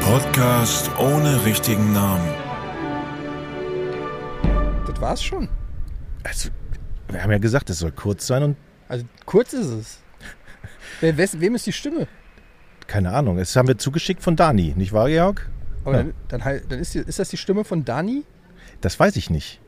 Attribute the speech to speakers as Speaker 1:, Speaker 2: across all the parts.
Speaker 1: Podcast ohne richtigen Namen.
Speaker 2: Das war's schon.
Speaker 3: Also, wir haben ja gesagt, es soll kurz sein und
Speaker 2: Also kurz ist es. Wer, wes, wem ist die Stimme?
Speaker 3: keine Ahnung. Es haben wir zugeschickt von Dani, nicht wahr, Georg?
Speaker 2: Aber
Speaker 3: Ja.
Speaker 2: dann, dann, halt- dann ist, die, ist das die Stimme von Dani?
Speaker 3: Das weiß ich nicht.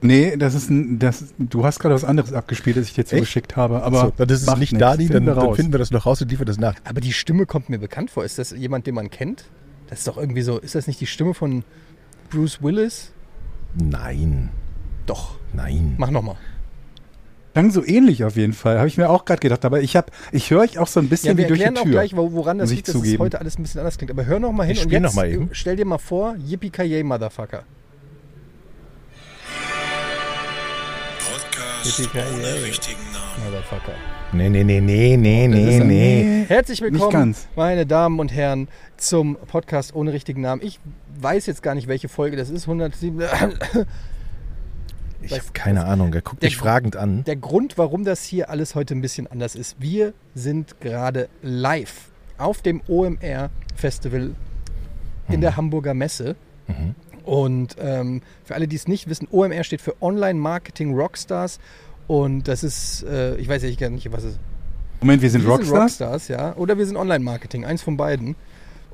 Speaker 4: Nee, das ist ein, das, du hast gerade was anderes abgespielt, das ich dir zugeschickt habe. Aber
Speaker 3: so, dann ist es
Speaker 4: macht
Speaker 3: nicht
Speaker 4: nichts.
Speaker 3: Dani, dann,
Speaker 4: Finden wir
Speaker 3: dann
Speaker 4: raus.
Speaker 3: finden wir das noch raus und liefern das nach.
Speaker 2: Aber die Stimme kommt mir bekannt vor. Ist das jemand, den man kennt? Das ist doch irgendwie so. Ist das nicht die Stimme von Bruce Willis?
Speaker 3: Nein,
Speaker 2: Doch.
Speaker 3: nein.
Speaker 2: Mach nochmal.
Speaker 4: Klang so ähnlich auf jeden Fall, habe ich mir auch gerade gedacht. Aber ich habe, ich höre euch auch so ein bisschen
Speaker 2: Ja, wir
Speaker 4: wie durch die
Speaker 2: erklären
Speaker 4: Tür.
Speaker 2: auch gleich, wo- woran
Speaker 3: um
Speaker 2: das
Speaker 4: muss ich
Speaker 2: liegt, dass es
Speaker 4: zugeben.
Speaker 2: heute alles ein bisschen anders klingt. Aber hör noch mal hin
Speaker 3: Ich
Speaker 2: und
Speaker 3: spiel
Speaker 2: jetzt
Speaker 3: noch mal eben.
Speaker 2: stell dir mal vor, Yippie Motherfucker.
Speaker 1: Podcast
Speaker 2: Ja, ja, ja.
Speaker 1: ohne richtigen Namen.
Speaker 2: Motherfucker.
Speaker 3: Nee, nee, nee, nee, nee,
Speaker 4: Das
Speaker 3: nee,
Speaker 4: ist-
Speaker 3: nee.
Speaker 2: Herzlich willkommen,
Speaker 4: ganz.
Speaker 2: meine Damen und Herren, zum Podcast ohne richtigen Namen. Ich weiß jetzt gar nicht, welche Folge das ist. 107.
Speaker 3: Ich
Speaker 2: Weiß-
Speaker 3: habe keine Ahnung. Er guckt
Speaker 2: Der-
Speaker 3: mich fragend an.
Speaker 2: Der Grund, warum das hier alles heute ein bisschen anders ist, wir sind gerade live auf dem OMR Festival in
Speaker 4: Mhm.
Speaker 2: der Hamburger Messe. Und ähm, für alle, die es nicht wissen, OMR steht für Online Marketing Rockstars. Und das ist, äh, ich weiß ehrlich gar nicht, was es ist.
Speaker 4: Moment, wir sind
Speaker 2: Wir sind
Speaker 4: Rockstars.
Speaker 2: Rockstars, ja. Oder wir sind Online-Marketing, eins von beiden.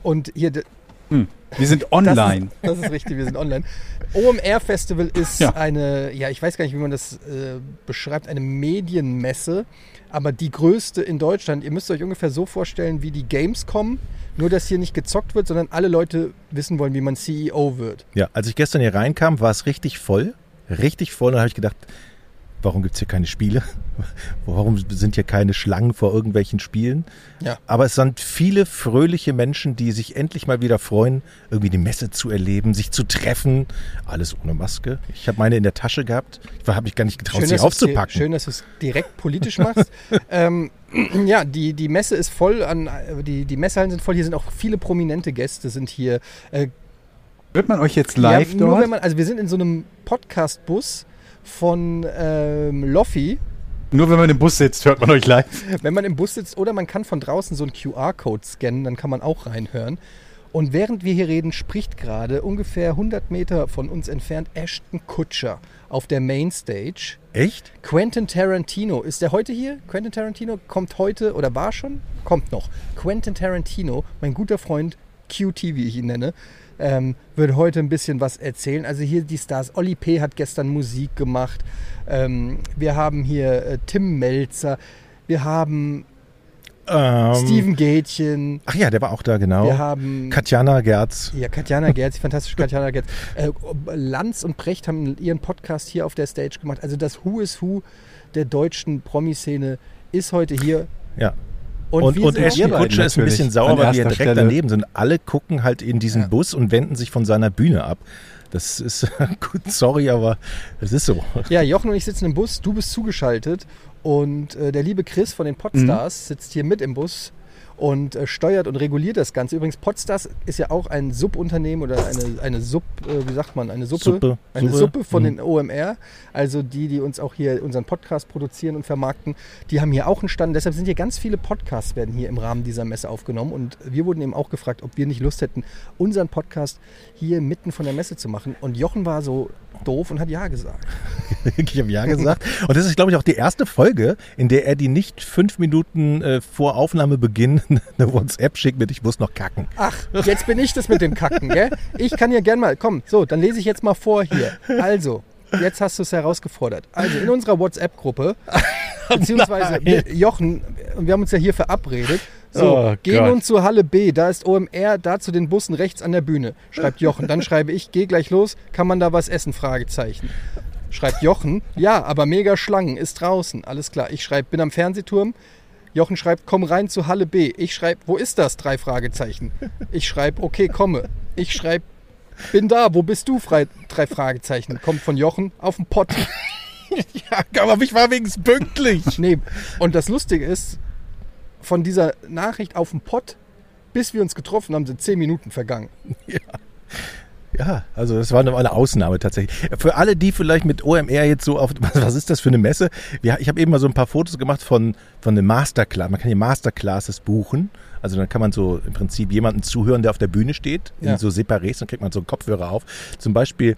Speaker 2: Und hier, d-
Speaker 4: Wir sind
Speaker 2: das
Speaker 4: online.
Speaker 2: Ist, das ist richtig, wir sind online. OMR Festival ist
Speaker 4: Ja.
Speaker 2: eine, ja, ich weiß gar nicht, wie man das äh, beschreibt, eine Medienmesse, aber die größte in Deutschland. Ihr müsst euch ungefähr so vorstellen, wie die Gamescom, nur dass hier nicht gezockt wird, sondern alle Leute wissen wollen, wie man CEO wird.
Speaker 3: Ja, als ich gestern hier reinkam, war es richtig voll. Richtig voll. Und dann habe ich gedacht, warum gibt es hier keine Spiele? Warum sind hier keine Schlangen vor irgendwelchen Spielen?
Speaker 2: Ja.
Speaker 3: Aber es sind viele fröhliche Menschen, die sich endlich mal wieder freuen, irgendwie die Messe zu erleben, sich zu treffen. Alles ohne Maske. Ich habe meine in der Tasche gehabt. Ich habe mich gar nicht getraut, sie
Speaker 2: dass du's dir-
Speaker 3: aufzupacken.
Speaker 2: Schön, dass du es direkt politisch machst. ähm, ja, die, die Messe ist voll, an, die, die Messehallen sind voll. Hier sind auch viele prominente Gäste, sind hier äh,
Speaker 4: Hört man euch jetzt live
Speaker 2: ja, Nur
Speaker 4: dort?
Speaker 2: wenn man, also wir sind in so einem Podcast-Bus von ähm, Loffi,
Speaker 4: nur wenn man im Bus sitzt, hört man euch live.
Speaker 2: wenn man im Bus sitzt oder man kann von draußen so einen QR-Code scannen, dann kann man auch reinhören. Und während wir hier reden, spricht gerade ungefähr 100 Meter von uns entfernt Ashton Kutscher auf der Mainstage.
Speaker 3: Echt?
Speaker 2: Quentin Tarantino, ist der heute hier? Quentin Tarantino kommt heute oder war schon? Kommt noch. Quentin Tarantino, mein guter Freund QT, wie ich ihn nenne, ähm, wird heute ein bisschen was erzählen. Also hier die Stars. Olli P. hat gestern Musik gemacht. Ähm, wir haben hier äh, Tim Melzer. Wir haben
Speaker 3: Ähm,
Speaker 2: Steven Gätchen.
Speaker 3: Ach ja, der war auch da, genau.
Speaker 2: Wir haben
Speaker 3: Katjana Gerz.
Speaker 2: ja, Katjana Gerz, die fantastische Katjana Gerz. Äh, Lanz und Precht haben ihren Podcast hier auf der Stage gemacht. Also das Who is Who der deutschen Promi-Szene ist heute hier.
Speaker 3: Ja.
Speaker 2: wir
Speaker 3: Und, und,
Speaker 2: sind
Speaker 3: Ashton
Speaker 2: hier.
Speaker 4: beiden
Speaker 3: Kutscher ist ein
Speaker 4: natürlich
Speaker 3: bisschen
Speaker 4: an
Speaker 3: sauer, weil wir
Speaker 4: erster
Speaker 3: direkt
Speaker 4: Stelle.
Speaker 3: daneben sind. Alle gucken halt in diesen
Speaker 2: Ja.
Speaker 3: Bus und wenden sich von seiner Bühne ab. Das ist gut, sorry, aber es ist so.
Speaker 2: Ja, Jochen und ich sitzen im Bus, du bist zugeschaltet und äh, der liebe Chris von den
Speaker 3: Mhm.
Speaker 2: Podstars sitzt hier mit im Bus und äh, steuert und reguliert das Ganze. Übrigens, Podstars ist ja auch ein Subunternehmen oder eine, eine Sub, äh, wie sagt man, eine Suppe,
Speaker 3: Suppe,
Speaker 2: eine
Speaker 3: Suppe.
Speaker 2: Suppe von
Speaker 3: Mhm.
Speaker 2: den OMR, also die, die uns auch hier unseren Podcast produzieren und vermarkten, die haben hier auch einen Stand. Deshalb sind hier ganz viele Podcasts werden hier im Rahmen dieser Messe aufgenommen und wir wurden eben auch gefragt, ob wir nicht Lust hätten, unseren Podcast hier mitten von der Messe zu machen. Und Jochen war so doof und hat ja gesagt.
Speaker 3: Ich habe ja gesagt. Und das ist, glaube ich, auch die erste Folge, in der er die nicht fünf Minuten äh, vor Aufnahmebeginn eine WhatsApp schickt mit, ich muss noch kacken.
Speaker 2: Ach, jetzt bin ich das mit dem Kacken, gell? Ich kann ja gern mal. Komm, so, dann lese ich jetzt mal vor hier. Also, jetzt hast du es herausgefordert. Also, in unserer WhatsApp-Gruppe, beziehungsweise
Speaker 3: Oh nein.
Speaker 2: wir- Jochen, und wir haben uns ja hier verabredet. So,
Speaker 3: Oh
Speaker 2: geh
Speaker 3: Gott.
Speaker 2: nun zur Halle B, da ist OMR, da zu den Bussen rechts an der Bühne, schreibt Jochen. Dann schreibe ich, geh gleich los, kann man da was essen? Fragezeichen. Schreibt Jochen, ja, aber mega Schlangen, ist draußen. Alles klar, ich schreibe, bin am Fernsehturm. Jochen schreibt, komm rein zu Halle B. Ich schreibe, wo ist das? Drei Fragezeichen. Ich schreibe, okay, komme. Ich schreibe, bin da, wo bist du? Frei, drei Fragezeichen. Kommt von Jochen auf den Pott.
Speaker 3: Ja, aber ich war wenigstens pünktlich.
Speaker 2: Nee. Und das Lustige ist, von dieser Nachricht auf den Pott, bis wir uns getroffen haben, sind zehn Minuten vergangen.
Speaker 3: Ja, also das war eine, eine Ausnahme tatsächlich. Für alle, die vielleicht mit OMR jetzt so auf, was, was ist das für eine Messe? Ja, ich habe eben mal so ein paar Fotos gemacht von, von den Masterclass. Man kann hier Masterclasses buchen. Also dann kann man so im Prinzip jemanden zuhören, der auf der Bühne steht, in
Speaker 2: Ja.
Speaker 3: so Separés, dann kriegt man so einen Kopfhörer auf. Zum Beispiel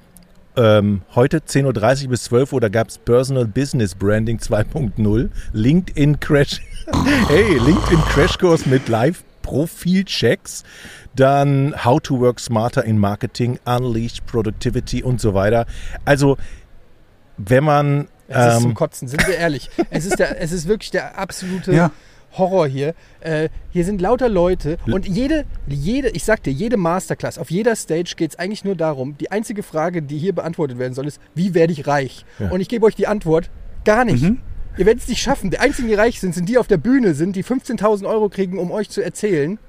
Speaker 3: ähm, heute 10.30 Uhr bis 12 Uhr, da gab es Personal Business Branding 2.0, LinkedIn Crash. hey, LinkedIn Crashkurs mit Live. Profilchecks, dann How to Work Smarter in Marketing, Unleashed Productivity und so weiter. Also, wenn man.
Speaker 2: Es ist zum
Speaker 3: ähm,
Speaker 2: Kotzen, sind wir ehrlich. es, ist der, es ist wirklich der absolute
Speaker 4: Ja.
Speaker 2: Horror hier. Äh, hier sind lauter Leute und jede, jede, ich sag dir, jede Masterclass, auf jeder Stage geht es eigentlich nur darum, die einzige Frage, die hier beantwortet werden soll, ist, wie werde ich reich? Und ich gebe euch die Antwort, gar nicht. Ihr werdet es nicht schaffen. Die einzigen, die reich sind, sind die auf der Bühne sind, die 15.000 Euro kriegen, um euch zu erzählen,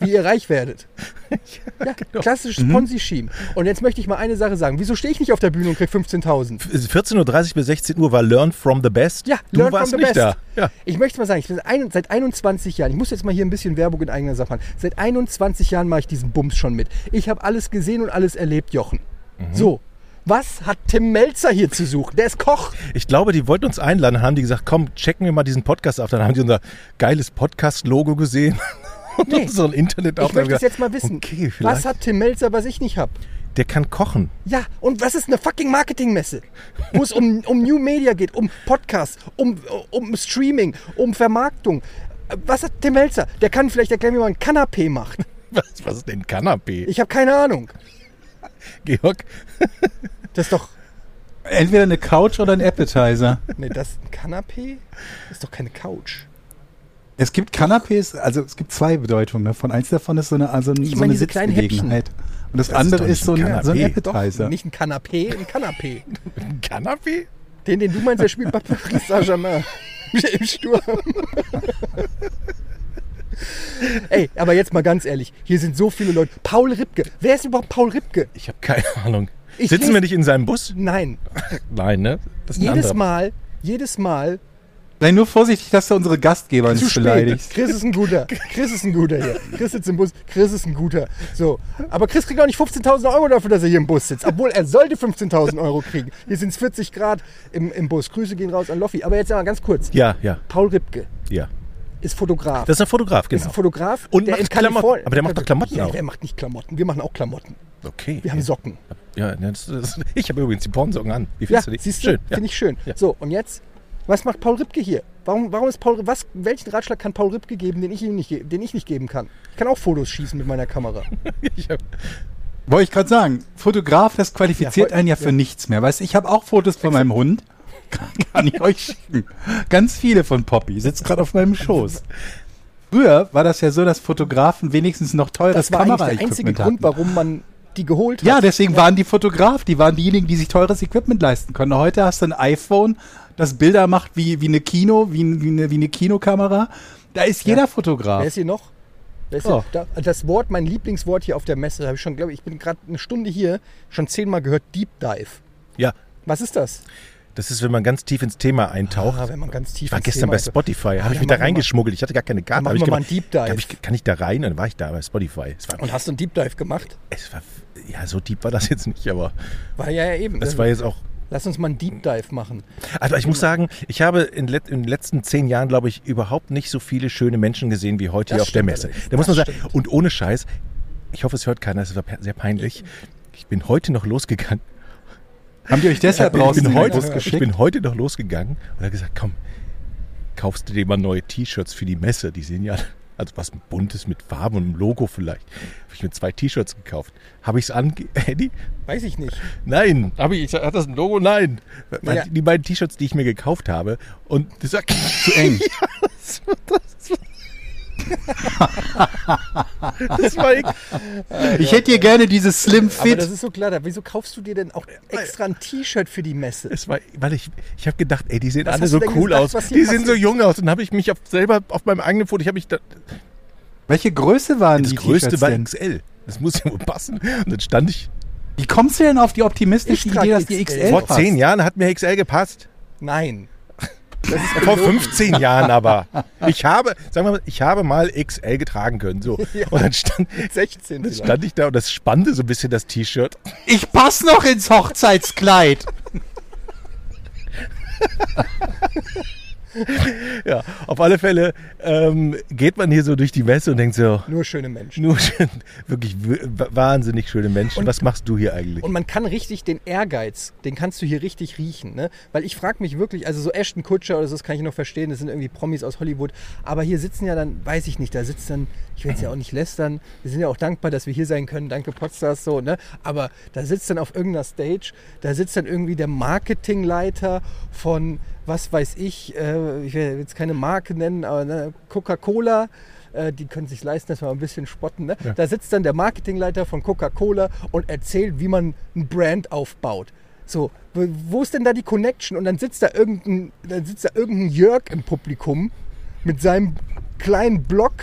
Speaker 2: wie ihr reich werdet. Ja, Klassisches Ponzi-Scheme. Und jetzt möchte ich mal eine Sache sagen. Wieso stehe ich nicht auf der Bühne und krieg 15.000?
Speaker 3: 14.30 Uhr bis 16 Uhr war Learn from the Best.
Speaker 2: Ja,
Speaker 3: du
Speaker 2: learn
Speaker 3: warst
Speaker 2: from the
Speaker 3: nicht
Speaker 2: best.
Speaker 3: da. Ja.
Speaker 2: Ich möchte mal sagen, ich bin ein, seit 21 Jahren, ich muss jetzt mal hier ein bisschen Werbung in eigener Sache machen. Seit 21 Jahren mache ich diesen Bums schon mit. Ich habe alles gesehen und alles erlebt, Jochen.
Speaker 3: Mhm.
Speaker 2: So, was hat Tim Melzer hier zu suchen? Der ist Koch.
Speaker 3: Ich glaube, die wollten uns einladen, haben die gesagt, komm, checken wir mal diesen Podcast auf. Dann haben die unser geiles Podcast-Logo gesehen und
Speaker 2: Nee.
Speaker 3: unseren Internet
Speaker 2: Ich möchte es jetzt mal wissen.
Speaker 3: Okay,
Speaker 2: was
Speaker 3: vielleicht.
Speaker 2: hat Tim Melzer, was ich nicht habe?
Speaker 3: Der kann kochen.
Speaker 2: Ja, und was ist eine fucking Marketingmesse? Wo es um, um New Media geht, um Podcasts, um, um Streaming, um Vermarktung. Was hat Tim Melzer? Der kann vielleicht erklären, wie man ein Kanapé macht.
Speaker 3: Was, was ist denn Kanapé?
Speaker 2: Ich habe keine Ahnung.
Speaker 3: Georg,
Speaker 2: Das ist doch.
Speaker 4: Entweder eine Couch oder ein Appetizer.
Speaker 2: Ne, das ein Kanapé? Ist doch keine Couch.
Speaker 4: Es gibt Canapés, also es gibt zwei Bedeutungen davon. Eins davon ist so eine, also
Speaker 2: Ich
Speaker 4: so
Speaker 2: meine
Speaker 4: eine
Speaker 2: diese kleinen
Speaker 4: Sitzgelegenheit. Und
Speaker 3: Das
Speaker 4: das,
Speaker 3: ist
Speaker 4: andere
Speaker 3: doch nicht
Speaker 4: ist, so,
Speaker 3: ein
Speaker 4: ein, so ein
Speaker 3: Canapé.
Speaker 2: Doch,
Speaker 4: Appetizer.
Speaker 2: nicht ein Kanapé, ein Kanapé.
Speaker 3: ein Kanapé?
Speaker 2: Den, den du meinst, der spielt bei Paris Saint-Germain. Im Sturm. Ey, aber jetzt mal ganz ehrlich, hier sind so viele Leute. Paul Ripke. Wer ist überhaupt Paul Ripke?
Speaker 3: Ich habe keine Ahnung.
Speaker 2: Ich
Speaker 3: Sitzen
Speaker 2: lese-
Speaker 3: wir nicht in seinem Bus?
Speaker 2: Nein.
Speaker 3: Nein, ne? Das ist ein
Speaker 2: Jedes
Speaker 3: anderer.
Speaker 2: Mal, jedes Mal
Speaker 4: Sei nur vorsichtig, dass du unsere Gastgeber
Speaker 2: zu
Speaker 4: nicht
Speaker 2: spät.
Speaker 4: beleidigst.
Speaker 2: Chris ist ein guter. Chris ist ein guter hier. Chris sitzt im Bus. Chris ist ein guter. So. Aber Chris kriegt auch nicht 15.000 Euro dafür, dass er hier im Bus sitzt. Obwohl er sollte 15.000 Euro kriegen. Hier sind es 40 Grad im, im Bus. Grüße gehen raus an Loffi. Aber jetzt mal ganz kurz.
Speaker 3: Ja, ja,
Speaker 2: Paul Ripke
Speaker 3: ja.
Speaker 2: ist Fotograf.
Speaker 3: Das ist ein Fotograf, genau.
Speaker 2: ist ein Fotograf.
Speaker 3: Und macht Klamotten. Aber der macht doch Klamotten
Speaker 2: ja,
Speaker 3: auch.
Speaker 2: Der macht nicht Klamotten. Wir machen auch Klamotten.
Speaker 3: okay.
Speaker 2: Wir haben Socken.
Speaker 3: ja, ne, das, das, ich habe übrigens die Pornsocken an. Wie
Speaker 2: Ja,
Speaker 3: findest du die?
Speaker 2: siehst du,
Speaker 3: Schön. Ja.
Speaker 2: finde ich schön.
Speaker 3: Ja.
Speaker 2: So, und jetzt, was macht Paul Ripke hier? Warum, warum ist Paul, was, welchen Ratschlag kann Paul Ripke geben, den ich ihm nicht, ge- den ich nicht geben kann? Ich kann auch Fotos schießen mit meiner Kamera.
Speaker 3: Ich hab,
Speaker 4: Wollte ich gerade sagen, Fotograf, das qualifiziert
Speaker 2: Ja, voll-
Speaker 4: einen ja für
Speaker 2: ja.
Speaker 4: nichts mehr. Weißt du, ich habe auch Fotos von meinem Hund. Kann, kann ich euch schicken. Ganz viele von Poppy. Sitzt gerade auf meinem Schoß. Früher war das ja so, dass Fotografen wenigstens noch teures
Speaker 2: Das war eigentlich der
Speaker 4: Kameraequipment
Speaker 2: einzige
Speaker 4: hatten.
Speaker 2: Grund, warum man die geholt hat.
Speaker 4: Ja, deswegen waren die Fotograf, die waren diejenigen, die sich teures Equipment leisten können. Heute hast du ein iPhone, das Bilder macht wie, wie eine Kino, wie, ein- wie, eine, wie eine Kinokamera. Da ist jeder Fotograf.
Speaker 2: Wer ist hier noch? Wer ist
Speaker 4: Oh.
Speaker 2: hier? Da, das Wort, mein Lieblingswort hier auf der Messe, habe ich schon, glaube ich, ich bin gerade eine Stunde hier, schon zehnmal gehört, Deep Dive.
Speaker 3: ja,
Speaker 2: Was ist das? Ah,
Speaker 3: das ist, wenn man ganz tief ins Thema eintaucht.
Speaker 2: wenn man ganz tief
Speaker 3: Ich war
Speaker 2: ins
Speaker 3: gestern
Speaker 2: Thema
Speaker 3: bei
Speaker 2: geht.
Speaker 3: Spotify,
Speaker 2: Ja,
Speaker 3: habe ich
Speaker 2: dann
Speaker 3: mich da
Speaker 2: machen wir mal-
Speaker 3: reingeschmuggelt. Ich hatte gar keine Karte.
Speaker 2: Dann
Speaker 3: hab
Speaker 2: machen
Speaker 3: ich
Speaker 2: wir mal
Speaker 3: gemacht.
Speaker 2: einen Deep Dive.
Speaker 3: Hab Ich, kann ich da rein? Dann war ich da bei Spotify. Es war,
Speaker 2: Und hast du einen Deep Dive gemacht?
Speaker 3: es war, ja, so deep war das jetzt nicht, aber
Speaker 2: War ja, ja eben.
Speaker 3: das war jetzt auch
Speaker 2: Lass uns mal einen Deep Dive machen.
Speaker 3: Also ich muss sagen, ich habe in, let, in den letzten zehn Jahren, glaube ich, überhaupt nicht so viele schöne Menschen gesehen wie heute
Speaker 2: Das
Speaker 3: hier auf der
Speaker 2: stimmt
Speaker 3: Messe.
Speaker 2: allerdings.
Speaker 3: Da muss man
Speaker 2: Das
Speaker 3: sagen,
Speaker 2: stimmt.
Speaker 3: und ohne Scheiß, ich hoffe, es hört keiner, es war pe- sehr peinlich. Ich bin heute noch losgegangen.
Speaker 4: Haben die euch deshalb
Speaker 3: ich,
Speaker 4: draußen
Speaker 3: bin
Speaker 4: in den
Speaker 3: heute,
Speaker 4: Bus
Speaker 3: ich
Speaker 4: geschickt?
Speaker 3: bin heute noch losgegangen und habe gesagt, komm, kaufst du dir mal neue T-Shirts für die Messe. Die sehen ja, also was Buntes mit Farben und einem Logo vielleicht. Habe ich mir zwei T-Shirts gekauft. Habe ich es an, Eddie?
Speaker 2: Weiß ich nicht.
Speaker 3: Nein. Habe ich, hat das ein Logo? Nein.
Speaker 2: Naja.
Speaker 3: Die beiden T-Shirts, die ich mir gekauft habe. Und das war zu
Speaker 4: eng.
Speaker 3: ja, das war, das war, das war e- ich.
Speaker 2: Äh,
Speaker 4: Ich hätte hier gerne dieses Slim
Speaker 2: Aber das
Speaker 4: Fit.
Speaker 2: ist so klar. da- Wieso kaufst du dir denn auch extra ein T-Shirt für die Messe?
Speaker 3: Das war, weil ich, ich habe gedacht, ey, die sehen
Speaker 2: Was
Speaker 3: alle
Speaker 2: hast
Speaker 3: so
Speaker 2: du denn
Speaker 3: cool
Speaker 2: gedacht, was
Speaker 3: aus.
Speaker 2: hier
Speaker 3: Die sehen so
Speaker 2: passiert?
Speaker 3: jung aus. Und habe ich mich auf, selber auf meinem eigenen Foto, ich habe mich da,
Speaker 4: Welche Größe waren
Speaker 3: das
Speaker 4: die
Speaker 3: größte
Speaker 4: T-Shirts
Speaker 3: war
Speaker 4: denn?
Speaker 3: XL. Das muss ja wohl passen. Und dann stand ich,
Speaker 4: Wie kommst du denn auf die optimistische
Speaker 2: Ich trag
Speaker 4: Idee, dass die
Speaker 2: XL.
Speaker 4: XL
Speaker 3: vor
Speaker 4: passt?
Speaker 3: zehn Jahren hat mir XL gepasst.
Speaker 2: Nein.
Speaker 3: Vor 15 Jahren aber. Ich habe, sagen wir mal, ich habe mal XL getragen können. So. Und dann stand,
Speaker 2: 16
Speaker 3: dann
Speaker 2: vielleicht.
Speaker 3: stand ich da und das spannte so ein bisschen das T-Shirt.
Speaker 4: Ich pass noch ins Hochzeitskleid.
Speaker 3: Ja, auf alle Fälle ähm, geht man hier so durch die Messe und denkt so,
Speaker 2: Nur schöne Menschen.
Speaker 3: nur schön- wirklich w- wahnsinnig schöne Menschen.
Speaker 2: Und-
Speaker 3: Was machst du hier eigentlich?
Speaker 2: Und man kann richtig den Ehrgeiz, den kannst du hier richtig riechen. Ne? Weil ich frage mich wirklich, also so Ashton Kutscher oder so, das kann ich noch verstehen, das sind irgendwie Promis aus Hollywood. Aber hier sitzen ja dann, weiß ich nicht, da sitzt dann, ich will es ja auch nicht lästern, wir sind ja auch dankbar, dass wir hier sein können, danke Podstars, so, ne? Aber da sitzt dann auf irgendeiner Stage, da sitzt dann irgendwie der Marketingleiter von, was weiß ich, äh, ich will jetzt keine Marke nennen, aber ne, Coca-Cola äh, die können sich leisten, dass wir mal ein bisschen spotten. Ne? Da sitzt dann der Marketingleiter von Coca-Cola und erzählt, wie man ein Brand aufbaut. So, wo- wo ist denn da die Connection? Und dann sitzt da irgendein, dann sitzt da irgendein Jörg im Publikum mit seinem kleinen Block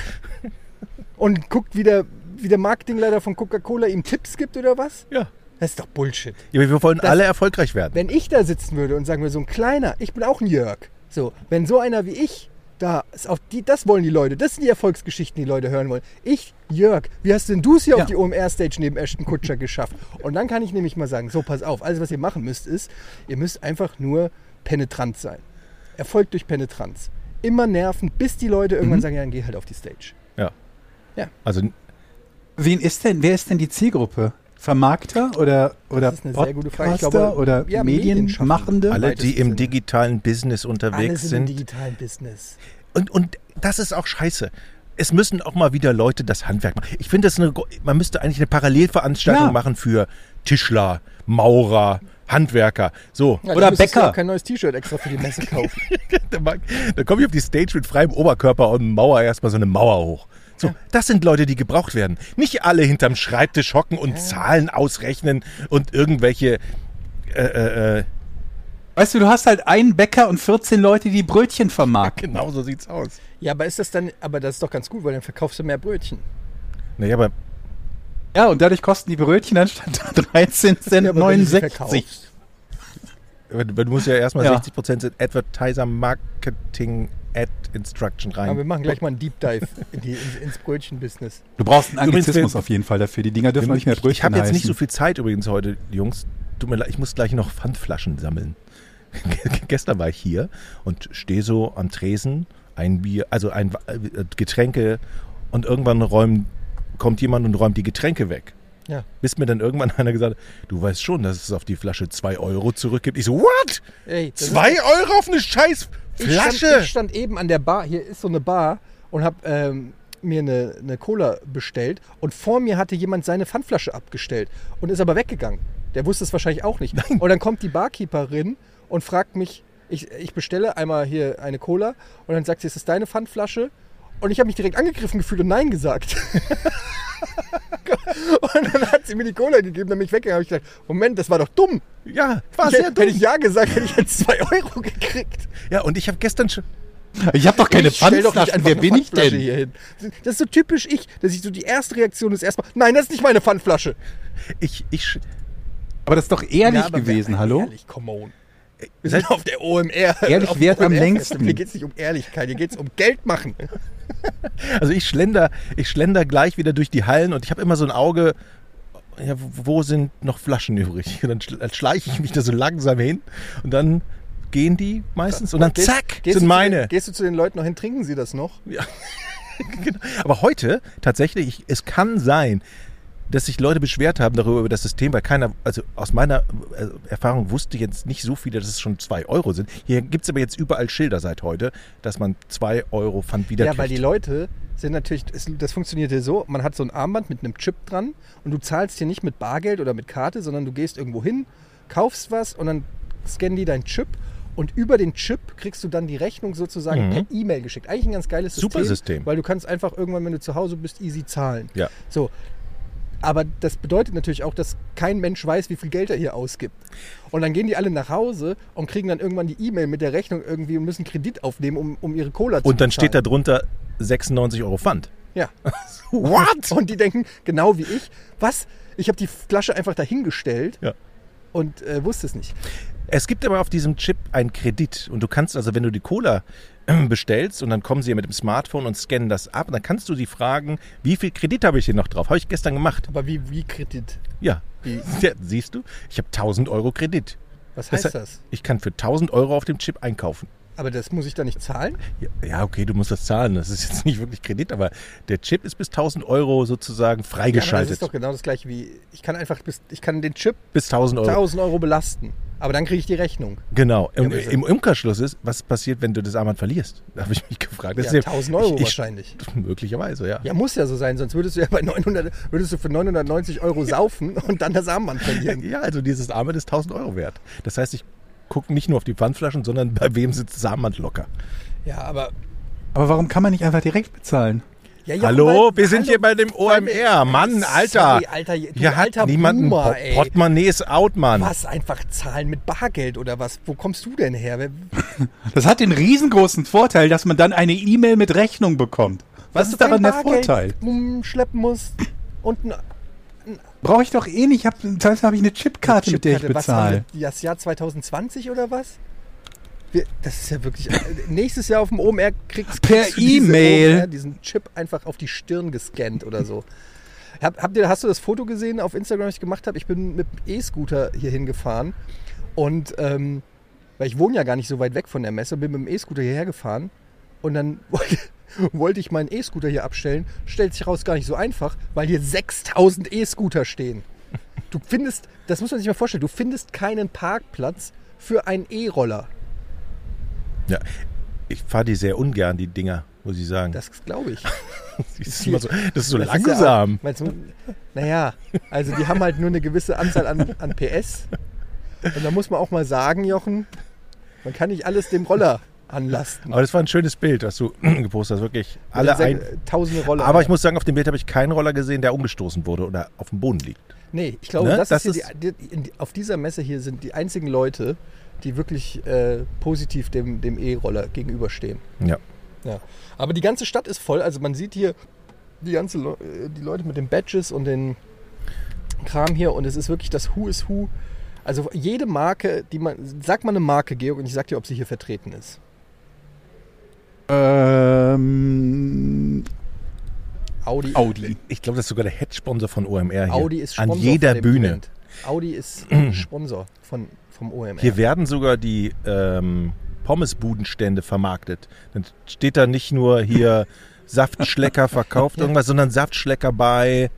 Speaker 2: und guckt, wie der, wie der Marketingleiter von Coca-Cola ihm Tipps gibt oder was?
Speaker 3: ja.
Speaker 2: Das ist doch Bullshit.
Speaker 3: ja, wir wollen
Speaker 2: Das-
Speaker 3: alle erfolgreich werden.
Speaker 2: Wenn ich da sitzen würde und sagen wir so ein kleiner, ich bin auch ein Jörg. So, wenn so einer wie ich da ist, auf die, das wollen die Leute, das sind die Erfolgsgeschichten, die Leute hören wollen. Ich, Jörg, wie hast denn du es hier
Speaker 4: Ja.
Speaker 2: auf die OMR-Stage neben Ashton Kutscher geschafft? Und dann kann ich nämlich mal sagen, so pass auf, alles was ihr machen müsst ist, ihr müsst einfach nur penetrant sein. Erfolg durch Penetranz. Immer nerven, bis die Leute irgendwann
Speaker 4: Mhm.
Speaker 2: sagen, ja, dann geh halt auf die Stage.
Speaker 3: Ja.
Speaker 2: Ja.
Speaker 3: Also
Speaker 4: Wen ist denn, wer ist denn die Zielgruppe? Vermarkter oder, oder
Speaker 2: Das ist eine sehr gute Frage. Ich
Speaker 4: Podcaster
Speaker 2: glaube,
Speaker 4: oder
Speaker 2: ja,
Speaker 4: Medienmachende?
Speaker 3: alle,
Speaker 2: weitesten
Speaker 3: die im
Speaker 2: Sinne.
Speaker 3: digitalen Business
Speaker 2: Alle
Speaker 3: unterwegs
Speaker 2: sind im
Speaker 3: sind.
Speaker 2: digitalen Business.
Speaker 3: Und, und das ist auch scheiße. Es müssen auch mal wieder Leute das Handwerk machen. Ich finde, das eine, gro- man müsste eigentlich eine Parallelveranstaltung
Speaker 4: Ja.
Speaker 3: machen für Tischler, Maurer, Handwerker. So,
Speaker 2: Ja,
Speaker 4: Oder
Speaker 2: dann müsstest du
Speaker 4: Bäcker.
Speaker 2: auch kein neues T-Shirt extra für die Messe kaufen.
Speaker 3: da, mag- da komme ich auf die Stage mit freiem Oberkörper und Mauer erstmal so eine Mauer hoch. So, das sind Leute, die gebraucht werden. Nicht alle hinterm Schreibtisch hocken und Zahlen ausrechnen und irgendwelche
Speaker 4: Weißt du, du hast halt einen Bäcker und 14 Leute, die Brötchen vermarkten.
Speaker 3: Genau so sieht's aus.
Speaker 2: Ja, aber ist das dann, aber das ist doch ganz gut, weil dann verkaufst du mehr Brötchen.
Speaker 3: Naja, aber
Speaker 4: Ja, und dadurch kosten die Brötchen anstatt 13 Cent
Speaker 2: aber wenn du sie
Speaker 4: 69.
Speaker 2: verkaufst.
Speaker 3: aber du musst ja erstmal
Speaker 4: Ja.
Speaker 3: 60% in Advertiser Marketing Ad Instruction rein.
Speaker 2: Aber wir machen gleich mal einen Deep Dive in die, in, ins Brötchen-Business.
Speaker 4: Du brauchst einen
Speaker 3: Übrigens,
Speaker 4: Anglizismus
Speaker 3: wir-
Speaker 4: auf jeden Fall dafür. Die Dinger dürfen
Speaker 3: Wir-
Speaker 4: doch nicht mehr
Speaker 3: Genau, ich-
Speaker 4: Brötchen
Speaker 3: Ich habe jetzt nicht so
Speaker 4: heißen.
Speaker 3: viel Zeit übrigens heute, Jungs. Tut mir leid, ich muss gleich noch Pfandflaschen sammeln. Gestern war ich hier und stehe so am Tresen, ein Bier, also ein Wa- äh, Getränke und irgendwann räumen, kommt jemand und räumt die Getränke weg.
Speaker 2: Ja.
Speaker 3: Bis mir dann irgendwann einer gesagt hat, du weißt schon, dass es auf die Flasche 2 Euro zurückgibt. Ich so, what?
Speaker 2: Ey, das ist-
Speaker 3: 2 Euro auf eine scheiß
Speaker 2: Ich
Speaker 3: Flasche?
Speaker 2: stand, ich stand eben an der Bar, hier ist so eine Bar und habe ähm, mir eine, eine Cola bestellt und vor mir hatte jemand seine Pfandflasche abgestellt und ist aber weggegangen. Der wusste es wahrscheinlich auch nicht. Und dann kommt die Barkeeperin und fragt mich, ich, ich bestelle einmal hier eine Cola und dann sagt sie, ist das deine Pfandflasche? Und ich habe mich direkt angegriffen gefühlt und Nein gesagt. und dann hat sie mir die Cola gegeben, dann bin ich weggegangen. Hab ich gedacht, Moment, das war doch dumm.
Speaker 3: ja, war
Speaker 2: Ich,
Speaker 3: sehr
Speaker 2: hätte
Speaker 3: dumm.
Speaker 2: ich Ja gesagt, hätte ich jetzt zwei Euro gekriegt.
Speaker 3: ja, und ich habe gestern schon...
Speaker 4: Ich habe doch keine
Speaker 2: Ich stell doch nicht
Speaker 4: Pfandflaschen.
Speaker 2: einfach
Speaker 4: Wer
Speaker 2: eine
Speaker 4: bin ich
Speaker 2: Pfandflasche
Speaker 4: denn?
Speaker 2: Hier hin. Das ist so typisch ich, dass ich so die erste Reaktion ist erstmal, nein, das ist nicht meine Pfandflasche.
Speaker 3: Ich, ich, sch-
Speaker 4: Aber das ist doch ehrlich gewesen, hallo?
Speaker 2: Ehrlich, come on. Wir sind auf der OMR.
Speaker 4: Ehrlich
Speaker 2: auf dem
Speaker 4: wert am
Speaker 2: OMR
Speaker 4: längsten.
Speaker 2: Festival. Hier geht es nicht um Ehrlichkeit, hier geht es um Geld machen.
Speaker 3: Also ich schlender, ich schlender gleich wieder durch die Hallen und ich habe immer so ein Auge, ja, wo sind noch Flaschen übrig? Und dann schl- dann schleiche ich mich da so langsam hin und dann gehen die meistens und dann
Speaker 2: Gehst-
Speaker 3: zack,
Speaker 2: gehst du zu
Speaker 3: sind meine.
Speaker 2: Den, gehst du zu den Leuten noch hin, trinken sie das noch?
Speaker 3: Aber heute tatsächlich, ich, es kann sein, dass sich Leute beschwert haben darüber, über das System, weil keiner, also aus meiner äh, Erfahrung wusste jetzt nicht so viele, dass es schon zwei Euro sind. Hier gibt es aber jetzt überall Schilder seit heute, dass man zwei Euro Pfand wieder
Speaker 2: Ja, weil die Leute sind natürlich, es- das funktioniert ja so, man hat so ein Armband mit einem Chip dran und du zahlst hier nicht mit Bargeld oder mit Karte, sondern du gehst irgendwo hin, kaufst was und dann scannen die deinen Chip und über den Chip kriegst du dann die Rechnung sozusagen per E-Mail geschickt. Eigentlich ein ganz geiles System,
Speaker 3: Mhm. Super System.
Speaker 2: weil du kannst einfach irgendwann, wenn du zu Hause bist, easy zahlen.
Speaker 3: Ja.
Speaker 2: So. Aber das bedeutet natürlich auch, dass kein Mensch weiß, wie viel Geld er hier ausgibt. Und dann gehen die alle nach Hause und kriegen dann irgendwann die E-Mail mit der Rechnung irgendwie und müssen Kredit aufnehmen, um, um ihre Cola zu
Speaker 3: und dann steht
Speaker 2: bezahlen.
Speaker 3: da drunter 96 Euro Pfand.
Speaker 2: Ja.
Speaker 3: What?
Speaker 2: Und die denken, genau wie ich, was? Ich habe die Flasche einfach dahingestellt.
Speaker 3: Ja.
Speaker 2: und äh, wusste es nicht.
Speaker 3: Es gibt aber auf diesem Chip einen Kredit und du kannst also, wenn du die Cola äh, bestellst und dann kommen sie ja mit dem Smartphone und scannen das ab, dann kannst du die fragen, wie viel Kredit habe ich hier noch drauf? Habe ich gestern gemacht.
Speaker 2: Aber wie, wie Kredit?
Speaker 3: Ja.
Speaker 2: Wie,
Speaker 3: ja siehst du, ich habe 1000 Euro Kredit.
Speaker 2: was heißt
Speaker 3: Das-
Speaker 2: das?
Speaker 3: Ich kann für 1000 Euro auf dem Chip einkaufen.
Speaker 2: Aber das muss ich da nicht zahlen?
Speaker 3: Ja, Ja, okay, du musst das zahlen. Das ist jetzt nicht wirklich Kredit, aber der Chip ist bis 1000 Euro sozusagen
Speaker 2: Ja, aber das
Speaker 3: freigeschaltet.
Speaker 2: ist doch genau das gleiche wie, ich kann einfach, bis, ich kann den Chip
Speaker 3: bis 1000 Euro.
Speaker 2: 1000 Euro belasten, aber dann kriege ich die Rechnung.
Speaker 3: Genau. Und
Speaker 2: aber ist-
Speaker 3: Im Umkehrschluss ist, was passiert, wenn du das Armband verlierst? Da habe ich mich gefragt. Das
Speaker 2: Ja,
Speaker 3: ist
Speaker 2: 1000 Euro
Speaker 3: ich, ich,
Speaker 2: wahrscheinlich.
Speaker 3: Möglicherweise, ja.
Speaker 2: Ja, muss ja so sein, sonst würdest du ja bei 900, würdest du für 990 Euro saufen und dann das Armband verlieren.
Speaker 3: Ja, also dieses Armband ist 1000 Euro wert. Das heißt, ich gucke nicht nur auf die Pfandflaschen, sondern bei wem sitzt das Armband locker.
Speaker 2: Ja, aber.
Speaker 4: Aber warum kann man nicht einfach direkt bezahlen?
Speaker 2: Ja, Jochen,
Speaker 3: hallo,
Speaker 2: weil-
Speaker 3: wir sind
Speaker 2: hallo,
Speaker 3: hier bei dem
Speaker 2: weil wir-
Speaker 3: OMR. Mann, Alter.
Speaker 2: Sorry, Alter, du
Speaker 3: Hier hat
Speaker 2: alter
Speaker 3: niemand
Speaker 2: Boomer,
Speaker 3: ein
Speaker 2: ey.
Speaker 3: Port- Portemonnaie ist out, Mann.
Speaker 2: Was? Einfach zahlen mit Bargeld oder was? Wo kommst du denn her? Wer-
Speaker 4: Das hat den riesengroßen Vorteil, dass man dann eine E-Mail mit Rechnung bekommt.
Speaker 2: dass
Speaker 4: Was
Speaker 2: du
Speaker 4: ist daran
Speaker 2: kein
Speaker 4: der
Speaker 2: Bargeld
Speaker 4: Vorteil?
Speaker 2: Umschleppen musst und eine
Speaker 4: Brauche ich doch eh nicht. Ich hab- Teilweise habe ich eine Chipkarte, mit der ich
Speaker 2: Chipkarte. Was war
Speaker 4: bezahle.
Speaker 2: das, Das Jahr 2020 oder was? Wir, das ist ja wirklich. äh, Nächstes Jahr auf dem OMR kriegst
Speaker 4: Per
Speaker 2: kriegst du diese
Speaker 4: E-Mail.
Speaker 2: OMR diesen Chip einfach auf die Stirn gescannt oder so. Hab, habt ihr, hast du das Foto gesehen auf Instagram, was ich gemacht habe? Ich bin mit dem E-Scooter hier hingefahren und ähm, weil ich wohne ja gar nicht so weit weg von der Messe, bin mit dem E-Scooter hierher gefahren und dann wollte- wollte ich meinen E-Scooter hier abstellen. Stellt sich raus, gar nicht so einfach, weil hier 6000 E-Scooter stehen. Du findest, das muss man sich mal vorstellen, du findest keinen Parkplatz für einen E-Roller.
Speaker 3: Ja. Ich fahre die sehr ungern, die Dinger, muss ich sagen. Das,
Speaker 2: Das glaube ich.
Speaker 3: ist, immer so, das ist so
Speaker 2: Das ist ja auch-
Speaker 3: langsam.
Speaker 2: meinst du, naja, also die haben halt nur eine gewisse Anzahl an, an PS. Und da muss man auch mal sagen, Jochen, man kann nicht alles dem Roller anlasten.
Speaker 3: aber das war ein schönes Bild, was du gepostet hast. Wirklich alle
Speaker 2: Sech-
Speaker 3: ein.
Speaker 2: Tausende Roller.
Speaker 3: Aber ich muss sagen, auf dem Bild habe ich keinen Roller gesehen, der umgestoßen wurde oder auf dem Boden liegt.
Speaker 2: Nee, ich glaube,
Speaker 3: Ne?
Speaker 2: das,
Speaker 3: Das
Speaker 2: ist, hier die, die, in, auf dieser Messe hier sind die einzigen Leute, die wirklich äh, positiv dem, dem E-Roller gegenüberstehen.
Speaker 3: Ja.
Speaker 2: Ja. Aber die ganze Stadt ist voll. Also man sieht hier die, ganze Leu- äh, die Leute mit den Badges und den Kram hier und es ist wirklich das Who is Who. Also jede Marke, die man. Sag mal eine Marke, Georg, und ich sag dir, ob sie hier vertreten ist.
Speaker 4: Ähm,
Speaker 2: Audi.
Speaker 4: Audi.
Speaker 3: Ich glaube, das ist sogar der Head-Sponsor von OMR hier.
Speaker 2: Audi ist Sponsor.
Speaker 3: An jeder
Speaker 2: von dem
Speaker 3: Bühne.
Speaker 2: Event. Audi ist Sponsor von, vom OMR.
Speaker 3: Hier werden sogar die ähm, Pommesbudenstände vermarktet. Dann steht da nicht nur hier Saftschlecker verkauft irgendwas, sondern Saftschlecker bei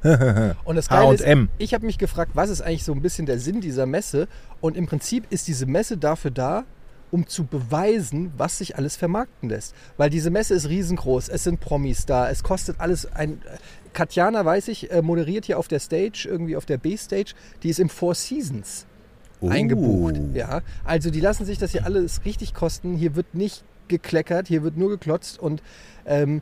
Speaker 2: Und das Geile ist,
Speaker 3: H&M.
Speaker 2: ich habe mich gefragt, was ist eigentlich so ein bisschen der Sinn dieser Messe? Und im Prinzip ist diese Messe dafür da, um zu beweisen, was sich alles vermarkten lässt. Weil diese Messe ist riesengroß, es sind Promis da, es kostet alles ein... Katjana, weiß ich, äh, moderiert hier auf der Stage, irgendwie auf der B-Stage, die ist im Four Seasons
Speaker 3: Oh.
Speaker 2: eingebucht. Ja, also die lassen sich das hier alles richtig kosten. Hier wird nicht gekleckert, hier wird nur geklotzt und ähm,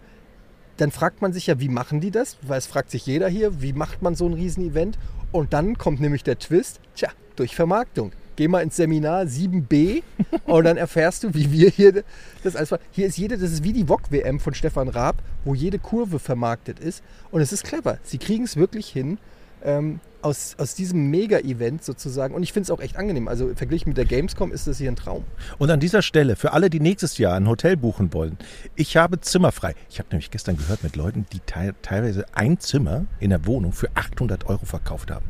Speaker 2: dann fragt man sich ja, wie machen die das? Weil es fragt sich jeder hier, wie macht man so ein Riesenevent? Und dann kommt nämlich der Twist, tja, durch Vermarktung. Geh mal ins Seminar 7b und dann erfährst du, wie wir hier das alles machen. Hier ist jede, das ist wie die VOG-WM von Stefan Raab, wo jede Kurve vermarktet ist. Und es ist clever. Sie kriegen es wirklich hin, ähm, aus, aus diesem Mega-Event sozusagen. Und ich finde es auch echt angenehm. Also verglichen mit der Gamescom ist das hier ein Traum.
Speaker 3: Und an dieser Stelle, für alle, die nächstes Jahr ein Hotel buchen wollen, ich habe Zimmer frei. Ich habe nämlich gestern gehört mit Leuten, die teil- teilweise ein Zimmer in der Wohnung für 800 Euro verkauft haben.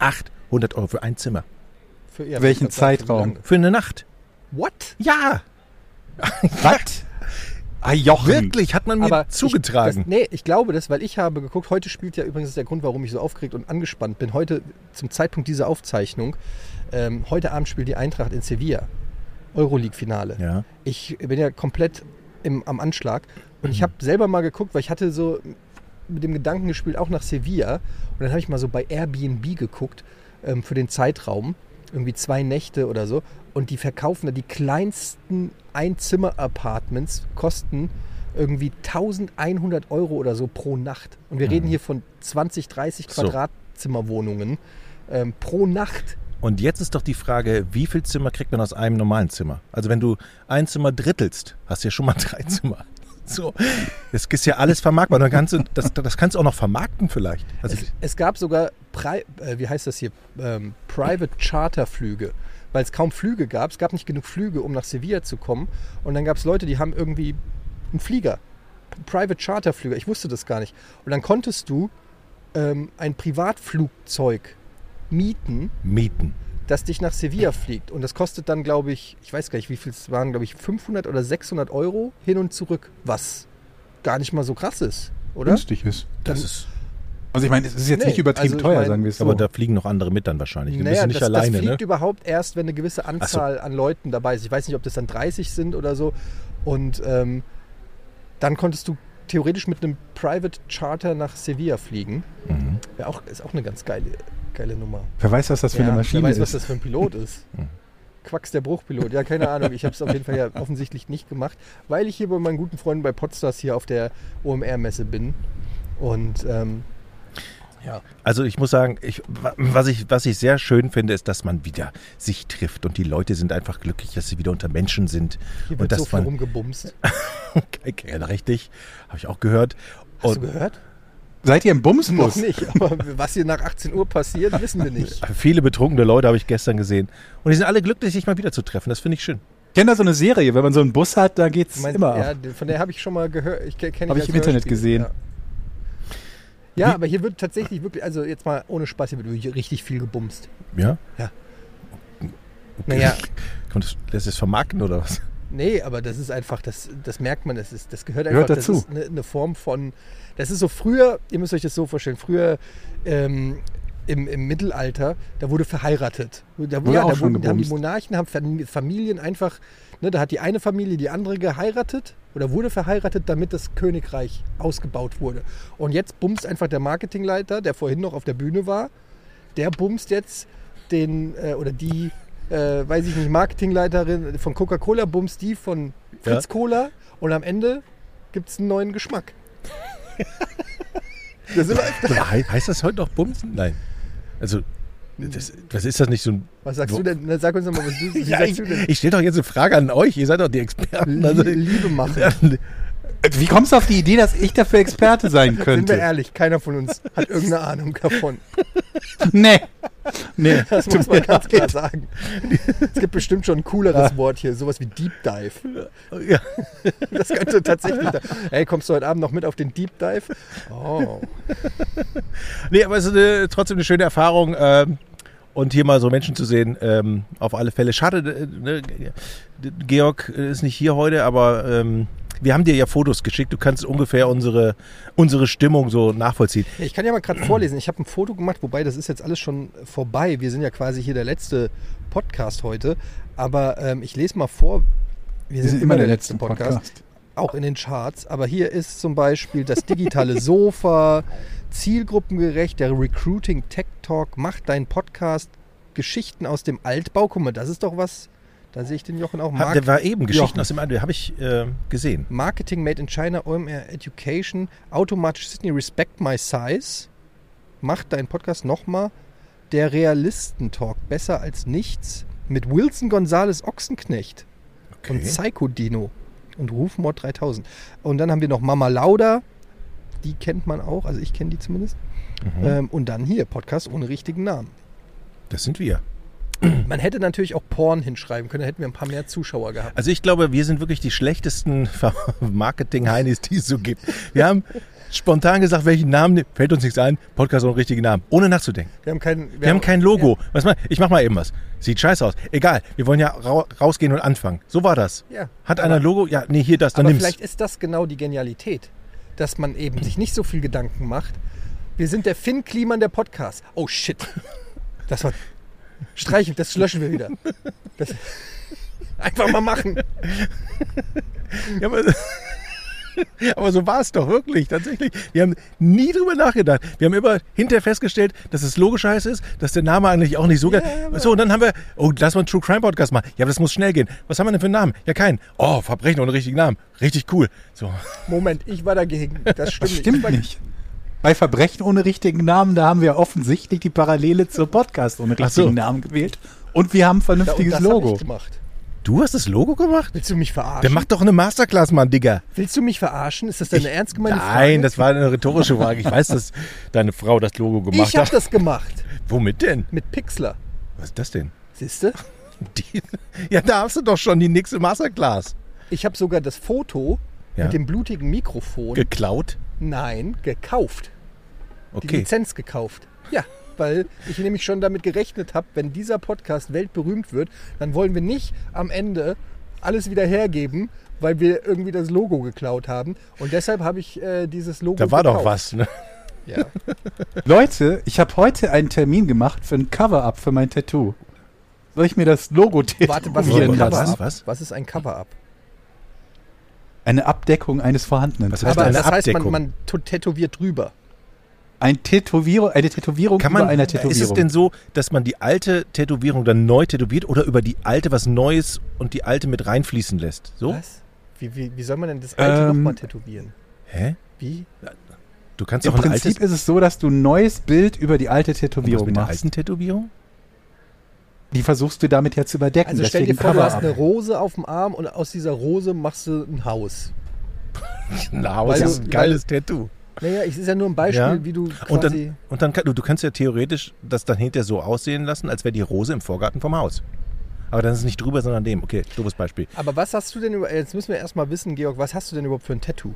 Speaker 3: 800 Euro für ein Zimmer.
Speaker 2: Für ja,
Speaker 4: Welchen
Speaker 2: ich glaub,
Speaker 4: Zeitraum?
Speaker 2: lange.
Speaker 3: Für eine Nacht.
Speaker 2: What?
Speaker 3: Ja,
Speaker 4: Was? Ah, Jochen.
Speaker 3: wirklich, hat man mir
Speaker 2: Aber Ich, das,
Speaker 3: zugetragen.
Speaker 2: nee, ich glaube das, weil ich habe geguckt, heute spielt ja übrigens der Grund, warum ich so aufgeregt und angespannt bin. Heute, zum Zeitpunkt dieser Aufzeichnung, ähm, heute Abend spielt die Eintracht in Sevilla. Euroleague-Finale.
Speaker 3: ja.
Speaker 2: Ich bin ja komplett im, am Anschlag. Und ich habe selber mal geguckt, weil ich hatte so mit dem Gedanken gespielt, auch nach Sevilla. Und dann habe ich mal so bei Airbnb geguckt ähm, für den Zeitraum. Irgendwie zwei Nächte oder so. Und die verkaufen da die kleinsten Einzimmer-Apartments, kosten irgendwie 1100 Euro oder so pro Nacht. Und wir reden hier von 20, 30
Speaker 3: So.
Speaker 2: Quadratzimmerwohnungen ähm, pro Nacht.
Speaker 3: Und jetzt ist doch die Frage, wie viel Zimmer kriegt man aus einem normalen Zimmer? Also wenn du ein Zimmer drittelst, hast du ja schon mal drei Zimmer. So, das ist ja alles vermarktbar. Das kannst du, das, das kannst du auch noch vermarkten vielleicht. Also
Speaker 2: Es gab sogar Pri äh, wie heißt das hier, ähm, Private Charterflüge, weil es kaum Flüge gab. Es gab nicht genug Flüge, um nach Sevilla zu kommen. Und dann gab es Leute, die haben irgendwie einen Flieger, einen Private Charterflüger. Ich wusste das gar nicht. Und dann konntest du ähm, ein Privatflugzeug mieten,
Speaker 3: Mieten.
Speaker 2: das dich nach Sevilla fliegt. Und das kostet dann, glaube ich, ich weiß gar nicht, wie viel es waren, glaube ich, 500 oder 600 Euro hin und zurück, was gar nicht mal so krass ist, oder?
Speaker 4: günstig ist.
Speaker 3: Das ist,
Speaker 4: Also ich meine, es ist jetzt
Speaker 2: Nee,
Speaker 4: nicht übertrieben
Speaker 2: also ich
Speaker 4: teuer,
Speaker 2: meine-
Speaker 4: sagen wir es so.
Speaker 3: aber da fliegen noch andere mit dann wahrscheinlich. Wir bist
Speaker 2: Naja,
Speaker 3: nicht
Speaker 2: das,
Speaker 3: alleine,
Speaker 2: das fliegt
Speaker 3: ne?
Speaker 2: überhaupt erst, wenn eine gewisse Anzahl an Leuten dabei ist. Ich weiß nicht, ob das dann 30 sind oder so. Und ähm, dann konntest du theoretisch mit einem Private Charter nach Sevilla fliegen.
Speaker 3: Mhm.
Speaker 2: Wär auch, ist auch eine ganz geile, geile Nummer.
Speaker 4: Wer weiß, was das für eine Maschine
Speaker 2: wer weiß, was
Speaker 4: ist.
Speaker 2: das für ein Pilot ist.
Speaker 3: Hm.
Speaker 2: Quacks der Bruchpilot. Ja, keine Ahnung. Ich habe es auf jeden Fall ja offensichtlich nicht gemacht, weil ich hier bei meinen guten Freunden bei Podstars hier auf der OMR-Messe bin. Und ähm, ja.
Speaker 3: Also ich muss sagen, ich, wa- was, ich, was ich sehr schön finde, ist, dass man wieder sich trifft und die Leute sind einfach glücklich, dass sie wieder unter Menschen sind.
Speaker 2: Hier
Speaker 3: und
Speaker 2: wird
Speaker 3: dass
Speaker 2: so viel
Speaker 3: man,
Speaker 2: rumgebumst.
Speaker 3: Ja, richtig, habe ich auch gehört.
Speaker 2: Hast
Speaker 3: und,
Speaker 2: du gehört?
Speaker 4: Seid ihr im
Speaker 2: Noch
Speaker 4: Bumsbus?
Speaker 2: nicht, aber was hier nach 18 Uhr passiert, wissen wir nicht.
Speaker 3: Viele betrunkene Leute habe ich gestern gesehen. Und die sind alle glücklich, sich mal wieder zu treffen. Das finde ich schön.
Speaker 4: Ich kenne da so eine Serie, wenn man so einen Bus hat, da geht's
Speaker 2: Meinst-
Speaker 4: immer
Speaker 2: ja,
Speaker 4: ab.
Speaker 2: die- von der habe ich schon mal gehört. Ich kenne
Speaker 4: Hab ich im Internet gesehen.
Speaker 2: Ja, ja aber hier wird tatsächlich wirklich, also jetzt mal ohne Spaß, hier wird wirklich richtig viel gebumst.
Speaker 3: Ja?
Speaker 2: Naja,
Speaker 3: Kommt das, lässt es vermarkten oder was?
Speaker 2: nee, aber das ist einfach, das, das merkt man, das, ist, das gehört einfach
Speaker 4: Gehört dazu.
Speaker 2: Das ist eine, eine Form von, das ist so früher, ihr müsst euch das so vorstellen, früher ähm, im, im Mittelalter, da wurde verheiratet. Da,
Speaker 4: Wurde
Speaker 2: ja,
Speaker 4: auch
Speaker 2: da,
Speaker 4: schon
Speaker 2: wurden, da haben die
Speaker 4: gebumst.
Speaker 2: Monarchen, haben Fam- Familien einfach, ne, da hat die eine Familie die andere geheiratet oder wurde verheiratet, damit das Königreich ausgebaut wurde. Und jetzt bumst einfach der Marketingleiter, der vorhin noch auf der Bühne war, der bumst jetzt den äh, oder die, äh, weiß ich nicht, Marketingleiterin von Coca-Cola, bumst die von Fritz
Speaker 3: Ja.
Speaker 2: Cola und am Ende gibt es einen neuen Geschmack. da sind wir einfach-
Speaker 3: He- heißt das heute noch Bumsen? Nein. Also, das, was ist das nicht so ein.
Speaker 2: was sagst du denn? Na, Sag uns doch mal, was du, wie
Speaker 3: Ja,
Speaker 2: sagst
Speaker 3: ich
Speaker 2: du denn?
Speaker 3: ich stelle doch jetzt eine Frage an euch. Ihr seid doch die Experten. Also,
Speaker 2: Lie- Liebe machen.
Speaker 4: Wie kommst du auf die Idee, dass ich dafür Experte sein
Speaker 2: Sind wir
Speaker 4: könnte?
Speaker 2: ehrlich, keiner von uns hat irgendeine Ahnung davon.
Speaker 4: Nee. Nee.
Speaker 2: Das muss man ganz klar sagen. Es gibt bestimmt schon ein cooleres Wort hier, sowas wie Deep Dive.
Speaker 3: ja.
Speaker 2: Das könnte tatsächlich. Da, hey, kommst du heute Abend noch mit auf den Deep Dive? Oh.
Speaker 3: Nee, aber es ist eine, trotzdem eine schöne Erfahrung. Ähm, und hier mal so Menschen zu sehen, ähm, auf alle Fälle. Schade, äh, ne, Georg äh, ist nicht hier heute, aber ähm, wir haben dir ja Fotos geschickt. Du kannst ungefähr unsere, unsere Stimmung so nachvollziehen.
Speaker 2: Ja, Ich kann ja mal gerade vorlesen. Ich habe ein Foto gemacht, wobei das ist jetzt alles schon vorbei. Wir sind ja quasi hier der letzte Podcast heute. Aber ähm, ich lese mal vor.
Speaker 4: Wir sind immer der letzte Podcast.
Speaker 2: Auch in den Charts. Aber hier ist zum Beispiel das digitale Sofa, zielgruppengerecht, der Recruiting Tech Talk, mach dein Podcast, Geschichten aus dem Altbau. Guck mal, das ist doch was. Da sehe ich den Jochen auch.
Speaker 3: Hab, der war eben Geschichten
Speaker 4: Jochen.
Speaker 3: aus dem anderen, habe ich äh, gesehen.
Speaker 2: Marketing Made in China, OMR Education, automatisch Sydney Respect My Size, macht deinen Podcast nochmal, der Realisten-Talk, besser als nichts, mit Wilson Gonzales Ochsenknecht
Speaker 3: Okay.
Speaker 2: und Psycho Dino und Rufmord 3000. Und dann haben wir noch Mama Lauda, die kennt man auch, also ich kenne die zumindest. Ähm, und dann hier, Podcast ohne richtigen Namen.
Speaker 3: Das sind wir.
Speaker 2: Man hätte natürlich auch Porn hinschreiben können, da hätten wir ein paar mehr Zuschauer gehabt.
Speaker 3: Also ich glaube, wir sind wirklich die schlechtesten Marketing-Heinis, die es so gibt. Wir haben spontan gesagt, welchen Namen, ne- fällt uns nichts ein, Podcast ohne richtigen Namen, ohne nachzudenken.
Speaker 2: Wir haben kein,
Speaker 3: Wir haben kein Logo. Was mal, ich mach mal eben was. Sieht scheiße aus. Egal, wir wollen ja ra rausgehen und anfangen. So war das.
Speaker 2: Ja.
Speaker 3: Hat einer ein Logo? Ja, nee, hier das, dann
Speaker 2: Aber
Speaker 3: nimm's.
Speaker 2: vielleicht ist das genau die Genialität, dass man eben sich nicht so viel Gedanken macht. Wir sind der Finn Kliman der Podcast. Oh shit. Das war. Streichen, das löschen wir wieder. Das, einfach mal machen.
Speaker 3: Ja, aber, aber so war es doch wirklich, tatsächlich. Wir haben nie drüber nachgedacht. Wir haben immer hinterher festgestellt, dass es logisch scheiße ist, dass der Name eigentlich auch nicht so geil So, und dann haben wir, oh, lass mal einen True Crime Podcast machen. Ja, aber das muss schnell gehen. Was haben wir denn für einen Namen? Ja, keinen. Oh, Verbrechen ohne richtigen Namen. Richtig cool. So.
Speaker 2: Moment, ich war dagegen. Das stimmt,
Speaker 4: Das stimmt
Speaker 2: nicht.
Speaker 4: nicht. Bei Verbrechen ohne richtigen Namen, da haben wir offensichtlich die Parallele zur Podcast ohne
Speaker 3: Ach so.
Speaker 4: richtigen Namen gewählt. Und wir haben
Speaker 2: Ja,
Speaker 4: ein
Speaker 2: und
Speaker 4: vernünftiges
Speaker 2: das hab
Speaker 4: Logo.
Speaker 2: ich gemacht.
Speaker 3: Du hast das Logo gemacht?
Speaker 2: Willst du mich verarschen?
Speaker 3: Der macht doch eine Masterclass, Mann, Digga.
Speaker 2: Willst du mich verarschen? Ist das deine ernst gemeinte Frage?
Speaker 3: Nein, das war eine rhetorische Frage. Ich weiß, dass deine Frau das Logo gemacht
Speaker 2: Ich habe
Speaker 3: hat.
Speaker 2: das gemacht.
Speaker 3: Womit denn?
Speaker 2: Mit Pixler.
Speaker 3: Was ist das denn?
Speaker 2: Siehste?
Speaker 3: Die, ja, da hast du doch schon die nächste Masterclass.
Speaker 2: Ich habe sogar das Foto
Speaker 3: Ja.
Speaker 2: mit dem blutigen Mikrofon.
Speaker 3: Geklaut?
Speaker 2: Nein, gekauft. Die
Speaker 3: Okay.
Speaker 2: Lizenz gekauft. Ja, weil ich nämlich schon damit gerechnet habe, wenn dieser Podcast weltberühmt wird, dann wollen wir nicht am Ende alles wieder hergeben, weil wir irgendwie das Logo geklaut haben. Und deshalb habe ich äh, dieses Logo
Speaker 3: Da war doch
Speaker 2: gekauft.
Speaker 3: was, ne?
Speaker 2: Ja.
Speaker 4: Leute, ich habe heute einen Termin gemacht für ein Cover-Up für mein Tattoo. Soll ich mir das Logo
Speaker 2: Warte, was ist
Speaker 3: Probieren
Speaker 2: ein
Speaker 4: tätowieren
Speaker 3: das.
Speaker 2: Cover-Up?
Speaker 3: Was?
Speaker 2: Was ist ein Cover-Up?
Speaker 4: Eine Abdeckung eines vorhandenen.
Speaker 3: Was heißt
Speaker 2: Aber
Speaker 3: eine
Speaker 2: das heißt, man,
Speaker 3: Abdeckung.
Speaker 2: man to- tätowiert drüber.
Speaker 4: Ein Tätowierung, eine Tätowierung
Speaker 3: Kann man,
Speaker 4: über einer
Speaker 3: ist es
Speaker 4: Tätowierung.
Speaker 3: denn so, dass man die alte Tätowierung dann neu tätowiert oder über die alte was Neues und die alte mit reinfließen lässt? So?
Speaker 2: Was? Wie, wie, wie soll man denn das alte noch
Speaker 4: Ähm.
Speaker 2: nochmal tätowieren?
Speaker 3: Hä?
Speaker 2: Wie?
Speaker 3: Du kannst
Speaker 4: Im
Speaker 3: auch ein
Speaker 4: Prinzip
Speaker 3: altes
Speaker 4: ist es so, dass du ein neues Bild über die alte
Speaker 3: Und was
Speaker 4: Tätowierung
Speaker 3: mit der
Speaker 4: machst.
Speaker 3: alten Tätowierung?
Speaker 4: Die versuchst du damit ja zu überdecken.
Speaker 2: Also stell dir
Speaker 4: deswegen
Speaker 2: vor, du hast
Speaker 4: Cover-Up.
Speaker 2: eine Rose auf dem Arm und aus dieser Rose machst du ein Haus. Weil
Speaker 3: Na, Genau, das ist
Speaker 2: du-
Speaker 3: ein geiles Tattoo.
Speaker 2: Naja, es ist ja nur ein Beispiel,
Speaker 3: Ja.
Speaker 2: wie du quasi...
Speaker 3: Und dann, und dann kann, du, du kannst ja theoretisch das dann hinterher so aussehen lassen, als wäre die Rose im Vorgarten vom Haus. Aber dann ist es nicht drüber, sondern dem. Okay, doofes Beispiel.
Speaker 2: Aber was hast du denn über. Jetzt müssen wir erstmal wissen, Georg, was hast du denn überhaupt für ein Tattoo?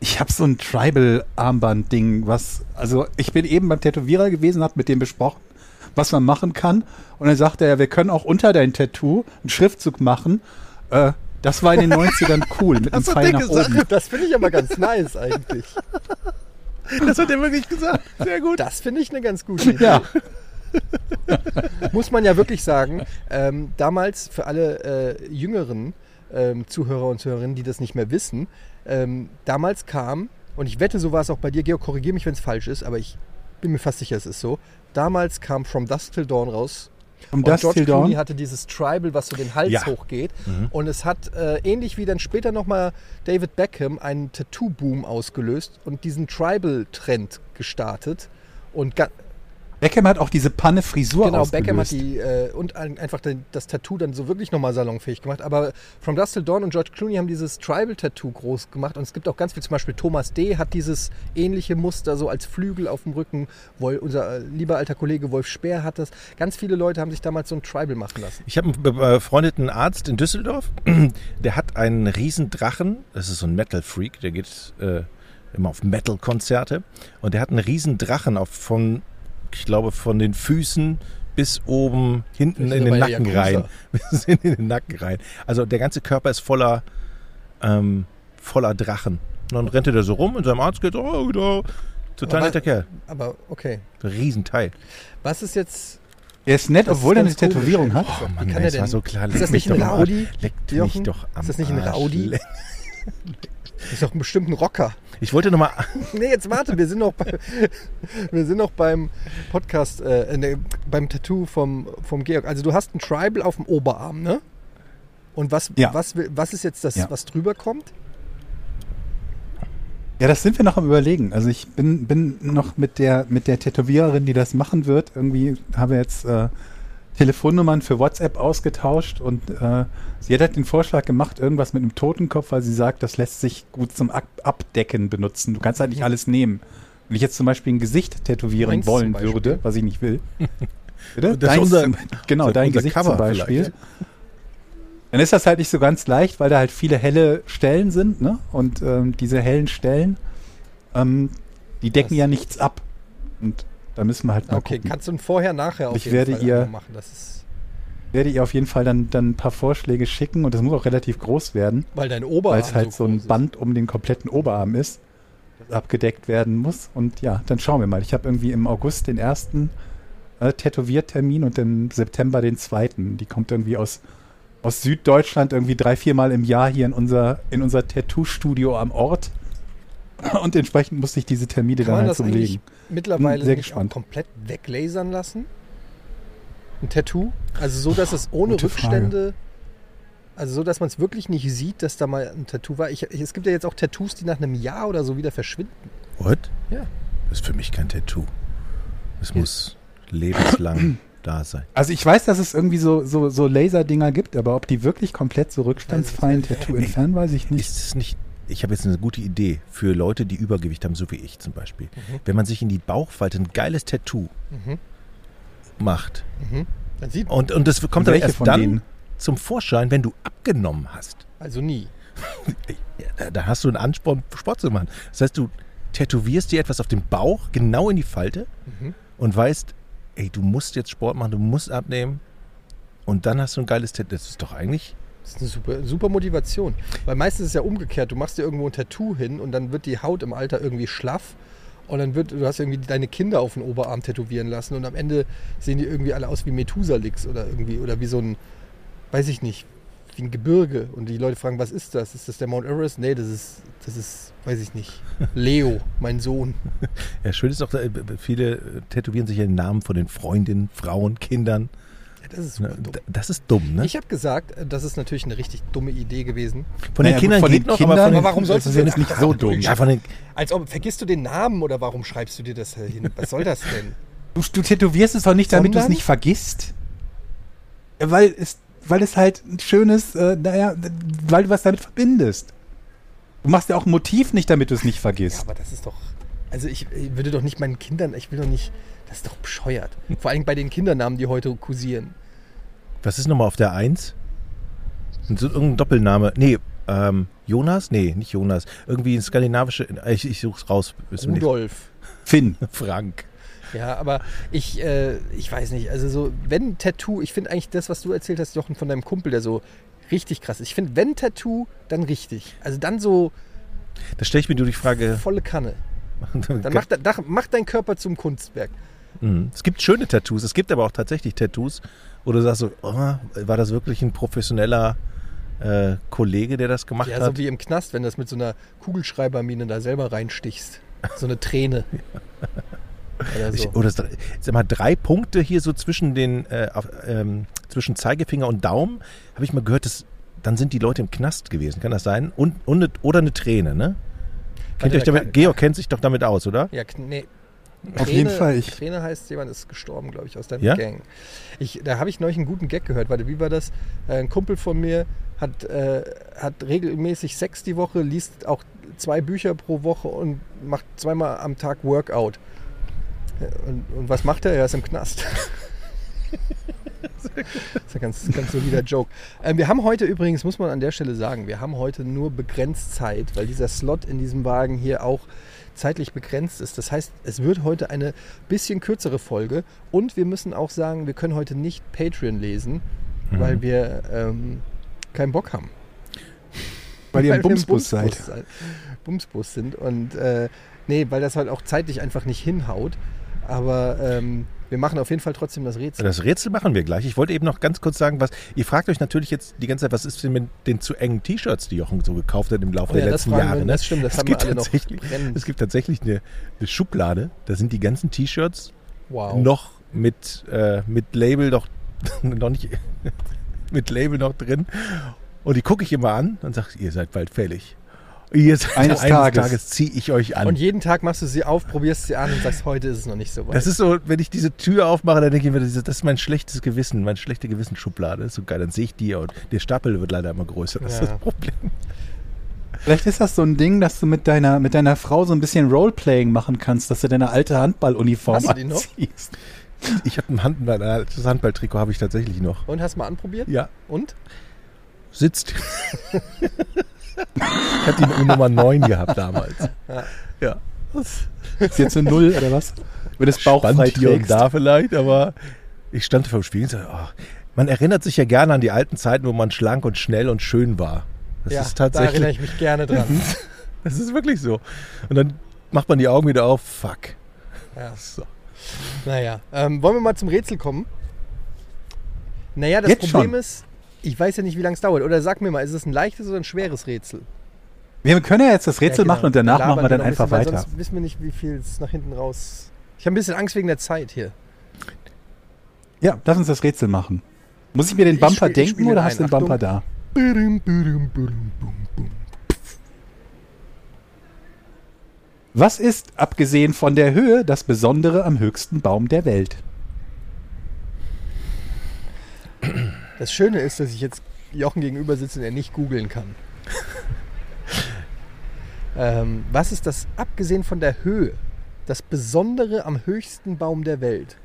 Speaker 4: Ich habe so ein Tribal-Armband-Ding, was, also ich bin eben beim Tätowierer gewesen, habe mit dem besprochen, was man machen kann. Und dann sagte er, ja, wir können auch unter dein Tattoo einen Schriftzug machen. Äh, das war in den 90ern cool, mit einem
Speaker 3: Das hat
Speaker 4: Pfeil
Speaker 3: der
Speaker 4: nach
Speaker 3: gesagt.
Speaker 4: oben.
Speaker 2: Das finde ich aber ganz nice eigentlich.
Speaker 3: Das hat er wirklich gesagt. Sehr gut.
Speaker 2: Das finde ich eine ganz gute Idee.
Speaker 4: Ja,
Speaker 2: Muss man ja wirklich sagen, ähm, damals für alle äh, jüngeren ähm, Zuhörer und Zuhörerinnen, die das nicht mehr wissen, ähm, damals kam, und ich wette, so war es auch bei dir, Georg, korrigiere mich, wenn es falsch ist, aber ich bin mir fast sicher, es ist so. Damals kam From Dusk Till Dawn raus,
Speaker 4: um
Speaker 2: Und
Speaker 4: das
Speaker 2: George
Speaker 4: Till
Speaker 2: Clooney
Speaker 4: Dawn. Mhm.
Speaker 2: hatte dieses Tribal, was so den Hals
Speaker 3: Ja.
Speaker 2: hochgeht. Und es hat, äh, ähnlich wie dann später nochmal David Beckham, einen Tattoo-Boom ausgelöst und diesen Tribal-Trend gestartet. Und ga-
Speaker 4: Beckham hat auch diese Panne-Frisur
Speaker 2: genau,
Speaker 4: ausgelöst.
Speaker 2: Beckham hat die, äh, und ein, einfach den, das Tattoo dann so wirklich nochmal salonfähig gemacht. Aber From Dust Till Dawn und George Clooney haben dieses Tribal-Tattoo groß gemacht. Und es gibt auch ganz viel, zum Beispiel Thomas D. hat dieses ähnliche Muster so als Flügel auf dem Rücken. Wol, unser äh, lieber alter Kollege Wolf Speer hat das. Ganz viele Leute haben sich damals so ein Tribal machen lassen.
Speaker 3: Ich habe einen be- befreundeten Arzt in Düsseldorf, der hat einen riesen Drachen, das ist so ein Metal-Freak, der geht äh, immer auf Metal-Konzerte und der hat einen riesen Drachen auf von, ich glaube, von den Füßen bis oben hinten
Speaker 2: Wir sind
Speaker 3: in den
Speaker 2: aber ja
Speaker 3: Nacken rein.
Speaker 2: Yakuza.
Speaker 3: Wir sind in den Nacken rein. Also der ganze Körper ist voller, ähm, voller Drachen. Und dann rennt er da so rum und seinem Arzt geht, oh, da. Total
Speaker 2: Aber-
Speaker 3: netter Kerl.
Speaker 2: Aber okay.
Speaker 3: Riesenteil.
Speaker 2: Was ist jetzt.
Speaker 4: Er ist nett,
Speaker 2: Das
Speaker 4: obwohl
Speaker 2: ist
Speaker 4: er
Speaker 2: ganz
Speaker 4: eine
Speaker 2: komisch, Oh.
Speaker 4: Tätowierung
Speaker 2: ehrlich
Speaker 4: hat.
Speaker 2: gesagt. Wie
Speaker 3: Oh Mann,
Speaker 2: kann
Speaker 3: ey,
Speaker 2: er
Speaker 3: es war
Speaker 2: denn?
Speaker 3: so klar.
Speaker 2: Ist
Speaker 3: leck
Speaker 2: das nicht
Speaker 3: mich
Speaker 2: ein
Speaker 3: doch am Arsch.
Speaker 2: Rowdy?
Speaker 3: Leckt mich
Speaker 2: Jochen?
Speaker 3: doch am
Speaker 2: Ist das nicht ein
Speaker 3: Arsch.
Speaker 2: Rowdy?
Speaker 3: Leck-
Speaker 2: Das ist doch bestimmt ein Rocker.
Speaker 3: Ich wollte nochmal.
Speaker 2: Nee, jetzt warte, wir sind noch, bei, wir sind noch beim Podcast, äh, nee, beim Tattoo vom, vom Georg. Also, du hast ein Tribal auf dem Oberarm, ne? Und was,
Speaker 4: Ja.
Speaker 2: was, will- was ist jetzt das,
Speaker 4: Ja.
Speaker 2: was drüber kommt?
Speaker 4: Ja, das sind wir noch am Überlegen. Also ich bin, bin noch mit der, mit der Tätowiererin, die das machen wird. Irgendwie habe jetzt äh, Telefonnummern für WhatsApp ausgetauscht und äh, sie hat halt den Vorschlag gemacht, irgendwas mit einem Totenkopf, weil sie sagt, das lässt sich gut zum Ab Abdecken benutzen. Du kannst halt nicht alles nehmen. Wenn ich jetzt zum Beispiel ein Gesicht tätowieren
Speaker 2: Meins zum
Speaker 4: wollen
Speaker 2: Beispiel.
Speaker 4: würde, was ich nicht will. Bitte?
Speaker 3: Das ist unser-
Speaker 4: zum- genau,
Speaker 3: unser-
Speaker 4: dein
Speaker 3: unser
Speaker 4: Gesicht
Speaker 3: Cover
Speaker 4: zum Beispiel.
Speaker 3: vielleicht.
Speaker 4: Dann ist das halt nicht so ganz leicht, weil da halt viele helle Stellen sind, ne? Und ähm, diese hellen Stellen, ähm, die decken
Speaker 2: Das-
Speaker 4: ja nichts ab. Und da müssen wir halt mal
Speaker 2: Okay,
Speaker 4: gucken.
Speaker 2: kannst du ein Vorher, Nachher auf
Speaker 4: Ich werde ihr-
Speaker 2: einmal machen. Das ist,
Speaker 4: Werde ich auf jeden Fall dann, dann ein paar Vorschläge schicken und das muss auch relativ groß werden,
Speaker 2: weil dein
Speaker 4: weil
Speaker 2: Oberarm.
Speaker 4: es halt so ein
Speaker 2: groß ist.
Speaker 4: Band um den kompletten Oberarm ist, das abgedeckt werden muss. Und ja, dann schauen wir mal. Ich habe irgendwie im August den ersten äh, Tätowiertermin und im September den zweiten. Die kommt irgendwie aus, aus Süddeutschland irgendwie drei, viermal im Jahr hier in unser, in unser Tattoo-Studio am Ort. Und entsprechend musste ich diese Termine
Speaker 2: Kann
Speaker 4: dann
Speaker 2: man
Speaker 4: halt
Speaker 2: das
Speaker 4: so
Speaker 2: eigentlich
Speaker 4: legen.
Speaker 2: mittlerweile
Speaker 4: Bin sehr
Speaker 2: nicht auch
Speaker 4: gespannt.
Speaker 2: komplett weglasern lassen? Ein Tattoo? Also so, dass es ohne
Speaker 4: gute
Speaker 2: Rückstände, also so, dass man es wirklich nicht sieht, dass da mal ein Tattoo war. Ich, ich, es gibt ja jetzt auch Tattoos, die nach einem Jahr oder so wieder verschwinden.
Speaker 3: What?
Speaker 2: Ja.
Speaker 3: Das ist für mich kein Tattoo. Es muss lebenslang da sein.
Speaker 4: Also ich weiß, dass es irgendwie so, so, so Laserdinger gibt, aber ob die wirklich komplett so rückstandsfreien Tattoo entfernen, weiß Also ich nicht.
Speaker 3: Ist es nicht, ich habe jetzt eine gute Idee für Leute, die Übergewicht haben, so wie ich zum Beispiel. Wenn man sich in die Bauchfalte ein geiles Tattoo macht
Speaker 2: Dann sieht man
Speaker 3: und, und das kommt dann
Speaker 4: Welche
Speaker 3: erst
Speaker 4: von
Speaker 3: dann
Speaker 4: denen?
Speaker 3: zum Vorschein, wenn du abgenommen hast.
Speaker 2: also nie.
Speaker 3: Ja, da- Da hast du einen Ansporn, Sport zu machen. Das heißt, du tätowierst dir etwas auf den Bauch, genau in die Falte und weißt, ey, du musst jetzt Sport machen, du musst abnehmen und dann hast du ein geiles Tattoo. Das ist doch eigentlich...
Speaker 2: Das ist eine super, super Motivation. Weil meistens ist es ja umgekehrt. Du machst dir irgendwo ein Tattoo hin und dann wird die Haut im Alter irgendwie schlaff. Und dann wird, du hast irgendwie deine Kinder auf den Oberarm tätowieren lassen und am Ende sehen die irgendwie alle aus wie Methusalix oder irgendwie, oder wie so ein, weiß ich nicht, wie ein Gebirge. Und die Leute fragen, was ist das? Ist das der Mount Everest? Nee, das ist, das ist, weiß ich nicht, Leo, mein Sohn.
Speaker 3: Ja, schön ist auch, äh, viele äh, tätowieren sich ja den Namen von den Freundinnen, Frauen, Kindern.
Speaker 2: Ja, das ist super
Speaker 3: Ne?
Speaker 2: dumm.
Speaker 3: D- Das ist dumm, ne?
Speaker 2: Ich habe gesagt, äh, das ist natürlich eine richtig dumme Idee gewesen.
Speaker 3: Von den
Speaker 4: Naja, gut,
Speaker 3: Kindern
Speaker 4: von
Speaker 3: geht
Speaker 4: den
Speaker 3: noch,
Speaker 4: Kindern,
Speaker 3: aber von den,
Speaker 2: Aber warum sollst
Speaker 4: das
Speaker 2: du
Speaker 4: ist jetzt
Speaker 2: denn-
Speaker 4: nicht so dumm.
Speaker 3: ja, von den,
Speaker 2: Als ob, vergisst du den Namen oder warum schreibst du dir das hin? Was soll das denn?
Speaker 4: Du, du tätowierst es doch nicht, damit du es
Speaker 2: Sondern?
Speaker 4: nicht vergisst. Ja, Weil es, weil es halt ein schönes, äh, naja, weil du was damit verbindest. Du machst ja auch ein Motiv nicht, damit du es nicht
Speaker 2: Ja,
Speaker 4: vergisst.
Speaker 2: aber das ist doch. Also ich, ich würde doch nicht meinen Kindern, ich will doch nicht. Das ist doch bescheuert. Vor allem bei den Kindernamen, die heute kursieren.
Speaker 3: was ist nochmal auf der Eins? Und so Irgendein Doppelname. Nee, ähm, Jonas? Nee, nicht Jonas. Irgendwie ein skandinavische. äh, Ich, ich such's raus. Bis zum
Speaker 2: Rudolf.
Speaker 4: Finn.
Speaker 3: nächsten- Frank.
Speaker 2: Ja, aber ich, äh, ich weiß nicht. Also so, wenn Tattoo, ich finde eigentlich das, was du erzählt hast, Jochen, von deinem Kumpel, der so richtig krass ist. Ich finde, wenn Tattoo, dann richtig. Also dann so
Speaker 3: Da stelle ich mir nur die Frage.
Speaker 2: volle Kanne. Dann macht mach, mach dein Körper zum Kunstwerk.
Speaker 3: Mhm. es gibt schöne Tattoos, es gibt aber auch tatsächlich Tattoos, wo du sagst so, oh, war das wirklich ein professioneller äh, Kollege, der das gemacht
Speaker 2: Ja,
Speaker 3: hat?
Speaker 2: so wie im Knast, wenn du das mit so einer Kugelschreibermine da selber reinstichst. So eine Träne. Oder so.
Speaker 3: Ich, oder es- sag mal, drei Punkte hier so zwischen den äh, auf, ähm, zwischen Zeigefinger und Daumen, habe ich mal gehört, dass, dann sind die Leute im Knast gewesen, kann das sein? Und, und ne, oder eine Träne, ne? Kennt
Speaker 2: Warte,
Speaker 3: ihr euch
Speaker 2: da
Speaker 3: damit,
Speaker 2: kann-
Speaker 3: Georg kennt sich doch damit aus, oder?
Speaker 2: Ja, kn- nee.
Speaker 4: Auf jeden Fall ich.
Speaker 2: Trainer heißt, jemand ist gestorben, glaube ich, aus deiner
Speaker 3: Ja?
Speaker 2: Gang. Ich, da habe ich neulich einen guten Gag gehört. Warte, wie war das? Äh, Ein Kumpel von mir hat, äh, hat regelmäßig Sex die Woche, liest auch zwei Bücher pro Woche und macht zweimal am Tag Workout. Äh, Und, und was macht er? Er ist im Knast. Das ist ein ganz, ganz solider Joke. Ähm, wir haben heute übrigens, muss man an der Stelle sagen, wir haben heute nur begrenzt Zeit, weil dieser Slot in diesem Wagen hier auch zeitlich begrenzt ist. Das heißt, es wird heute eine bisschen kürzere Folge und wir müssen auch sagen, wir können heute nicht Patreon lesen,
Speaker 3: Mhm.
Speaker 2: weil wir ähm, keinen Bock haben.
Speaker 4: Weil ihr im
Speaker 2: wir im
Speaker 4: Bumsbus seid.
Speaker 2: Bumsbus sein- Bumsbus sind und äh, nee, weil das halt auch zeitlich einfach nicht hinhaut. Aber ähm, wir machen auf jeden Fall trotzdem das Rätsel.
Speaker 3: Das Rätsel machen wir gleich. Ich wollte eben noch ganz kurz sagen, was. Ihr fragt euch natürlich jetzt die ganze Zeit, was ist denn mit den zu engen T-Shirts, die Jochen so gekauft hat im
Speaker 2: Oh
Speaker 3: Laufe der
Speaker 2: ja, das
Speaker 3: letzten
Speaker 2: fragen wir-
Speaker 3: Jahre? ne?
Speaker 2: das stimmt, das
Speaker 3: es
Speaker 2: haben wir
Speaker 3: gibt
Speaker 2: alle noch
Speaker 3: tatsächlich,
Speaker 2: brennend.
Speaker 3: Es gibt tatsächlich eine, eine Schublade, da sind die ganzen T-Shirts
Speaker 2: Wow.
Speaker 3: noch mit, äh, mit Label noch, noch nicht mit Label noch drin. Und die gucke ich immer an und sage, ihr seid bald fällig. Ihr seid,
Speaker 4: Eines Tages.
Speaker 3: ziehe ich euch an.
Speaker 2: Und jeden Tag machst du sie auf, probierst sie an und sagst, heute ist es noch nicht so weit.
Speaker 3: das ist so, wenn ich diese Tür aufmache, dann denke ich mir, das ist das ist mein schlechtes Gewissen, meine schlechte Gewissensschublade. Das ist so geil, dann sehe ich die und der Stapel wird leider immer größer. Das ist
Speaker 2: Ja.
Speaker 3: das Problem.
Speaker 4: Vielleicht ist das so ein Ding, dass du mit deiner, mit deiner Frau so ein bisschen Roleplaying machen kannst, dass du deine alte Handballuniform
Speaker 2: Hast du die noch?
Speaker 4: anziehst.
Speaker 3: Ich habe ein Handball, das Handballtrikot habe ich tatsächlich noch.
Speaker 2: und hast mal anprobiert?
Speaker 3: Ja,
Speaker 2: Und?
Speaker 3: sitzt. ich habe die Nummer 9 gehabt damals. Ja.
Speaker 4: Ist jetzt eine Null oder was? Wenn du es bauchfrei
Speaker 3: Band hier und
Speaker 4: trägst.
Speaker 3: da vielleicht, aber ich stand vor dem Spiegel und sagte, oh, man erinnert sich ja gerne an die alten Zeiten, wo man schlank und schnell und schön war. Das
Speaker 2: ja,
Speaker 3: ist
Speaker 2: Da erinnere
Speaker 3: tatsächlich,
Speaker 2: ich mich gerne dran.
Speaker 4: Mhm.
Speaker 3: das ist wirklich so. Und dann macht man die Augen wieder auf, fuck.
Speaker 2: ja.
Speaker 3: So.
Speaker 2: Naja, ähm, wollen wir mal zum Rätsel kommen? Naja, das
Speaker 4: Jetzt
Speaker 2: Problem
Speaker 4: schon?
Speaker 2: ist, ich weiß ja nicht, wie lange es dauert. Oder sag mir mal, ist es ein leichtes oder ein schweres Rätsel?
Speaker 4: Wir können ja jetzt das Rätsel
Speaker 2: Ja, genau.
Speaker 4: machen und danach
Speaker 2: labern
Speaker 4: machen wir dann
Speaker 2: noch ein
Speaker 4: einfach
Speaker 2: bisschen, weil
Speaker 4: weiter.
Speaker 2: Sonst wissen wir nicht, wie viel es nach hinten raus... Ich habe ein bisschen Angst wegen der Zeit hier.
Speaker 4: Ja, lass uns das Rätsel machen. Muss ich mir den
Speaker 2: Ich
Speaker 4: Bumper
Speaker 2: spiel- ich
Speaker 4: denken
Speaker 2: spiele
Speaker 4: oder
Speaker 2: ein.
Speaker 4: hast du den
Speaker 2: Achtung.
Speaker 4: Bumper da? Was ist, abgesehen von der Höhe, das Besondere am höchsten Baum der Welt?
Speaker 2: Das Schöne ist, dass ich jetzt Jochen gegenüber sitze und er nicht googeln kann. ähm, was ist das, abgesehen von der Höhe, das Besondere am höchsten Baum der Welt?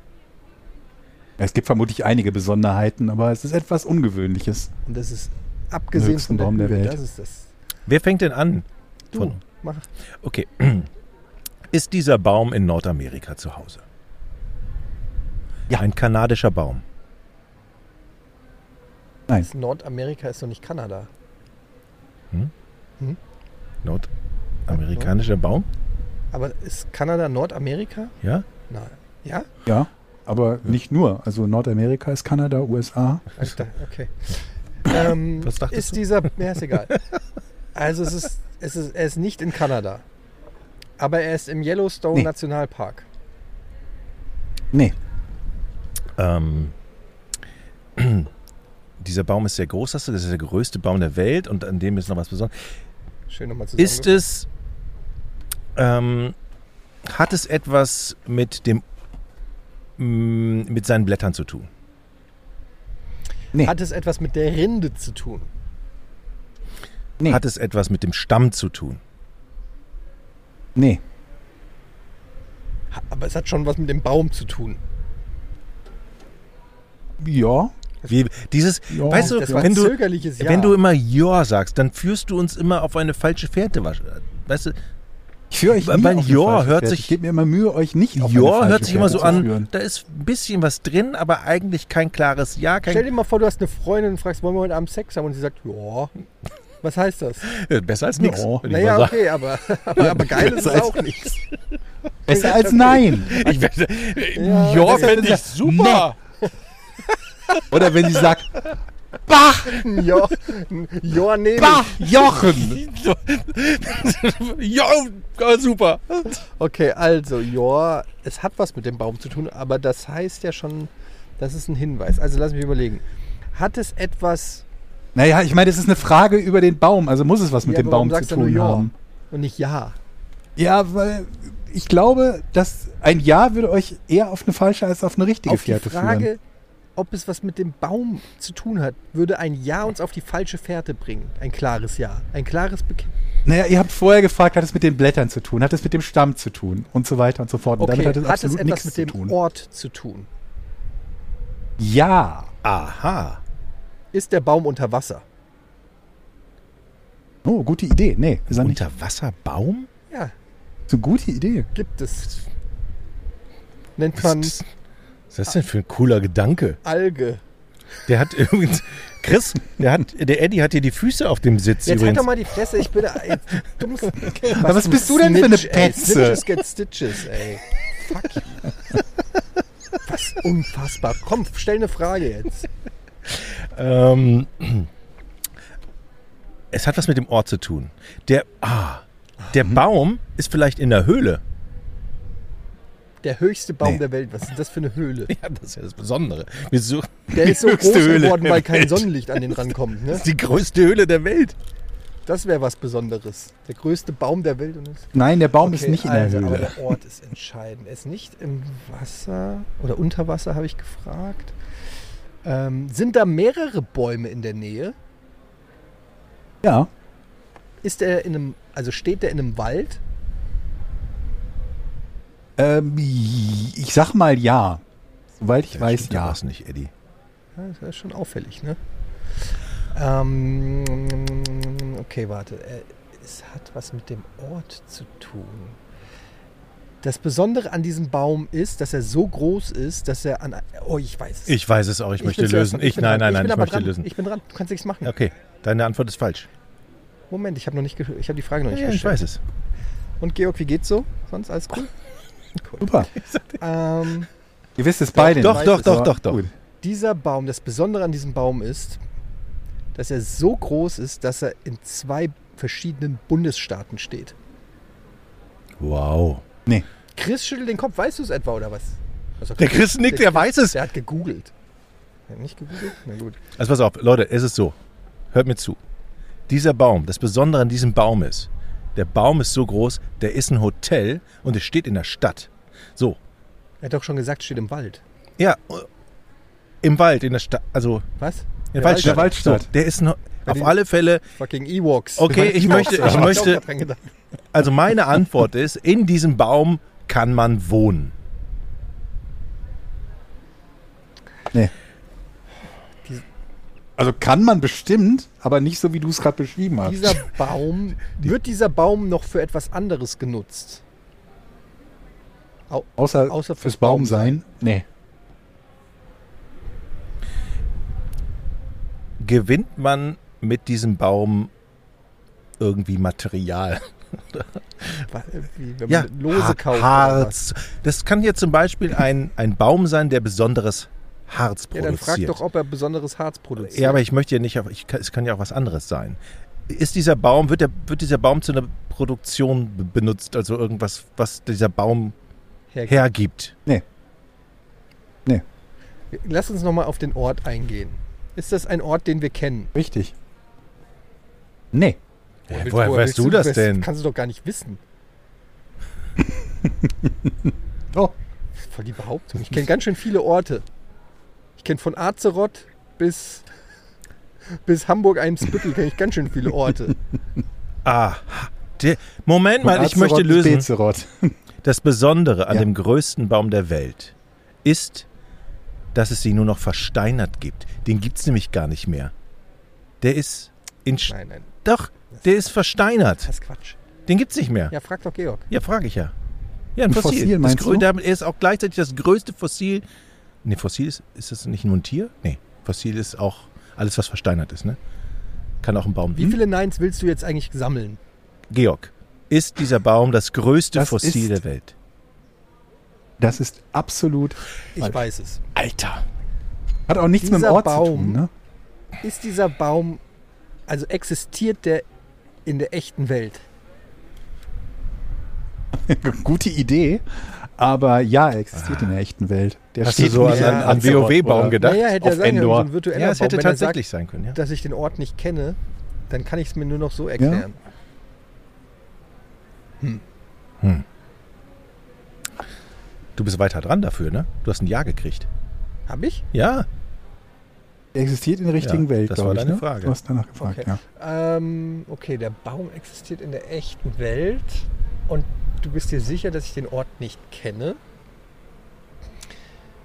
Speaker 4: Es gibt vermutlich einige Besonderheiten, aber es ist etwas Ungewöhnliches.
Speaker 2: Und das ist abgesehen von
Speaker 4: höchsten
Speaker 2: der
Speaker 4: Baum der
Speaker 2: Höhe.
Speaker 4: Welt.
Speaker 2: Das ist das.
Speaker 3: Wer fängt denn an?
Speaker 2: Du,
Speaker 3: Von-
Speaker 2: mach.
Speaker 3: Okay. Ist dieser Baum in Nordamerika zu Hause?
Speaker 4: Ja.
Speaker 3: Ein kanadischer Baum.
Speaker 4: Nein,
Speaker 2: Das Nordamerika ist doch nicht Kanada.
Speaker 3: Nordamerikanischer Baum?
Speaker 2: Aber ist Kanada Nordamerika?
Speaker 3: Ja?
Speaker 2: Nein. Ja?
Speaker 4: ja, aber nicht nur. Also Nordamerika ist Kanada, USA.
Speaker 2: Also da, okay. Ähm,
Speaker 3: Was dachtest
Speaker 2: ist
Speaker 3: du?
Speaker 2: dieser. Ja, ist egal. Also es ist, es ist, er ist nicht in Kanada. Aber er ist im Yellowstone
Speaker 4: Nee.
Speaker 2: Nationalpark.
Speaker 4: Nee,
Speaker 3: Ähm, dieser Baum ist sehr groß, hast du? Das ist der größte Baum der Welt und an dem ist noch was Besonderes.
Speaker 2: Schön nochmal zusammen.
Speaker 3: Ist
Speaker 4: genau.
Speaker 3: es. Ähm, hat es etwas mit dem. m, mit seinen Blättern zu tun?
Speaker 4: nee,
Speaker 2: Hat es etwas mit der Rinde zu tun?
Speaker 4: nee,
Speaker 3: Hat es etwas mit dem Stamm zu tun?
Speaker 4: nee.
Speaker 2: Ha- Aber es hat schon was mit dem Baum zu tun.
Speaker 4: Ja,
Speaker 3: Wie, dieses,
Speaker 4: Ja,
Speaker 3: weißt du,
Speaker 2: Das war
Speaker 3: wenn
Speaker 2: ein
Speaker 3: du,
Speaker 2: zögerliches Jahr.
Speaker 3: wenn du immer Ja sagst, dann führst du uns immer auf eine falsche Fährte. wasch- Weißt du,
Speaker 4: ich führe euch nie
Speaker 3: Weil
Speaker 4: auf eine
Speaker 3: Jor
Speaker 4: falsche
Speaker 3: hört
Speaker 4: Fährte.
Speaker 3: sich-
Speaker 4: Ich gebe mir immer Mühe, euch nicht auf eine
Speaker 3: Ja
Speaker 4: falsche
Speaker 3: hört sich immer
Speaker 4: Fährte
Speaker 3: so
Speaker 4: zu
Speaker 3: an,
Speaker 4: führen.
Speaker 3: da ist ein bisschen was drin, aber eigentlich kein klares Ja.
Speaker 2: Stell
Speaker 3: Kein,
Speaker 2: dir mal vor, du hast eine Freundin und fragst, wollen wir heute Abend Sex haben? Und sie sagt, ja. Was heißt das?
Speaker 3: Äh, besser als nichts.
Speaker 4: Ja.
Speaker 2: Naja, okay, aber, aber, aber geil ist es
Speaker 4: Besser
Speaker 2: auch nichts.
Speaker 4: Besser als nein.
Speaker 3: Ich, werde- ja,
Speaker 2: deshalb
Speaker 3: fände ich super.
Speaker 4: Oder wenn sie sagt,
Speaker 2: Ja, ja nee.
Speaker 4: bah, Jochen.
Speaker 3: ja, ja, super.
Speaker 2: Okay, also, ja, es hat was mit dem Baum zu tun, aber das heißt ja schon, das ist ein Hinweis. Also lass mich überlegen. Hat es etwas
Speaker 4: Naja, ich meine, es ist eine Frage über den Baum, also muss es was mit
Speaker 2: Ja,
Speaker 4: dem
Speaker 2: aber warum
Speaker 4: Baum zu
Speaker 2: sagst du nur
Speaker 4: tun
Speaker 2: Ja?
Speaker 4: haben.
Speaker 2: und nicht ja?
Speaker 4: Ja, weil ich glaube, dass ein Ja würde euch eher auf eine falsche als auf eine richtige
Speaker 2: Auf die
Speaker 4: Fährte führen.
Speaker 2: Frage, ob es was mit dem Baum zu tun hat, würde ein Ja uns auf die falsche Fährte bringen. Ein klares Ja. Ein klares Bekenntnis.
Speaker 4: Naja, ihr habt vorher gefragt, hat es mit den Blättern zu tun, hat es mit dem Stamm zu tun und so weiter und so fort. Und
Speaker 2: Okay,
Speaker 4: damit hat es
Speaker 2: hat es
Speaker 4: absolut
Speaker 2: etwas
Speaker 4: nichts
Speaker 2: mit
Speaker 4: zu
Speaker 2: dem
Speaker 4: tun.
Speaker 2: Ort zu tun?
Speaker 4: ja.
Speaker 3: Aha.
Speaker 2: Ist der Baum unter Wasser?
Speaker 4: Oh, gute Idee. Nee, ist ja nicht
Speaker 3: Unterwasserbaum?
Speaker 2: Ja,
Speaker 4: so gute Idee.
Speaker 2: gibt es. Nennt
Speaker 3: Was
Speaker 2: man
Speaker 3: ist was ist das denn für ein cooler Gedanke?
Speaker 2: Alge.
Speaker 3: Der hat übrigens. Chris, der, hat, der Eddie hat dir die Füße auf dem Sitz
Speaker 2: Jetzt halt
Speaker 3: übrigens.
Speaker 2: doch mal die Fresse, ich bin da- jetzt, du dummes Kind.
Speaker 4: was bist du denn für eine
Speaker 2: ey.
Speaker 4: Petze?
Speaker 2: Snitches get stitches, ey. Fuck you. Was unfassbar. Komm, stell eine Frage jetzt.
Speaker 3: Ähm, es hat was mit dem Ort zu tun. Der, ah, der Baum ist vielleicht in der Höhle.
Speaker 2: Der höchste Baum
Speaker 4: Nee.
Speaker 2: der Welt, was ist das für eine Höhle?
Speaker 3: Ja, das ist ja das Besondere. Wir suchen
Speaker 2: Der ist so
Speaker 3: höchste
Speaker 2: groß
Speaker 3: Höhle
Speaker 2: geworden,
Speaker 3: der
Speaker 2: weil kein
Speaker 3: Welt.
Speaker 2: Sonnenlicht an den rankommt. Ne?
Speaker 3: das ist die größte Höhle der Welt.
Speaker 2: Das wäre was Besonderes. Der größte Baum der Welt. Und das
Speaker 4: Nein, der Baum ist
Speaker 2: Okay,
Speaker 4: nicht in der
Speaker 2: also, Aber
Speaker 4: Höhle.
Speaker 2: der Ort ist entscheidend. Er ist nicht im Wasser oder unter Wasser, habe ich gefragt. Ähm, sind da mehrere Bäume in der Nähe?
Speaker 4: Ja.
Speaker 2: Ist er in einem, also steht er in einem Wald?
Speaker 4: Ähm, ich sag mal ja. Soweit ich weiß,
Speaker 3: Stimmt doch
Speaker 4: ja.
Speaker 3: was nicht, Eddie.
Speaker 2: Ja, das ist schon auffällig, ne? Ähm, okay, warte. Äh, Es hat was mit dem Ort zu tun. Das Besondere an diesem Baum ist, dass er so groß ist, dass er an. Oh, ich weiß es.
Speaker 3: Ich weiß es auch, ich, möchte
Speaker 2: bin zuerst
Speaker 3: lösen.
Speaker 2: dran,
Speaker 3: Ich,
Speaker 2: bin
Speaker 3: nein,
Speaker 2: dran.
Speaker 3: nein, nein,
Speaker 2: bin
Speaker 3: ich,
Speaker 2: aber
Speaker 3: möchte
Speaker 2: dran.
Speaker 3: lösen.
Speaker 2: Ich bin dran. Du kannst nichts machen.
Speaker 3: Okay, deine Antwort ist falsch.
Speaker 2: Moment, ich habe noch nicht, ge- ich habe die Frage noch nicht
Speaker 3: Ja, ich
Speaker 2: gestellt.
Speaker 3: weiß es.
Speaker 2: Und Georg, wie geht's so? Sonst alles cool?
Speaker 4: Super.
Speaker 2: ähm,
Speaker 4: Ihr wisst es beide.
Speaker 3: Doch,
Speaker 4: nicht.
Speaker 3: doch, doch,
Speaker 4: Aber
Speaker 3: doch, doch.
Speaker 4: gut.
Speaker 2: dieser Baum, das Besondere an diesem Baum ist, dass er so groß ist, dass er in zwei verschiedenen Bundesstaaten steht.
Speaker 3: Wow.
Speaker 4: Nee.
Speaker 2: Chris schüttelt den Kopf. Weißt du es etwa oder was? Also,
Speaker 3: Der Chris nickt, der weiß es.
Speaker 2: Der hat gegoogelt. Er hat nicht gegoogelt? Na gut.
Speaker 3: Also pass auf, Leute, es ist so. Hört mir zu. Dieser Baum, das Besondere an diesem Baum ist, der Baum ist so groß, der ist ein Hotel und es steht in der Stadt. So,
Speaker 2: Er hat doch schon gesagt, steht im Wald.
Speaker 3: Ja, äh, im Wald, in der Stadt. Also,
Speaker 2: Was?
Speaker 3: Der
Speaker 4: Waldstadt.
Speaker 3: So, der ist noch, auf
Speaker 2: die-
Speaker 3: alle Fälle,
Speaker 2: Fucking Ewoks.
Speaker 3: okay, ich möchte, ich
Speaker 2: hab auch
Speaker 3: möchte,
Speaker 2: dran gedacht.
Speaker 3: also meine Antwort ist, in diesem Baum kann man wohnen.
Speaker 4: Also kann man bestimmt, aber nicht so, wie du es gerade beschrieben hast.
Speaker 2: Dieser Baum, wird dieser Baum noch für etwas anderes genutzt?
Speaker 4: Außer,
Speaker 2: Außer
Speaker 4: fürs Baumsein. Nee.
Speaker 3: Gewinnt man mit diesem Baum irgendwie Material?
Speaker 2: Weil, äh, wie, Wenn man lose
Speaker 3: Ha-
Speaker 2: kauft. oder was.
Speaker 3: Harz. Das kann hier zum Beispiel ein, ein Baum sein, der besonderes Harz
Speaker 2: Ja,
Speaker 3: produziert.
Speaker 2: dann frag doch, ob er besonderes Harz produziert.
Speaker 3: Ja, aber ich möchte ja nicht, auf- ich kann, es kann ja auch was anderes sein. Ist dieser Baum, wird, der, wird dieser Baum zu einer Produktion be- benutzt, also irgendwas, was dieser Baum
Speaker 2: Herr,
Speaker 3: hergibt?
Speaker 2: Lass uns nochmal auf den Ort eingehen. Ist das ein Ort, den wir kennen?
Speaker 4: Richtig. Nee.
Speaker 3: Ja,
Speaker 2: Willst-
Speaker 3: woher weißt
Speaker 2: willst
Speaker 3: du das
Speaker 2: willst-
Speaker 3: denn?
Speaker 2: Kannst du doch gar nicht wissen.
Speaker 4: Oh.
Speaker 2: Voll die Behauptung. Ich kenne ganz schön viele Orte. Ich kenne von Azeroth bis, bis Hamburg-Eimsbüttel kenne ich ganz schön viele Orte.
Speaker 3: Ah, der, Moment mal, ich möchte lösen.
Speaker 4: Bezerot.
Speaker 3: Das Besondere an
Speaker 4: Ja.
Speaker 3: dem größten Baum der Welt ist, dass es ihn nur noch versteinert gibt. Den gibt es nämlich gar nicht mehr. Der ist in. Sch-
Speaker 2: Nein, nein,
Speaker 3: Doch, der ist versteinert.
Speaker 2: das ist Quatsch.
Speaker 3: Den gibt es nicht mehr.
Speaker 2: Ja, frag doch Georg.
Speaker 3: Ja, frage ich ja. Ja, ein
Speaker 4: Ein
Speaker 3: Fossil.
Speaker 4: Fossil,
Speaker 3: das
Speaker 4: meinst
Speaker 3: grö-
Speaker 4: du?
Speaker 3: damit- Er ist auch gleichzeitig das größte Fossil. Ne, Fossil ist, ist das nicht nur ein Tier? Nee, Fossil ist auch alles, was versteinert ist, ne? Kann auch ein Baum
Speaker 2: Wie viele Neins willst du jetzt eigentlich sammeln?
Speaker 3: Georg, ist dieser Baum das größte
Speaker 4: Das
Speaker 3: Fossil
Speaker 4: ist-
Speaker 3: der Welt?
Speaker 4: Das ist absolut.
Speaker 2: Ich
Speaker 4: Falsch.
Speaker 2: weiß es.
Speaker 3: Alter.
Speaker 4: Hat auch nichts mit dem
Speaker 2: Dieser
Speaker 4: Ort zu
Speaker 2: Baum-
Speaker 4: tun, ne?
Speaker 2: Ist dieser Baum, also existiert der in der echten Welt?
Speaker 4: Gute Idee. Aber ja, er existiert in der echten Welt. Der
Speaker 3: Ah. Hast du so
Speaker 4: nicht
Speaker 3: an,
Speaker 2: an-
Speaker 3: an,
Speaker 2: an
Speaker 4: Azeroth,
Speaker 3: WoW-Baum
Speaker 4: oder?
Speaker 3: gedacht?
Speaker 2: Naja, hätte ja
Speaker 3: auf
Speaker 2: sein können, so
Speaker 3: Endor.
Speaker 2: ein virtueller
Speaker 3: ja, es hätte
Speaker 2: Baum. Wenn er sagt,
Speaker 3: tatsächlich sein können, ja.
Speaker 2: dass ich den Ort nicht kenne, dann kann ich es mir nur noch so erklären.
Speaker 3: Du bist weiter dran dafür, ne? Du hast ein Ja gekriegt.
Speaker 2: Hab ich?
Speaker 3: Ja,
Speaker 4: Er existiert in der richtigen
Speaker 3: Ja,
Speaker 4: Welt,
Speaker 3: das war
Speaker 4: glaube ich.
Speaker 3: deine
Speaker 4: ne?
Speaker 3: Frage.
Speaker 4: Du hast danach gefragt,
Speaker 2: Okay.
Speaker 4: ja.
Speaker 2: Ähm, okay, der Baum existiert in der echten Welt und du bist dir sicher, dass ich den Ort nicht kenne.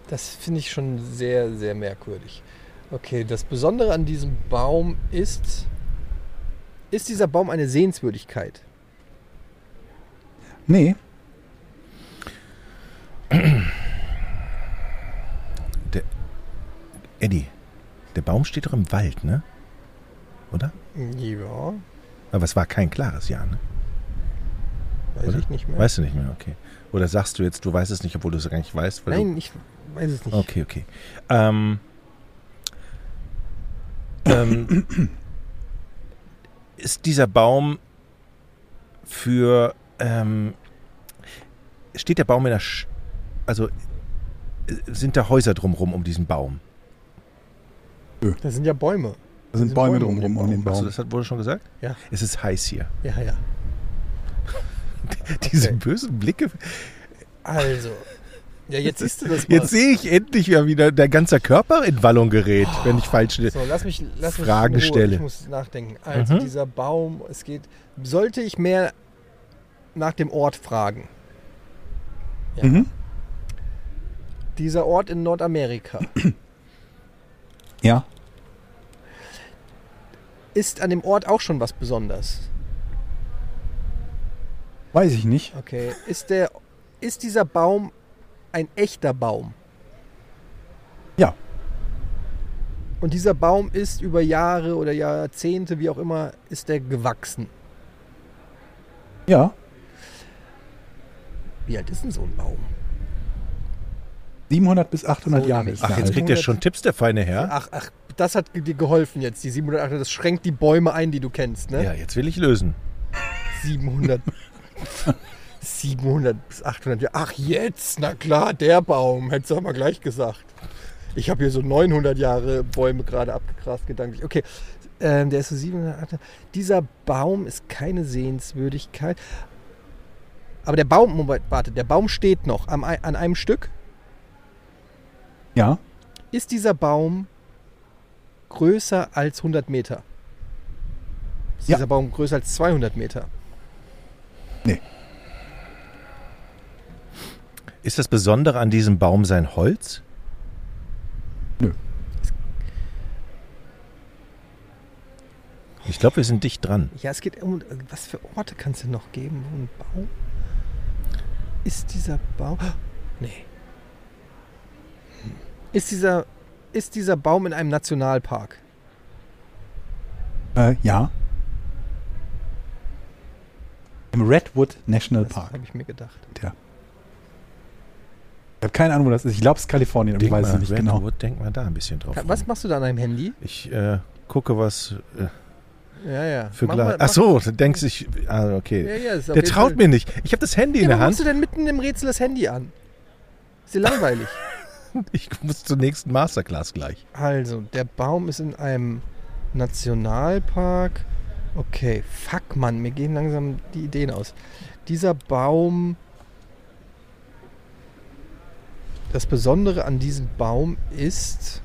Speaker 2: Das finde ich schon sehr, sehr merkwürdig. Okay, das Besondere an diesem Baum ist, ist dieser Baum eine Sehenswürdigkeit?
Speaker 4: Nee,
Speaker 3: Eddie, der Baum steht doch im Wald, ne? Oder?
Speaker 2: Ja,
Speaker 3: Aber es war kein klares Ja, ne?
Speaker 2: weiß
Speaker 3: Oder?
Speaker 2: ich nicht mehr.
Speaker 3: Weißt du nicht mehr, okay. Oder sagst du jetzt, du weißt es nicht, obwohl du es gar nicht weißt? Weil
Speaker 2: Nein, ich weiß es
Speaker 3: Du,
Speaker 2: nicht.
Speaker 3: okay, okay. Ähm, ähm, ist dieser Baum für. Ähm, steht der Baum in der. Sch also äh, sind da Häuser drumrum um diesen Baum?
Speaker 2: Das sind ja Bäume.
Speaker 4: da sind
Speaker 2: sind
Speaker 4: Bäume
Speaker 2: Bäume um den
Speaker 4: drumherum um den
Speaker 3: Hast du
Speaker 4: Baum.
Speaker 3: das hat- wurde schon gesagt?
Speaker 2: Ja.
Speaker 3: Es ist heiß hier.
Speaker 2: Ja, ja.
Speaker 3: Diese
Speaker 2: Okay.
Speaker 3: bösen Blicke.
Speaker 2: Also. Ja, jetzt siehst du das mal.
Speaker 3: Jetzt sehe ich endlich ja wieder der ganze Körper in Wallung gerät, wenn ich falsch.
Speaker 2: Oh, So, lass mich, lass mich
Speaker 3: Fragen
Speaker 2: in Ruhe.
Speaker 3: stelle.
Speaker 2: Ich muss nachdenken. Also
Speaker 3: Mhm.
Speaker 2: dieser Baum, es geht. Sollte ich mehr nach dem Ort fragen? Ja.
Speaker 4: Mhm.
Speaker 2: Dieser Ort in Nordamerika
Speaker 4: Ja,
Speaker 2: ist an dem Ort auch schon was Besonderes.
Speaker 4: weiß ich nicht.
Speaker 2: Okay, ist der, ist dieser Baum ein echter Baum?
Speaker 4: Ja.
Speaker 2: Und dieser Baum ist über Jahre oder Jahrzehnte, wie auch immer, ist der gewachsen.
Speaker 4: Ja,
Speaker 2: Wie alt ist denn so ein Baum?
Speaker 4: 700 bis 800
Speaker 2: So
Speaker 4: Jahre
Speaker 2: nämlich.
Speaker 4: ist
Speaker 3: Ach,
Speaker 4: er
Speaker 3: jetzt
Speaker 4: alt.
Speaker 3: kriegt er schon Tipps, der feine Herr.
Speaker 2: Ach, ach, das hat dir geholfen jetzt, die 708. Das schränkt die Bäume ein, die du kennst, ne?
Speaker 3: Ja, jetzt will ich lösen.
Speaker 2: 700. 700 bis 800 Jahre. Ach, jetzt? Na klar, der Baum. Hättest du aber gleich gesagt. Ich habe hier so 900 Jahre Bäume gerade abgegrast, gedanklich. Okay, ähm, der ist so 700. 800. Dieser Baum ist keine Sehenswürdigkeit. Aber der Baum, Moment, warte, der Baum steht noch am, ei- an einem Stück.
Speaker 4: Ja,
Speaker 2: Ist dieser Baum größer als 100 Meter. Ist
Speaker 4: Ja.
Speaker 2: dieser Baum größer als 200 Meter?
Speaker 3: Ist das Besondere an diesem Baum sein Holz?
Speaker 4: Nö.
Speaker 3: Ich glaube, wir sind dicht dran.
Speaker 2: Ja, es geht um, was für Orte kann es denn noch geben? Wo ein Baum? Ist dieser Baum... oh, Nee. Hm. Ist dieser, ist dieser Baum in einem Nationalpark?
Speaker 4: Äh, ja. Im Redwood National
Speaker 2: Das
Speaker 4: Park.
Speaker 2: habe ich mir gedacht.
Speaker 4: Ich habe keine Ahnung, wo das ist. Ich glaube, es ist Kalifornien, aber ich weiß es nicht genau.
Speaker 3: Redwood, denk mal da ein bisschen drauf.
Speaker 2: Ka- Was
Speaker 3: rum.
Speaker 2: machst du da an deinem Handy?
Speaker 3: Ich äh, gucke, was äh,
Speaker 2: Ja, ja.
Speaker 3: für
Speaker 2: Mach mal-
Speaker 3: Glas.
Speaker 2: mach-
Speaker 3: Ach so, du denkst ich. Ah, okay.
Speaker 2: Ja, ja, ist auf
Speaker 3: Der
Speaker 2: jeden
Speaker 3: traut
Speaker 2: Fall-
Speaker 3: mir nicht. Ich habe das Handy
Speaker 2: Ja,
Speaker 3: in der
Speaker 2: warum hast
Speaker 3: Hand.
Speaker 2: du denn mitten im Rätsel das Handy an? Ist dir langweilig?
Speaker 3: Ich muss zur nächsten Masterclass gleich.
Speaker 2: Also, der Baum ist in einem Nationalpark. Okay, fuck, Mann, mir gehen langsam die Ideen aus. Dieser Baum. Das Besondere an diesem Baum ist.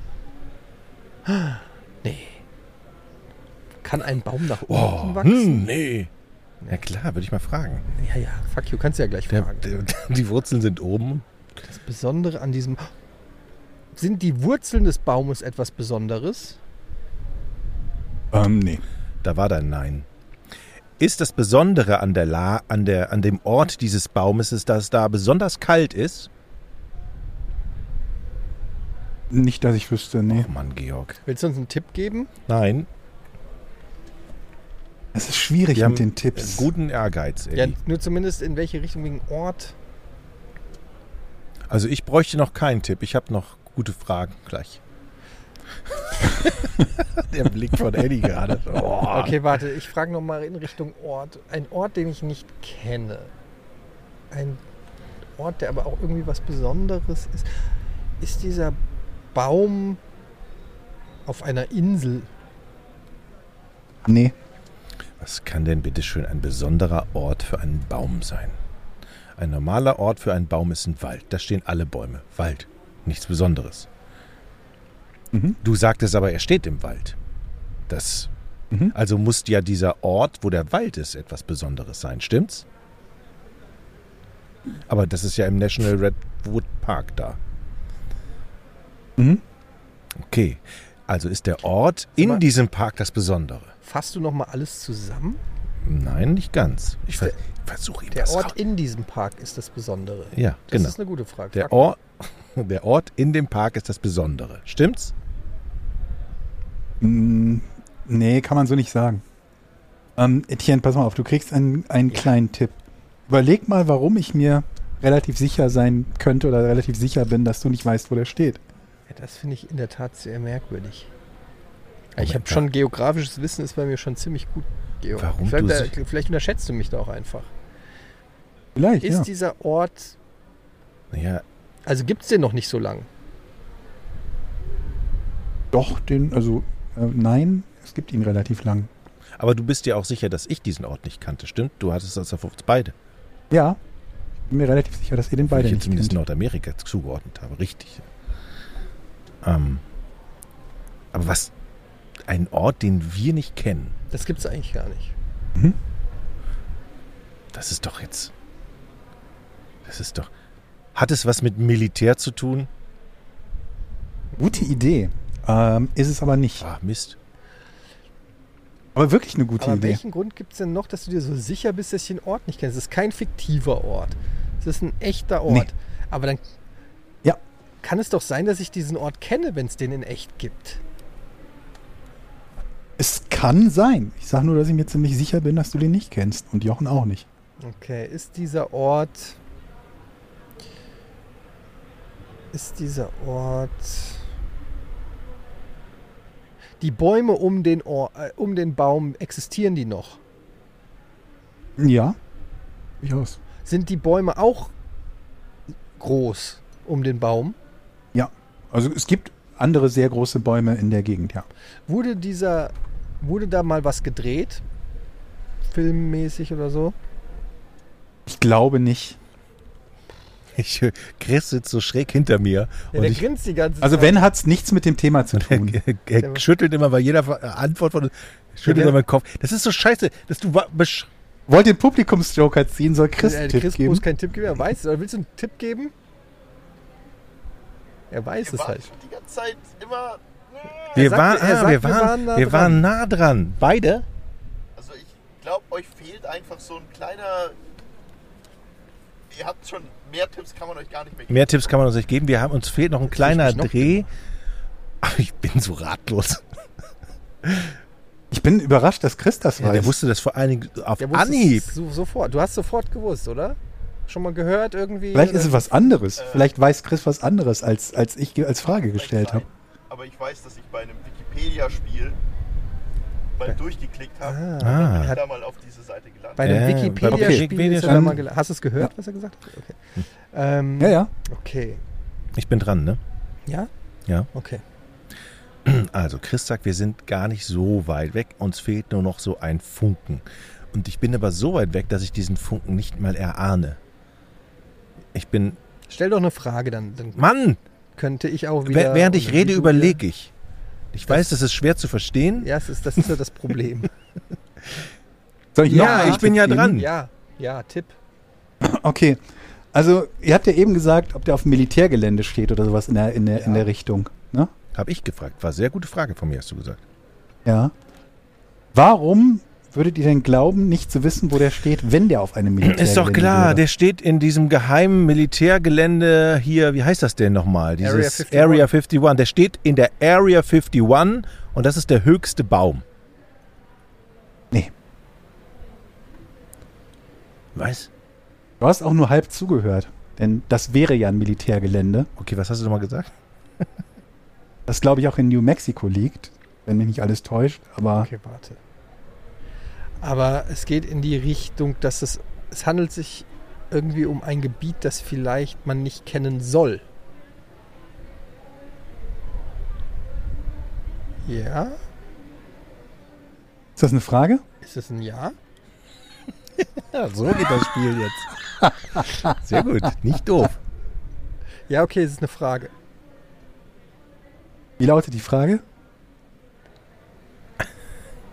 Speaker 2: Ah, Nee. Kann ein Baum nach unten
Speaker 3: Oh,
Speaker 2: wachsen?
Speaker 3: hm, nee. Ja klar, würde ich mal fragen.
Speaker 2: Ja, ja, fuck you, kannst ja gleich
Speaker 3: hm. Der,
Speaker 2: fragen.
Speaker 3: der, die Wurzeln sind oben.
Speaker 2: Das Besondere an diesem. Sind die Wurzeln des Baumes etwas Besonderes?
Speaker 4: Ähm, nee.
Speaker 3: Da war dein Nein. Ist das Besondere an, der La, an, der, an dem Ort dieses Baumes, ist, dass da besonders kalt ist?
Speaker 4: Nicht, dass ich wüsste, nee.
Speaker 3: Oh Mann, Georg.
Speaker 2: Willst du uns einen Tipp geben?
Speaker 3: Nein,
Speaker 4: Es ist schwierig
Speaker 3: Wir
Speaker 4: mit
Speaker 3: haben
Speaker 4: den Tipps.
Speaker 3: äh, guten Ehrgeiz. Eddie.
Speaker 2: Ja, nur zumindest in welche Richtung, wegen Ort.
Speaker 3: Also ich bräuchte noch keinen Tipp. Ich habe noch gute Fragen gleich. der Blick von Eddie gerade. Oh.
Speaker 2: Okay, warte, ich frage nochmal in Richtung Ort. Ein Ort, den ich nicht kenne. Ein Ort, der aber auch irgendwie was Besonderes ist. Ist dieser Baum auf einer Insel?
Speaker 4: Nee.
Speaker 3: Was kann denn bitte schön ein besonderer Ort für einen Baum sein? Ein normaler Ort für einen Baum ist ein Wald. Da stehen alle Bäume. Wald. Nichts Besonderes.
Speaker 4: Mhm.
Speaker 3: Du sagtest aber, er steht im Wald. Das.
Speaker 4: Mhm.
Speaker 3: Also muss ja dieser Ort, wo der Wald ist, etwas Besonderes sein, stimmt's? Aber das ist ja im National Redwood Park da.
Speaker 4: Mhm.
Speaker 3: Okay. Also ist der Ort in
Speaker 2: mal-
Speaker 3: diesem Park das Besondere?
Speaker 2: Fasst du nochmal alles zusammen?
Speaker 3: Nein, nicht ganz. Ich
Speaker 2: Ist der-
Speaker 3: ver versuche ihm
Speaker 2: Der
Speaker 3: das
Speaker 2: Ort
Speaker 3: raus-
Speaker 2: in diesem Park ist das Besondere.
Speaker 3: Ja,
Speaker 2: Das
Speaker 3: genau.
Speaker 2: ist eine gute Frage.
Speaker 3: Der
Speaker 2: Frag-
Speaker 3: Ort, der Ort in dem Park ist das Besondere. Stimmt's?
Speaker 4: Mm, Nee, kann man so nicht sagen. Ähm, Etienne, pass mal auf, du kriegst einen, einen kleinen Tipp. Überleg mal, warum ich mir relativ sicher sein könnte oder relativ sicher bin, dass du nicht weißt, wo der steht.
Speaker 2: Ja, das finde ich in der Tat sehr merkwürdig.
Speaker 3: Moment
Speaker 2: ich habe
Speaker 3: mal.
Speaker 2: schon geografisches Wissen, ist bei mir schon ziemlich gut. Georg.
Speaker 3: Warum
Speaker 2: vielleicht,
Speaker 3: du
Speaker 2: da, vielleicht unterschätzt du mich da auch einfach.
Speaker 4: Vielleicht,
Speaker 2: Ist
Speaker 4: ja.
Speaker 2: dieser Ort,
Speaker 3: Ja,
Speaker 2: also gibt es den noch nicht so lang?
Speaker 4: Doch, den, also äh, nein, es gibt ihn relativ lang.
Speaker 3: aber du bist dir auch sicher, dass ich diesen Ort nicht kannte, stimmt? Du hattest das auf uns beide.
Speaker 4: Ja, ich bin mir relativ sicher, dass ihr den beide
Speaker 3: ich
Speaker 4: nicht
Speaker 3: zumindest
Speaker 4: kennt.
Speaker 3: Nordamerika zugeordnet habe, richtig. Ähm, aber was, ein Ort, den wir nicht kennen,
Speaker 2: Das gibt es eigentlich gar nicht.
Speaker 3: das ist doch jetzt, das ist doch, hat es was mit Militär zu tun?
Speaker 4: Gute Idee. Ähm, ist es aber nicht.
Speaker 3: Ah, Mist.
Speaker 4: Aber wirklich eine gute
Speaker 2: Aber
Speaker 4: Idee.
Speaker 2: welchen Grund gibt es denn noch, dass du dir so sicher bist, dass ich den Ort nicht kennst? Es ist kein fiktiver Ort. Es ist ein echter Ort.
Speaker 4: Nee.
Speaker 2: Aber dann
Speaker 4: Ja.
Speaker 2: kann es doch sein, dass ich diesen Ort kenne, wenn es den in echt gibt.
Speaker 4: Es kann sein. Ich sage nur, dass ich mir ziemlich sicher bin, dass du den nicht kennst. Und Jochen auch nicht.
Speaker 2: Okay, ist dieser Ort. Ist dieser Ort. Die Bäume um den, Or äh, um den Baum, existieren die noch?
Speaker 4: Ja. Ich aus.
Speaker 2: Sind die Bäume auch groß um den Baum?
Speaker 4: Also es gibt andere sehr große Bäume in der Gegend, ja.
Speaker 2: Wurde dieser. Wurde da mal was gedreht? Filmmäßig oder so?
Speaker 4: Ich glaube nicht.
Speaker 3: Ich, Chris sitzt so schräg hinter mir.
Speaker 2: Ja,
Speaker 3: und
Speaker 2: der
Speaker 3: ich,
Speaker 2: grinst die ganze
Speaker 4: Also
Speaker 2: Zeit.
Speaker 4: wenn, hat's nichts mit dem Thema zu tun.
Speaker 3: er, er schüttelt immer bei jeder Ver- äh, Antwort von uns, schüttelt immer den Kopf. Das ist so scheiße, dass du wa- besch-
Speaker 4: Wollt ihr einen Publikumsjoker ziehen, soll Chris
Speaker 2: Äh,
Speaker 4: einen
Speaker 2: Chris
Speaker 4: Tipp geben?
Speaker 2: muss keinen Tipp geben, er weiß es. Oder willst du einen Tipp geben? Er weiß es halt.
Speaker 5: die ganze Zeit immer.
Speaker 3: wir,
Speaker 2: sagt-
Speaker 3: waren,
Speaker 2: er
Speaker 3: ah,
Speaker 2: sagt,
Speaker 3: wir, waren, wir waren nah dran. Beide?
Speaker 5: Also ich glaube, euch fehlt einfach so ein kleiner. Ihr habt schon mehr Tipps, kann man euch gar nicht mehr geben.
Speaker 3: Mehr Tipps kann man uns nicht geben. Wir haben uns fehlt noch ein kleiner
Speaker 6: mich noch
Speaker 3: Dreh. Aber ich bin so ratlos.
Speaker 4: Ich bin überrascht, dass Chris das
Speaker 3: Ja, der
Speaker 4: weiß.
Speaker 3: wusste das vor allen Dingen auf
Speaker 2: Der wusste es
Speaker 3: Anhieb.
Speaker 2: So, sofort. Du hast sofort gewusst, oder? Schon mal gehört irgendwie?
Speaker 4: Vielleicht
Speaker 2: oder?
Speaker 4: ist es was anderes. Vielleicht weiß Chris was anderes, als, als ich ge- als Frage gestellt habe.
Speaker 5: Aber ich weiß, dass ich bei einem Wikipedia-Spiel mal durchgeklickt habe.
Speaker 3: Ah.
Speaker 5: Ich da mal auf diese Seite gelandet.
Speaker 2: Bei einem
Speaker 3: Ja, bei
Speaker 2: Wikipedia-Spiel
Speaker 3: Wikipedia
Speaker 2: ist er
Speaker 4: schon.
Speaker 2: mal gel- Hast du es gehört, was er gesagt hat? Okay. Ähm,
Speaker 4: Ja, ja.
Speaker 2: Okay.
Speaker 3: Ich bin dran, ne?
Speaker 2: Ja?
Speaker 3: Ja.
Speaker 2: Okay.
Speaker 3: Also, Chris sagt, wir sind gar nicht so weit weg. Uns fehlt nur noch so ein Funken. Und ich bin aber so weit weg, dass ich diesen Funken nicht mal erahne. Ich bin.
Speaker 2: Stell doch eine Frage, dann, dann
Speaker 3: Mann!
Speaker 2: könnte ich auch wieder.
Speaker 3: Wer- Während ich
Speaker 2: oder wie
Speaker 3: rede,
Speaker 2: du
Speaker 3: überlege ich. Ich weiß, das ist schwer zu verstehen.
Speaker 2: dir- Ja, es ist, das ist ja das Problem.
Speaker 4: Soll ich
Speaker 3: Ja,
Speaker 4: noch einen
Speaker 3: ich bin
Speaker 4: Tipp
Speaker 3: ja
Speaker 4: geben?
Speaker 3: dran.
Speaker 2: ja, ja, Tipp.
Speaker 4: Okay. Also, ihr habt ja eben gesagt, ob der auf dem Militärgelände steht oder sowas in der, in der, in der Richtung. Ne?
Speaker 3: Habe ich gefragt. War sehr gute Frage von mir, hast du gesagt.
Speaker 4: Ja. Warum würdet ihr denn glauben, nicht zu wissen, wo der steht, wenn der auf einem Militärgelände
Speaker 3: Ist doch klar,
Speaker 4: wäre?
Speaker 3: der steht in diesem geheimen Militärgelände hier, wie heißt das denn nochmal? Dieses
Speaker 2: Area 51.
Speaker 3: Area 51. Der steht in der Area 51 und das ist der höchste Baum.
Speaker 4: Nee.
Speaker 3: Was?
Speaker 4: Du hast auch nur halb zugehört. Denn das wäre ja ein Militärgelände,
Speaker 3: Okay, was hast du nochmal gesagt?
Speaker 4: das glaube ich auch in New Mexico liegt, wenn mich nicht alles täuscht. Aber
Speaker 2: Okay, warte. Aber es geht in die Richtung, dass es. Es handelt sich irgendwie um ein Gebiet, das vielleicht man nicht kennen soll. Ja?
Speaker 4: ist das eine Frage?
Speaker 2: Ist es ein Ja?
Speaker 3: Ja, so geht das Spiel jetzt. Sehr gut, nicht doof.
Speaker 2: Ja, okay, es ist eine Frage.
Speaker 4: Wie lautet die Frage?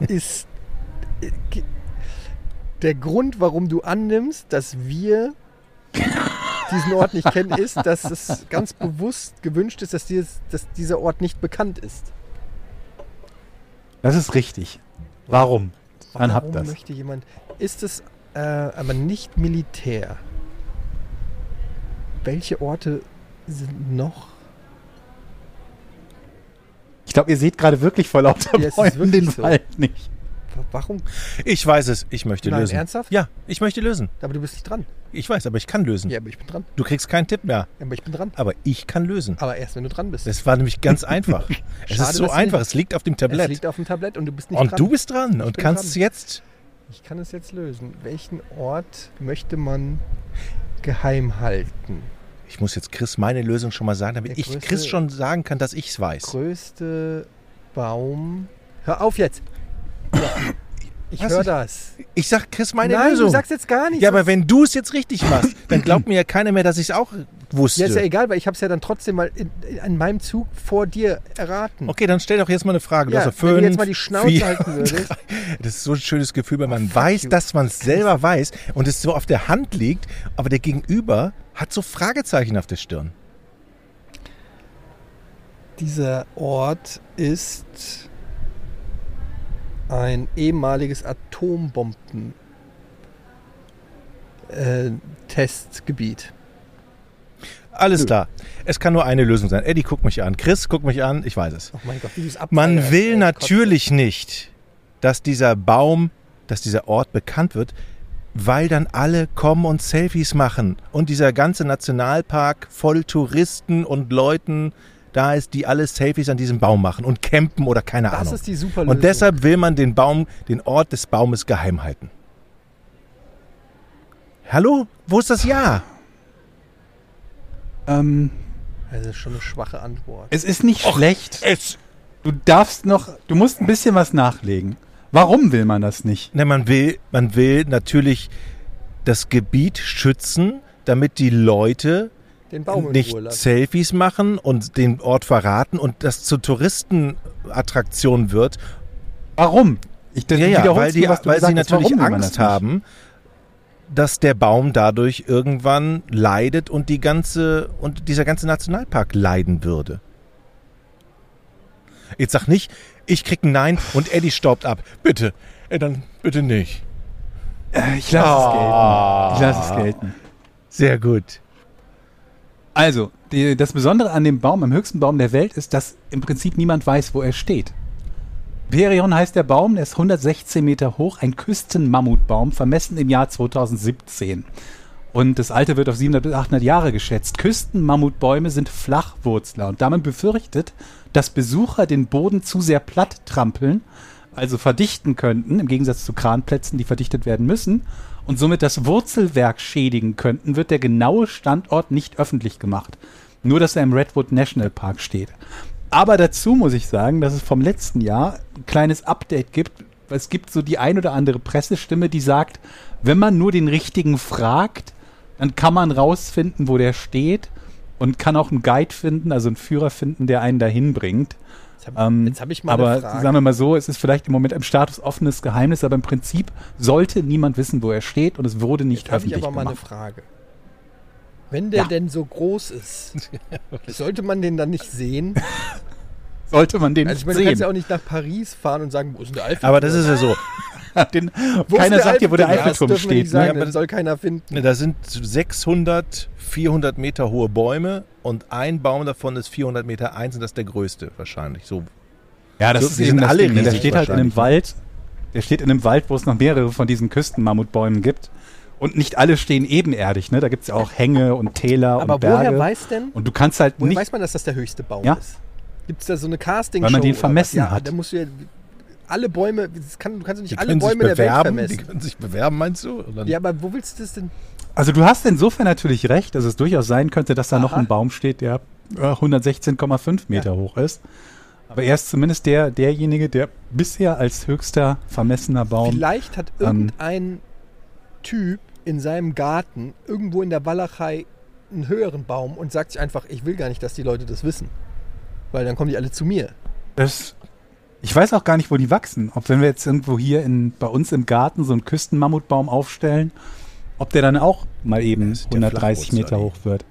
Speaker 2: ist äh, ge- der Grund, warum du annimmst, dass wir diesen Ort nicht kennen, ist, dass es ganz bewusst gewünscht ist, dass, dieses, dass dieser Ort nicht bekannt ist.
Speaker 4: Das ist richtig. Warum? Dann habt
Speaker 2: Warum
Speaker 4: das.
Speaker 2: möchte jemand. Ist es äh, aber nicht Militär? Welche Orte sind noch?
Speaker 4: Ich glaube, ihr seht gerade wirklich vor lauter
Speaker 2: Ja, es ist
Speaker 4: Bäumen
Speaker 2: wirklich
Speaker 4: den
Speaker 2: so.
Speaker 4: Wald nicht.
Speaker 2: Wa- Warum?
Speaker 3: Ich weiß es, ich möchte
Speaker 2: Nein,
Speaker 3: lösen.
Speaker 2: ernsthaft?
Speaker 3: Ja, ich möchte lösen.
Speaker 2: Aber du bist nicht dran.
Speaker 3: Ich weiß, aber ich kann lösen.
Speaker 2: Ja, aber ich bin dran.
Speaker 3: Du kriegst keinen Tipp mehr,
Speaker 2: Ja, aber ich bin dran.
Speaker 3: aber ich kann lösen.
Speaker 2: Aber erst wenn du dran bist.
Speaker 3: Das war nämlich ganz einfach. es
Speaker 2: Schade,
Speaker 3: ist so
Speaker 2: dass du
Speaker 3: einfach,
Speaker 2: nicht-
Speaker 3: es liegt auf dem
Speaker 2: es
Speaker 3: Tablett.
Speaker 2: liegt auf dem Tablett und du bist nicht
Speaker 3: Und
Speaker 2: dran.
Speaker 3: du bist dran und
Speaker 2: bin
Speaker 3: kannst
Speaker 2: dran.
Speaker 3: jetzt.
Speaker 2: Ich kann es jetzt lösen. Welchen Ort möchte man geheim halten?
Speaker 3: Ich muss jetzt Chris meine Lösung schon mal sagen, damit
Speaker 2: Der
Speaker 3: ich
Speaker 2: größte-
Speaker 3: Chris schon sagen kann, dass ich es weiß.
Speaker 2: Größte Baum. Hör auf jetzt! Ja. Ich
Speaker 3: Was?
Speaker 2: höre das.
Speaker 3: Ich sag Chris meine
Speaker 2: Nein,
Speaker 3: Lösung.
Speaker 2: du sagst jetzt gar nichts.
Speaker 3: ja, aber wenn du es jetzt richtig machst, dann glaubt mir ja keiner mehr, dass ich es auch wusste.
Speaker 2: ja, ist ja egal, weil ich habe es ja dann trotzdem mal in, in, an meinem Zug vor dir erraten.
Speaker 3: okay, dann stell doch jetzt mal eine Frage. Du
Speaker 2: Ja,
Speaker 3: hast doch
Speaker 2: wenn du
Speaker 3: fünf,
Speaker 2: jetzt mal die Schnauze
Speaker 3: vier,
Speaker 2: halten Oh, würdest.
Speaker 3: drei. Das ist so ein schönes Gefühl, wenn man weiß, dass man es selber weiß und es so auf der Hand liegt, aber der Gegenüber hat so Fragezeichen auf der Stirn.
Speaker 2: Dieser Ort ist ein ehemaliges Atombomben äh, Testgebiet.
Speaker 3: Alles klar. Es kann nur eine Lösung sein. Eddie, guck mich an. Chris, guck mich an. Ich weiß es.
Speaker 2: Oh mein Gott, wie du es
Speaker 3: Man
Speaker 2: abfeierst.
Speaker 3: will
Speaker 2: Oh Gott.
Speaker 3: natürlich nicht, dass dieser Baum, dass dieser Ort bekannt wird, weil dann alle kommen und Selfies machen und dieser ganze Nationalpark voll Touristen und Leuten da ist, die alle Selfies an diesem Baum machen und campen oder keine
Speaker 2: Das
Speaker 3: Ahnung.
Speaker 2: ist die super Lösung.
Speaker 3: und deshalb will man den Baum, den Ort des Baumes geheim halten. Hallo, wo ist das Ja?
Speaker 4: Ähm,
Speaker 2: Also schon eine schwache Antwort.
Speaker 4: es ist nicht schlecht.
Speaker 3: Es.
Speaker 4: Du darfst noch, du musst ein bisschen was nachlegen. Warum will man das nicht?
Speaker 3: Ne, man will, man will natürlich das Gebiet schützen, damit die Leute
Speaker 2: Den Baum in
Speaker 3: nicht
Speaker 2: Ruhe lassen.
Speaker 3: Selfies machen und den Ort verraten und das zur Touristenattraktion wird.
Speaker 4: Warum? Ich das
Speaker 3: Ja, ja,
Speaker 4: wiederholst
Speaker 3: weil, die,
Speaker 4: nur, was du
Speaker 3: weil sie
Speaker 4: gesagt hast,
Speaker 3: natürlich
Speaker 4: warum will man das
Speaker 3: Angst
Speaker 4: nicht?
Speaker 3: haben, dass der Baum dadurch irgendwann leidet und die ganze und dieser ganze Nationalpark leiden würde. Jetzt sag nicht, ich krieg ein Nein und Eddie staubt ab. Bitte, Ey, dann bitte nicht.
Speaker 4: Ich
Speaker 3: Oh.
Speaker 4: lasse es gelten. Ich lasse es gelten.
Speaker 3: Sehr gut.
Speaker 4: Also, die, das Besondere an dem Baum, am höchsten Baum der Welt, ist, dass im Prinzip niemand weiß, wo er steht. Perion heißt der Baum, der ist 116 Meter hoch, ein Küstenmammutbaum, vermessen im Jahr 2017. Und das Alter wird auf 700 bis 800 Jahre geschätzt. Küstenmammutbäume sind Flachwurzler und damit befürchtet, dass Besucher den Boden zu sehr platt trampeln, also verdichten könnten, im Gegensatz zu Kranplätzen, die verdichtet werden müssen, und somit das Wurzelwerk schädigen könnten, wird der genaue Standort nicht öffentlich gemacht. Nur, dass er im Redwood National Park steht. Aber dazu muss ich sagen, dass es vom letzten Jahr ein kleines Update gibt. Es gibt so die ein oder andere Pressestimme, die sagt, wenn man nur den richtigen fragt, dann kann man rausfinden, wo der steht und kann auch einen Guide finden, also einen Führer finden, der einen dahin bringt.
Speaker 2: Jetzt hab-
Speaker 4: Ähm,
Speaker 2: jetzt habe ich mal
Speaker 4: aber
Speaker 2: eine Frage.
Speaker 4: sagen wir mal so, es ist vielleicht im Moment im Status offenes Geheimnis, aber im Prinzip sollte niemand wissen, wo er steht und es wurde nicht
Speaker 2: Jetzt habe ich
Speaker 4: öffentlich
Speaker 2: aber mal eine
Speaker 4: gemacht.
Speaker 2: Frage. Wenn der
Speaker 4: Ja.
Speaker 2: denn so groß ist, sollte man den dann nicht sehen?
Speaker 4: Sollte man den
Speaker 2: Also ich meine, du
Speaker 4: nicht
Speaker 2: kannst ja
Speaker 4: sehen.
Speaker 2: auch nicht nach Paris fahren und sagen, wo ist denn der Eiffelturm?
Speaker 3: Aber das ist ja so.
Speaker 4: Den,
Speaker 2: Wo ist
Speaker 4: keiner sagt dir, wo der
Speaker 2: Ja, das
Speaker 4: Eiffelturm
Speaker 2: dürfen wir
Speaker 4: steht. ne?
Speaker 2: Nicht sagen,
Speaker 3: Ja,
Speaker 2: aber
Speaker 3: aber
Speaker 2: das soll keiner finden.
Speaker 3: Da sind 600, 400 Meter hohe Bäume und ein Baum davon ist 400 Meter eins und das ist der größte wahrscheinlich. So
Speaker 4: Ja, das
Speaker 3: So,
Speaker 4: ist
Speaker 3: die
Speaker 4: eben
Speaker 3: sind
Speaker 4: das
Speaker 3: alle
Speaker 4: Ding. ne? Der
Speaker 3: riesig
Speaker 4: steht halt in einem
Speaker 3: wahrscheinlich,
Speaker 4: Wald. Der steht in einem Wald, wo es noch mehrere von diesen Küstenmammutbäumen gibt. Und nicht alle stehen ebenerdig, ne? Da gibt es ja auch Hänge und Täler
Speaker 2: Aber
Speaker 4: und Berge.
Speaker 2: woher weiß denn,
Speaker 4: und du kannst halt
Speaker 2: woher
Speaker 4: nicht.
Speaker 2: weiß man, dass das der höchste Baum
Speaker 4: Ja.
Speaker 2: ist? Gibt es da so eine casting
Speaker 4: Weil man den vermessen
Speaker 2: ja,
Speaker 4: hat.
Speaker 2: Da musst du ja alle Bäume, das kann, du kannst doch nicht
Speaker 3: Die
Speaker 2: alle
Speaker 3: können sich
Speaker 2: Bäume der Welt
Speaker 3: bewerben. Die
Speaker 2: vermessen.
Speaker 3: können sich bewerben, meinst du? Und dann-
Speaker 2: Ja, aber wo willst du das denn?
Speaker 4: Also du hast insofern natürlich recht, dass es durchaus sein könnte, dass da noch ein Baum steht, der äh, 116,5 Meter hoch ist. Aber er ist zumindest der, derjenige, der bisher als höchster vermessener Baum.
Speaker 2: Vielleicht hat
Speaker 4: Ähm.
Speaker 2: irgendein Typ in seinem Garten irgendwo in der Walachei einen höheren Baum und sagt sich einfach, ich will gar nicht, dass die Leute das wissen. Weil dann kommen die alle zu mir.
Speaker 4: Das, ich weiß auch gar nicht, wo die wachsen. Ob wenn wir jetzt irgendwo hier in, bei uns im Garten so einen Küstenmammutbaum aufstellen, ob der dann auch mal eben
Speaker 3: Das ist der
Speaker 4: 130
Speaker 3: Flachwurzel.
Speaker 4: Meter hoch wird.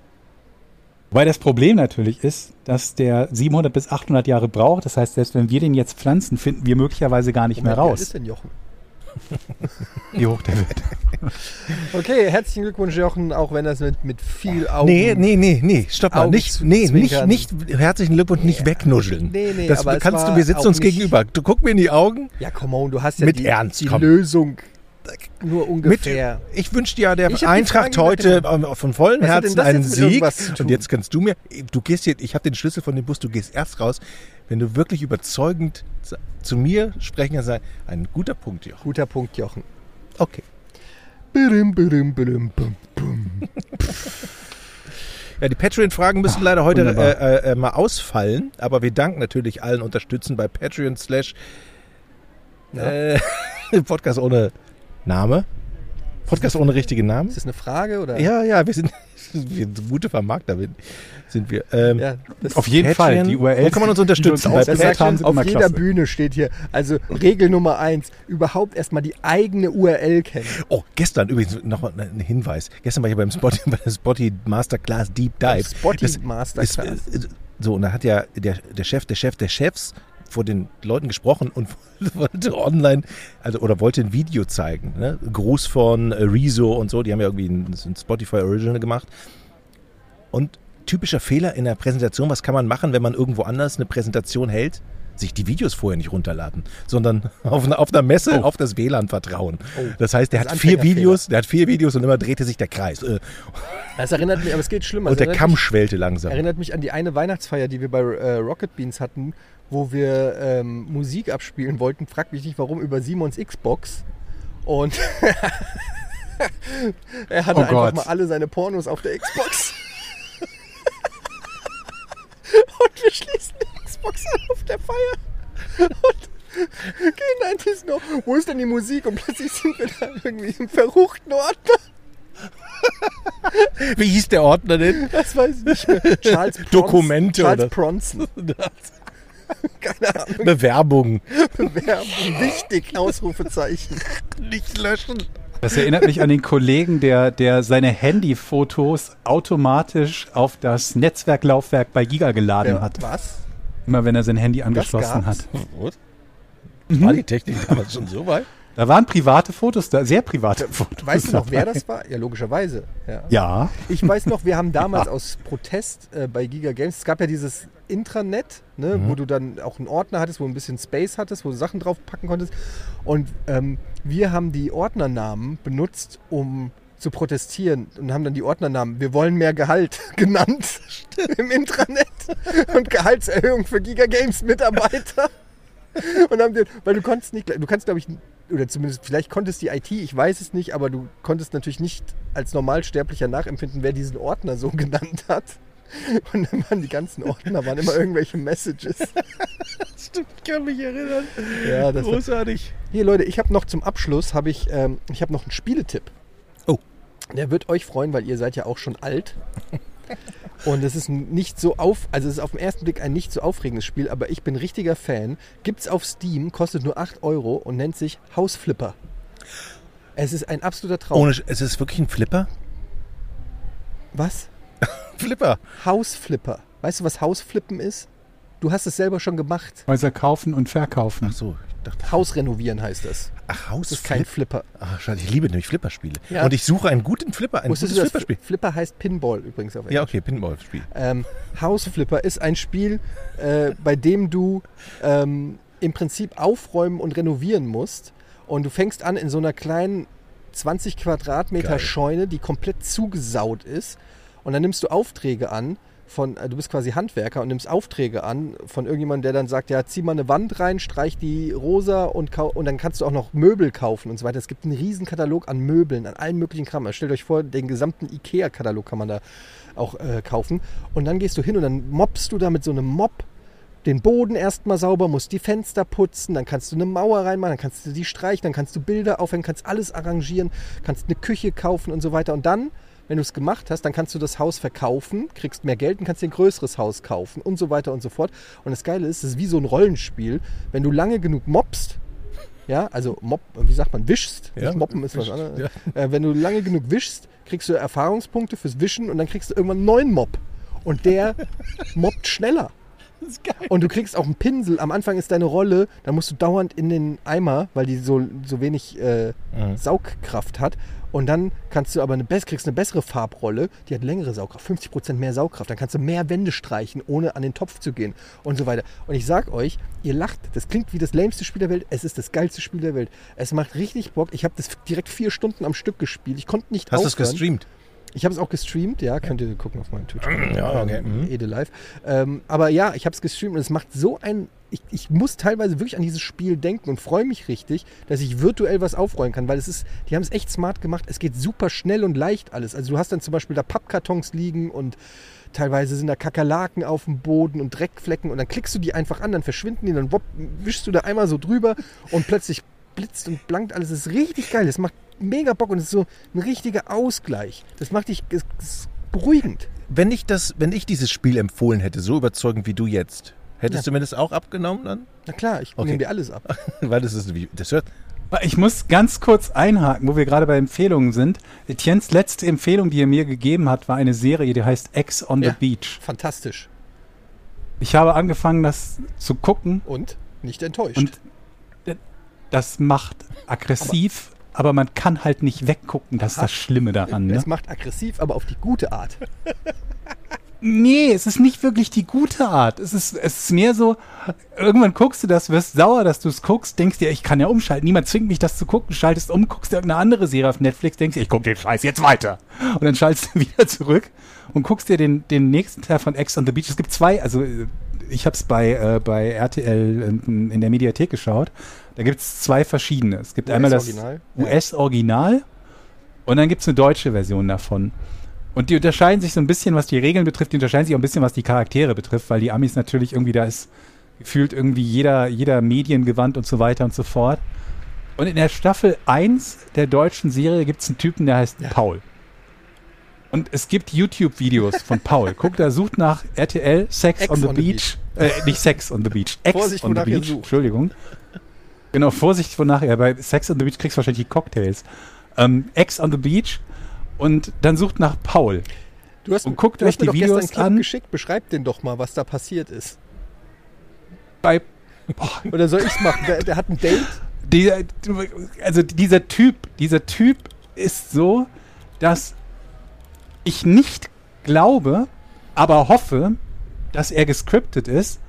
Speaker 4: Wobei das Problem natürlich ist, dass der 700 bis 800 Jahre braucht. Das heißt, selbst wenn wir den jetzt pflanzen, finden wir möglicherweise gar nicht mehr
Speaker 2: Moment, wie alt ist
Speaker 4: raus,
Speaker 2: denn Jochen?
Speaker 4: wie hoch der wird.
Speaker 2: Okay, herzlichen Glückwunsch, Jochen, auch wenn das mit, mit viel Augen.
Speaker 3: Nee, nee, nee, nee, stopp mal.
Speaker 2: Augen
Speaker 3: Nicht,
Speaker 2: zu
Speaker 3: nee, nicht,
Speaker 2: zwinkern.
Speaker 3: nicht, herzlichen Glückwunsch, nicht wegnuscheln.
Speaker 2: Nee, nee,
Speaker 3: das
Speaker 2: aber es
Speaker 3: kannst
Speaker 2: war
Speaker 3: du, wir sitzen
Speaker 2: auch
Speaker 3: uns
Speaker 2: nicht-
Speaker 3: gegenüber. Du guck mir in die Augen.
Speaker 2: Ja, come on, du hast ja
Speaker 3: Mit
Speaker 2: die,
Speaker 3: Ernst,
Speaker 2: die
Speaker 3: komm.
Speaker 2: Lösung nur ungefähr.
Speaker 3: Mit, ich wünsche dir der
Speaker 2: Ich hab die
Speaker 3: Eintracht
Speaker 2: Frage
Speaker 3: heute ähm, von vollem
Speaker 2: Was hat denn
Speaker 3: Herzen
Speaker 2: das
Speaker 3: einen
Speaker 2: jetzt mit
Speaker 3: Sieg.
Speaker 2: irgendwas zu tun?
Speaker 3: Und jetzt kannst du mir, du gehst jetzt, ich habe den Schlüssel von dem Bus, du gehst erst raus. Wenn du wirklich überzeugend zu- zu mir sprechen kannst, sei ein guter Punkt, Jochen.
Speaker 2: Guter Punkt, Jochen.
Speaker 3: Okay.
Speaker 2: Birim, birim, birim, bum.
Speaker 3: Ja, die Patreon-Fragen müssen leider heute
Speaker 4: wunderbar.
Speaker 3: äh, äh, äh, mal ausfallen, aber wir danken natürlich allen Unterstützern bei Patreon slash äh, Podcast ohne Name. Podcast ohne richtigen Namen.
Speaker 2: Ist das eine Frage oder?
Speaker 3: Ja, ja, wir sind, wir sind gute Vermarkter bin- sind wir. Ähm,
Speaker 2: Ja, das
Speaker 4: Auf jeden Fall,
Speaker 3: Patreon.
Speaker 4: die URL.
Speaker 3: Wo kann man uns unterstützen? Bei
Speaker 2: Das
Speaker 3: Patreon
Speaker 2: sagt, auf jeder Bühne steht hier, also Regel Nummer eins, überhaupt erstmal die eigene URL kennen.
Speaker 3: Oh, gestern übrigens noch mal ein Hinweis. Gestern war ich ja beim Spotty, bei der Spotty Masterclass Deep Dive.
Speaker 2: Spotty
Speaker 3: Das
Speaker 2: Masterclass.
Speaker 3: ist, äh, so, und da hat ja der, der Chef, der Chef der Chefs vor den Leuten gesprochen und wollte online, also oder wollte ein Video zeigen. Ne? Gruß von äh, Rezo und so, die haben ja irgendwie ein, ein Spotify Original gemacht. Und typischer Fehler in der Präsentation, was kann man machen, wenn man irgendwo anders eine Präsentation hält? Sich die Videos vorher nicht runterladen, sondern auf, einer- auf einer Messe auf das WLAN vertrauen. Das heißt, der
Speaker 2: Oh. Das ist
Speaker 3: hat vier
Speaker 2: Anfängerfehler.
Speaker 3: Videos, der hat vier Videos und immer drehte sich der Kreis. Äh,
Speaker 2: Das erinnert mich, aber es geht schlimmer.
Speaker 3: Und
Speaker 2: Es
Speaker 3: der
Speaker 2: erinnert
Speaker 3: Kamm
Speaker 2: mich-
Speaker 3: schwellte langsam.
Speaker 2: Erinnert mich an die eine Weihnachtsfeier, die wir bei äh, Rocket Beans hatten, wo wir ähm, Musik abspielen wollten. Frag mich nicht warum, über Simons Xbox. Und er hatte
Speaker 4: Oh
Speaker 2: einfach
Speaker 4: Gott.
Speaker 2: mal alle seine Pornos auf der Xbox. Und wir schließen die Xbox an auf der Feier. Und gehen eigentlich noch, wo ist denn die Musik? Und plötzlich sind wir da irgendwie im verruchten Ordner.
Speaker 3: Wie hieß der Ordner denn?
Speaker 2: Das weiß ich nicht mehr. Charles Bronson.
Speaker 3: Dokumente,
Speaker 2: Charles
Speaker 3: oder?
Speaker 2: Bronson. Keine Ahnung.
Speaker 3: Bewerbung.
Speaker 2: Werbung. Wichtig. Ausrufezeichen.
Speaker 3: Nicht löschen.
Speaker 4: Das erinnert mich an den Kollegen, der, der seine Handyfotos automatisch auf das Netzwerklaufwerk bei Giga geladen hat.
Speaker 2: Was?
Speaker 4: Immer wenn er sein Handy angeschlossen
Speaker 2: gab's?
Speaker 4: hat.
Speaker 3: Was? War die Technik damals schon so weit?
Speaker 4: Da waren private Fotos da, sehr private Fotos.
Speaker 2: Weißt du noch, wer das war? Ja, logischerweise. Ja.
Speaker 4: Ja.
Speaker 2: Ich weiß noch, wir haben damals aus Protest äh, bei Giga Games, es gab ja dieses Intranet, ne, wo du dann auch einen Ordner hattest, wo du ein bisschen Space hattest, wo du Sachen draufpacken konntest. Und ähm, wir haben die Ordnernamen benutzt, um zu protestieren und haben dann die Ordnernamen Wir wollen mehr Gehalt genannt im Intranet und Gehaltserhöhung für Giga Games Mitarbeiter. Und haben den, weil du konntest nicht, du kannst glaube ich, oder zumindest vielleicht konntest die IT, ich weiß es nicht, aber du konntest natürlich nicht als Normalsterblicher nachempfinden, wer diesen Ordner so genannt hat. Und dann waren die ganzen Ordner, waren immer irgendwelche Messages.
Speaker 3: Stimmt, ich kann mich erinnern.
Speaker 2: Ja, das war,
Speaker 3: Großartig.
Speaker 2: hier Leute, ich habe noch zum Abschluss, habe ich, ähm, ich habe noch einen Spieletipp.
Speaker 3: Oh.
Speaker 2: Der wird euch freuen, weil ihr seid ja auch schon alt. Und es ist ein nicht so auf, also es ist auf den ersten Blick ein nicht so aufregendes Spiel, aber ich bin richtiger Fan. Gibt's auf Steam, kostet nur 8 Euro und nennt sich Hausflipper. Es ist ein absoluter Traum.
Speaker 3: Oh. Ohne, Sch- es ist wirklich ein Flipper?
Speaker 2: Was?
Speaker 3: Flipper.
Speaker 2: Hausflipper. Weißt du, was Hausflippen ist? Du hast es selber schon gemacht.
Speaker 4: Häuser kaufen und verkaufen.
Speaker 3: Ach so, ich dachte,
Speaker 2: Haus renovieren heißt das.
Speaker 3: ach,
Speaker 2: Das ist kein
Speaker 3: Hausflip.
Speaker 2: Flipper.
Speaker 3: Ach, schade, ich liebe nämlich Flipperspiele.
Speaker 2: Ja.
Speaker 3: Und ich suche einen guten Flipper, ein
Speaker 2: Wusstest
Speaker 3: gutes
Speaker 2: du, dass
Speaker 3: Flipperspiel.
Speaker 2: Flipper heißt Pinball übrigens auf
Speaker 3: Ja, okay, Pinball-Spiel.
Speaker 2: Ähm, Hausflipper ist ein Spiel, äh, bei dem du ähm, im Prinzip aufräumen und renovieren musst. Und du fängst an in so einer kleinen 20 Quadratmeter
Speaker 3: Geil.
Speaker 2: Scheune, die komplett zugesaut ist. Und dann nimmst du Aufträge an von, äh, du bist quasi Handwerker und nimmst Aufträge an von irgendjemandem, der dann sagt, ja, zieh mal eine Wand rein, streich die rosa und, kau- und dann kannst du auch noch Möbel kaufen und so weiter. Es gibt einen riesen Katalog an Möbeln, an allen möglichen Kram. Also Stellt euch vor, den gesamten Ikea-Katalog kann man da auch äh, kaufen. Und dann gehst du hin und dann mobst du da mit so einem Mob den Boden erstmal sauber, musst die Fenster putzen, dann kannst du eine Mauer reinmachen, dann kannst du die streichen, dann kannst du Bilder aufhängen, kannst alles arrangieren, kannst eine Küche kaufen und so weiter. Und dann, wenn du es gemacht hast, dann kannst du das Haus verkaufen, kriegst mehr Geld und kannst dir ein größeres Haus kaufen und so weiter und so fort. Und das Geile ist, es ist wie so ein Rollenspiel. Wenn du lange genug mobst, ja, also mob, wie sagt man, wischst,
Speaker 3: Ja,
Speaker 2: nicht moppen ist was
Speaker 3: wischt,
Speaker 2: anderes. Äh, wenn du lange genug wischst, kriegst du Erfahrungspunkte fürs Wischen und dann kriegst du irgendwann einen neuen Mob. Und der mobbt schneller. Und du kriegst auch einen Pinsel. Am Anfang ist deine Rolle, dann musst du dauernd in den Eimer, weil die so, so wenig äh, Saugkraft hat. Und dann kannst du aber eine, bess- kriegst eine bessere Farbrolle, die hat längere Saugkraft, 50% mehr Saugkraft. Dann kannst du mehr Wände streichen, ohne an den Topf zu gehen und so weiter. Und ich sag euch, ihr lacht, das klingt wie das lämste Spiel der Welt. Es ist das geilste Spiel der Welt. Es macht richtig Bock. Ich habe das direkt vier Stunden am Stück gespielt. Ich konnte nicht
Speaker 3: Hast du es
Speaker 2: aufhören.
Speaker 3: gestreamt?
Speaker 2: Ich habe es auch gestreamt, ja, könnt ihr gucken auf meinem Twitch-Kanal.
Speaker 3: Ja, okay,
Speaker 2: Ähm,
Speaker 3: mhm.
Speaker 2: Ede Live. Ähm, aber ja, ich habe es gestreamt und es macht so ein. Ich, ich muss teilweise wirklich an dieses Spiel denken und freue mich richtig, dass ich virtuell was aufräumen kann, weil es ist, die haben es echt smart gemacht. Es geht super schnell und leicht alles. Also du hast dann zum Beispiel da Pappkartons liegen und teilweise sind da Kakerlaken auf dem Boden und Dreckflecken und dann klickst du die einfach an, dann verschwinden die, dann wop, wischst du da einmal so drüber und plötzlich blitzt und blankt alles. Das ist richtig geil. Das macht mega Bock und es ist so ein richtiger Ausgleich. Das macht dich das ist beruhigend.
Speaker 3: Wenn ich, das, wenn ich dieses Spiel empfohlen hätte, so überzeugend wie du jetzt, hättest du mir das auch abgenommen dann?
Speaker 2: Na klar, ich
Speaker 3: Okay.
Speaker 2: nehme dir alles ab.
Speaker 3: Weil das ist wie. Das hört.
Speaker 4: Ich muss ganz kurz einhaken, wo wir gerade bei Empfehlungen sind. Etiennes letzte Empfehlung, die er mir gegeben hat, war eine Serie, die heißt Ex on
Speaker 2: Ja.
Speaker 4: the Beach.
Speaker 2: Fantastisch.
Speaker 4: Ich habe angefangen, das zu gucken
Speaker 2: Und nicht enttäuscht.
Speaker 4: und das macht aggressiv, aber, man kann halt nicht weggucken, das ist das Schlimme daran. Ne?
Speaker 2: es macht aggressiv, aber auf die gute Art.
Speaker 4: Nee, es ist nicht wirklich die gute Art. Es ist, es ist mehr so, irgendwann guckst du das, wirst sauer, dass du es guckst, denkst dir, ich kann ja umschalten, niemand zwingt mich, das zu gucken, schaltest um, guckst dir irgendeine andere Serie auf Netflix, denkst dir, ich guck den Scheiß jetzt weiter. Und dann schaltest du wieder zurück und guckst dir den, den nächsten Teil von Ex on the Beach. Es gibt zwei, also äh, ich hab's bei, äh, bei RTL ähm, in, in der Mediathek geschaut. Da gibt's zwei verschiedene. Es gibt einmal das
Speaker 2: US-Original?
Speaker 4: US-Original und dann gibt's eine deutsche Version davon. Und die unterscheiden sich so ein bisschen, was die Regeln betrifft, die unterscheiden sich auch ein bisschen, was die Charaktere betrifft, weil die Amis natürlich irgendwie da ist, gefühlt irgendwie jeder, jeder mediengewandt und so weiter und so fort. Und in der Staffel 1 der deutschen Serie gibt es einen Typen, der heißt Paul. Und es gibt YouTube-Videos von Paul. Guck da, sucht nach RTL Sex
Speaker 2: Ex
Speaker 4: on the
Speaker 2: on the
Speaker 4: Beach. Äh, nicht Sex on the Beach. Ex
Speaker 2: Vorsicht,
Speaker 4: on the
Speaker 2: wonach ihr
Speaker 4: Beach.
Speaker 2: sucht.
Speaker 4: Entschuldigung. Genau, Vorsicht, wonach ihr bei Sex on the Beach kriegst du wahrscheinlich die Cocktails. Ähm, Ex on the Beach. Und dann sucht nach Paul.
Speaker 2: Du hast,
Speaker 4: Und guckt
Speaker 2: du
Speaker 4: euch
Speaker 2: hast mir
Speaker 4: die
Speaker 2: doch
Speaker 4: Videos
Speaker 2: gestern einen Clip
Speaker 4: an.
Speaker 2: geschickt. Beschreib den doch mal, was da passiert ist.
Speaker 4: Bei boah,
Speaker 2: Oder soll ich's machen? Der, der hat ein Date.
Speaker 4: dieser, also dieser Typ, dieser Typ ist so, dass ich nicht glaube, aber hoffe, dass er gescriptet ist.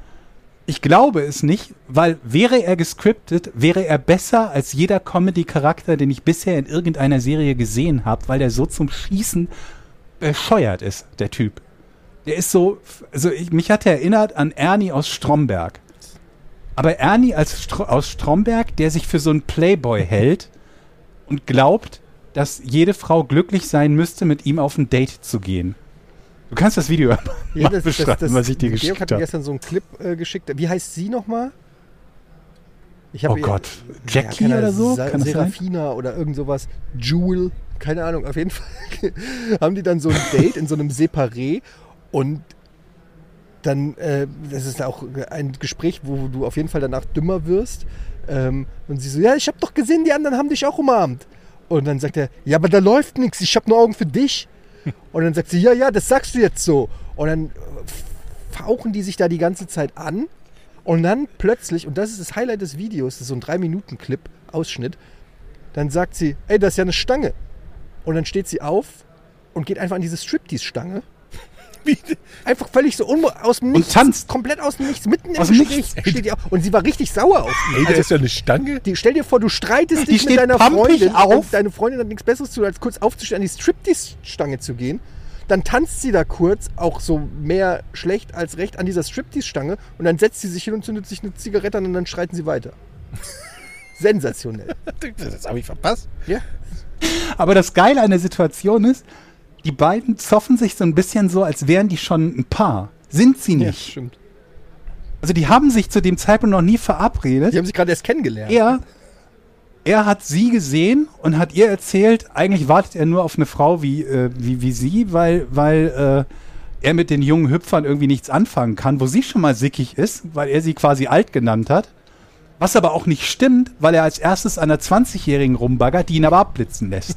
Speaker 4: Ich glaube es nicht, weil wäre er gescriptet, wäre er besser als jeder Comedy-Charakter, den ich bisher in irgendeiner Serie gesehen habe, weil der so zum Schießen bescheuert ist, der Typ. Der ist so, also ich, mich hat er erinnert an Ernie aus Stromberg. Aber Ernie als Stro aus Stromberg, der sich für so einen Playboy hält und glaubt, dass jede Frau glücklich sein müsste, mit ihm auf ein Date zu gehen. Du kannst das Video mal
Speaker 2: Ja, das- das-
Speaker 4: beschreiben,
Speaker 2: das-
Speaker 4: was ich dir
Speaker 2: Georg
Speaker 4: geschickt
Speaker 2: hat mir
Speaker 4: habe.
Speaker 2: gestern so einen Clip äh, geschickt. Wie heißt sie nochmal? Ich hab
Speaker 4: Oh
Speaker 2: ihr-
Speaker 4: Gott, Jackie
Speaker 2: keine Ahnung,
Speaker 4: oder so?
Speaker 2: Sa
Speaker 4: Kann das sein?
Speaker 2: Serafina oder irgend sowas. Jewel, keine Ahnung. Auf jeden Fall haben die dann so ein Date in so einem Separé und dann, äh, das ist auch ein Gespräch, wo du auf jeden Fall danach dümmer wirst. Ähm, und sie so, ja, ich hab doch gesehen, die anderen haben dich auch umarmt. Und dann sagt er, ja, aber da läuft nichts, ich hab nur Augen für dich. Und dann sagt sie, ja, ja, das sagst du jetzt so. Und dann äh, fauchen die sich da die ganze Zeit an. Und dann plötzlich, und das ist das Highlight des Videos, das ist so ein 3-Minuten-Clip, Ausschnitt, dann sagt sie, ey, das ist ja eine Stange. Und dann steht sie auf und geht einfach an diese Striptease-Stange. Einfach völlig so unmo- aus dem
Speaker 4: Und
Speaker 2: Nichts.
Speaker 4: tanzt.
Speaker 2: Komplett aus dem Nichts. Mitten im
Speaker 4: Aus dem
Speaker 2: Gespräch
Speaker 4: Nichts.
Speaker 2: steht die auf. Und sie war richtig sauer auf ihn.
Speaker 3: Ey, da ist ja eine Stange.
Speaker 2: Die, stell dir vor, du streitest
Speaker 4: Die
Speaker 2: dich
Speaker 4: steht
Speaker 2: mit deiner
Speaker 4: pampig
Speaker 2: Freundin
Speaker 4: auf.
Speaker 2: und deine Freundin hat nichts Besseres zu tun, als kurz aufzustehen, an die Striptease-Stange zu gehen. Dann tanzt sie da kurz, auch so mehr schlecht als recht, an dieser Striptease-Stange und dann setzt sie sich hin und zündet sich eine Zigarette an und dann schreiten sie weiter. Sensationell.
Speaker 3: Das habe ich verpasst.
Speaker 2: Ja.
Speaker 4: Aber das Geile an der Situation ist, die beiden zoffen sich so ein bisschen so, als wären die schon ein Paar. Sind sie
Speaker 2: ja,
Speaker 4: nicht.
Speaker 2: stimmt.
Speaker 4: Also die haben sich zu dem Zeitpunkt noch nie verabredet.
Speaker 2: Die haben sich gerade erst kennengelernt.
Speaker 4: er, er hat sie gesehen und hat ihr erzählt, eigentlich wartet er nur auf eine Frau wie, äh, wie, wie sie, weil, weil äh, er mit den jungen Hüpfern irgendwie nichts anfangen kann, wo sie schon mal sickig ist, weil er sie quasi alt genannt hat. Was aber auch nicht stimmt, weil er als erstes an einer 20-Jährigen rumbaggert, die ihn aber abblitzen lässt.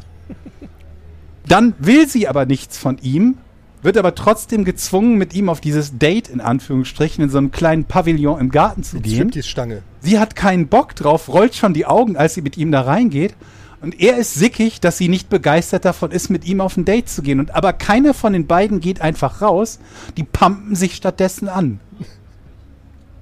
Speaker 4: Dann will sie aber nichts von ihm, wird aber trotzdem gezwungen, mit ihm auf dieses Date in Anführungsstrichen in so einem kleinen Pavillon im Garten zu
Speaker 2: Die
Speaker 4: gehen.
Speaker 2: Striptease-Stange.
Speaker 4: Sie hat keinen Bock drauf, rollt schon die Augen, als sie mit ihm da reingeht. Und er ist sickig, dass sie nicht begeistert davon ist, mit ihm auf ein Date zu gehen. Und aber keiner von den beiden geht einfach raus. Die pumpen sich stattdessen an.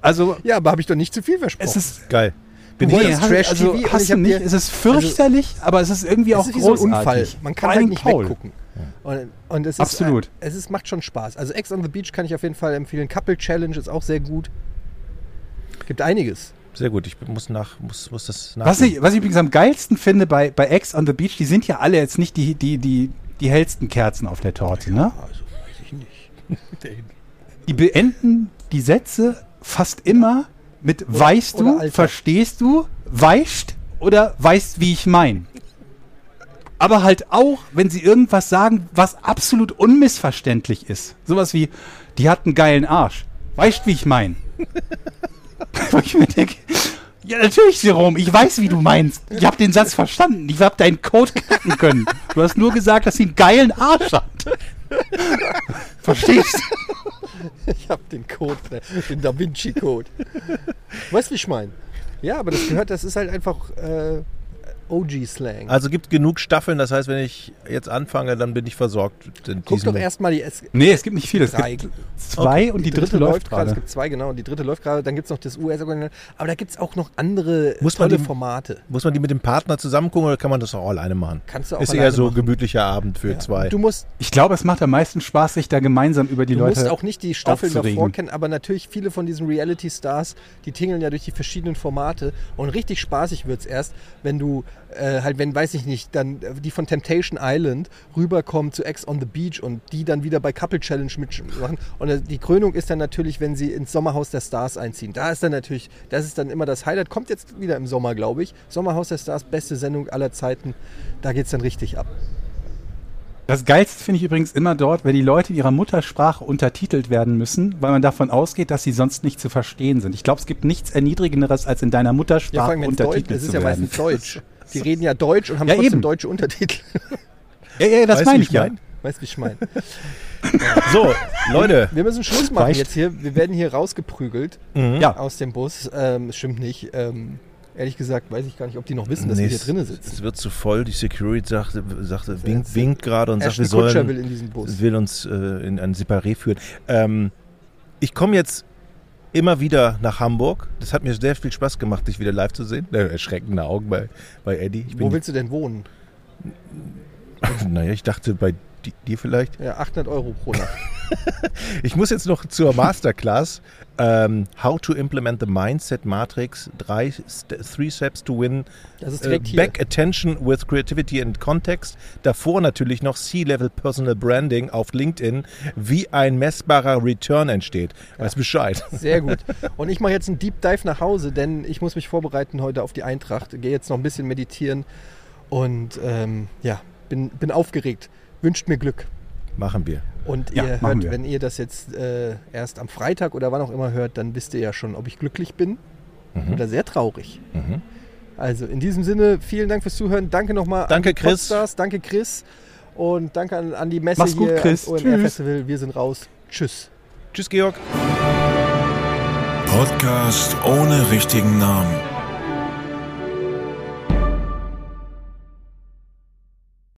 Speaker 4: Also,
Speaker 2: Ja, aber habe ich doch nicht zu viel versprochen.
Speaker 4: es ist.
Speaker 3: Geil. Bin
Speaker 2: Du
Speaker 3: ich
Speaker 2: wolltest
Speaker 4: hast-
Speaker 2: Trash-TV
Speaker 4: also,
Speaker 2: und
Speaker 4: hast
Speaker 2: ich
Speaker 4: du
Speaker 2: hab
Speaker 4: nicht.
Speaker 2: dir-
Speaker 4: Es ist fürchterlich, aber es ist irgendwie auch
Speaker 2: es ist wie
Speaker 4: großartig.
Speaker 2: so ein Unfall. Man
Speaker 4: Vor
Speaker 2: kann
Speaker 4: allen
Speaker 2: halt
Speaker 4: Dingen
Speaker 2: nicht
Speaker 4: Paul.
Speaker 2: weggucken. Und, und es ist,
Speaker 4: Absolut.
Speaker 2: äh, es ist, macht schon Spaß. Also Ex on the Beach kann ich auf jeden Fall empfehlen. Couple Challenge ist auch sehr gut. Gibt einiges.
Speaker 3: Sehr gut, ich muss, nach, muss, muss das nach.
Speaker 4: Was ich, was ich übrigens am geilsten finde bei, bei Ex on the Beach, die sind ja alle jetzt nicht die, die, die, die hellsten Kerzen auf der Torte, ne?
Speaker 2: Also weiß ich nicht.
Speaker 4: die beenden die Sätze fast immer mit weißt
Speaker 2: oder
Speaker 4: du,
Speaker 2: Alter.
Speaker 4: verstehst du, weißt oder weißt, wie ich mein. Aber halt auch, wenn sie irgendwas sagen, was absolut unmissverständlich ist. Sowas wie, die hat einen geilen Arsch. Weißt, wie ich mein. Wo ich mir denke, ja natürlich, Jerome, ich weiß, wie du meinst. Ich habe den Satz verstanden. Ich habe deinen Code knacken können. Du hast nur gesagt, dass sie einen geilen Arsch hat. Verstehst du?
Speaker 2: Ich habe den Code, ne? den Da Vinci Code. weißt du, wie ich meine? Ja, aber das gehört, das ist halt einfach äh, OG Slang.
Speaker 4: Ah,
Speaker 3: also gibt genug Staffeln, das heißt, wenn ich jetzt anfange, dann bin ich versorgt. in
Speaker 2: Guck
Speaker 3: diesem-
Speaker 2: doch erstmal die es
Speaker 4: Nee, es gibt nicht viele. Es
Speaker 2: Drei.
Speaker 4: gibt zwei und die, dritte, läuft
Speaker 2: Es
Speaker 4: gerade.
Speaker 2: gibt zwei, genau. Und die dritte läuft gerade. Dann gibt es noch das us Aber da gibt es auch noch andere
Speaker 3: Muss man
Speaker 2: tolle
Speaker 3: die-
Speaker 2: Formate.
Speaker 3: Muss man die mit dem Partner zusammen gucken oder kann man das auch alleine machen?
Speaker 2: Kannst du auch
Speaker 3: Ist
Speaker 2: alleine
Speaker 3: eher so
Speaker 2: machen.
Speaker 3: gemütlicher Abend für zwei.
Speaker 2: Du musst
Speaker 4: Ich glaube, es macht am meisten Spaß, sich da gemeinsam über die
Speaker 2: Du
Speaker 4: Leute.
Speaker 2: musst auch nicht die Staffeln
Speaker 4: aufzuregen.
Speaker 2: davor kennen, aber natürlich viele von diesen Reality-Stars, die tingeln ja durch die verschiedenen Formate und richtig spaßig wird's erst, wenn du äh, halt, wenn, weiß ich nicht, dann äh, die von Temptation Island rüberkommen zu Ex on the Beach und die dann wieder bei Couple Challenge mitmachen. Und äh, die Krönung ist dann natürlich, wenn sie ins Sommerhaus der Stars einziehen. Da ist dann natürlich, das ist dann immer das Highlight. Kommt jetzt wieder im Sommer, glaube ich. Sommerhaus der Stars, beste Sendung aller Zeiten. Da geht's dann richtig ab.
Speaker 4: Das Geilste finde ich übrigens immer dort, wenn die Leute in ihrer Muttersprache untertitelt werden müssen, weil man davon ausgeht, dass sie sonst nicht zu verstehen sind. Ich glaube, es gibt nichts Erniedrigenderes, als in deiner
Speaker 2: Ja, vor
Speaker 4: Muttersprache
Speaker 2: allem wenn es Deutsch
Speaker 4: untertitelt
Speaker 2: ist,
Speaker 4: zu
Speaker 2: ist ja
Speaker 4: werden.
Speaker 2: meistens Deutsch. Die reden ja Deutsch und haben
Speaker 4: Ja,
Speaker 2: trotzdem
Speaker 4: eben.
Speaker 2: deutsche Untertitel.
Speaker 4: Ja, ja, das
Speaker 3: Weißt du,
Speaker 4: meine
Speaker 3: wie
Speaker 4: ich ja.
Speaker 3: mein?
Speaker 2: Weißt du, wie ich meine?
Speaker 3: So, Leute.
Speaker 2: Wir müssen Schluss machen
Speaker 4: Reicht.
Speaker 2: jetzt hier. Wir werden hier rausgeprügelt
Speaker 3: Mhm.
Speaker 4: Ja,
Speaker 2: aus dem Bus. Ähm, es stimmt nicht. Ähm, ehrlich gesagt weiß ich gar nicht, ob die noch wissen, dass
Speaker 3: Nee,
Speaker 2: wir hier
Speaker 3: es-
Speaker 2: drinnen sitzen.
Speaker 3: Es wird zu voll. Die Security sagte, sagte winkt,
Speaker 2: jetzt-
Speaker 3: winkt gerade und sagt,
Speaker 2: Ashton
Speaker 3: wir
Speaker 2: Kutscher
Speaker 3: sollen.
Speaker 2: will in diesen Bus.
Speaker 3: will uns äh, in ein Separé führen. Ähm, ich komme jetzt immer wieder nach Hamburg. Das hat mir sehr viel Spaß gemacht, dich wieder live zu sehen. Äh, erschreckende Augen bei, bei Eddie. Ich
Speaker 2: Wo willst du denn wohnen?
Speaker 3: naja, ich dachte bei di- dir vielleicht.
Speaker 2: Ja, 800 Euro pro Nacht.
Speaker 3: Ich muss jetzt noch zur Masterclass. ähm, How to implement the Mindset Matrix. Drei, st three Steps to Win.
Speaker 2: Das ist
Speaker 3: Äh,
Speaker 2: direkt hier.
Speaker 3: back Attention with Creativity and Context. Davor natürlich noch C-Level Personal Branding auf LinkedIn, wie ein messbarer Return entsteht. Weiß Bescheid.
Speaker 2: Sehr gut. Und ich mache jetzt einen Deep Dive nach Hause, denn ich muss mich vorbereiten heute auf die Eintracht. Gehe jetzt noch ein bisschen meditieren und ähm, ja, bin, bin aufgeregt. Wünscht mir Glück.
Speaker 3: Machen wir.
Speaker 2: Und
Speaker 4: Ja,
Speaker 2: ihr
Speaker 4: machen
Speaker 2: hört,
Speaker 4: wir.
Speaker 2: wenn ihr das jetzt äh, erst am Freitag oder wann auch immer hört, dann wisst ihr ja schon, ob ich glücklich bin
Speaker 4: Mhm.
Speaker 2: oder sehr traurig. Also in diesem Sinne, vielen Dank fürs Zuhören. Danke nochmal
Speaker 3: Danke,
Speaker 2: an die
Speaker 3: Chris.
Speaker 2: Podstars, danke Chris und danke an, an die Messe
Speaker 4: Mach's gut,
Speaker 2: hier
Speaker 4: Chris.
Speaker 2: OMR
Speaker 4: Tschüss.
Speaker 2: Festival. Wir sind raus. Tschüss.
Speaker 3: Tschüss, Georg.
Speaker 1: Podcast ohne richtigen Namen.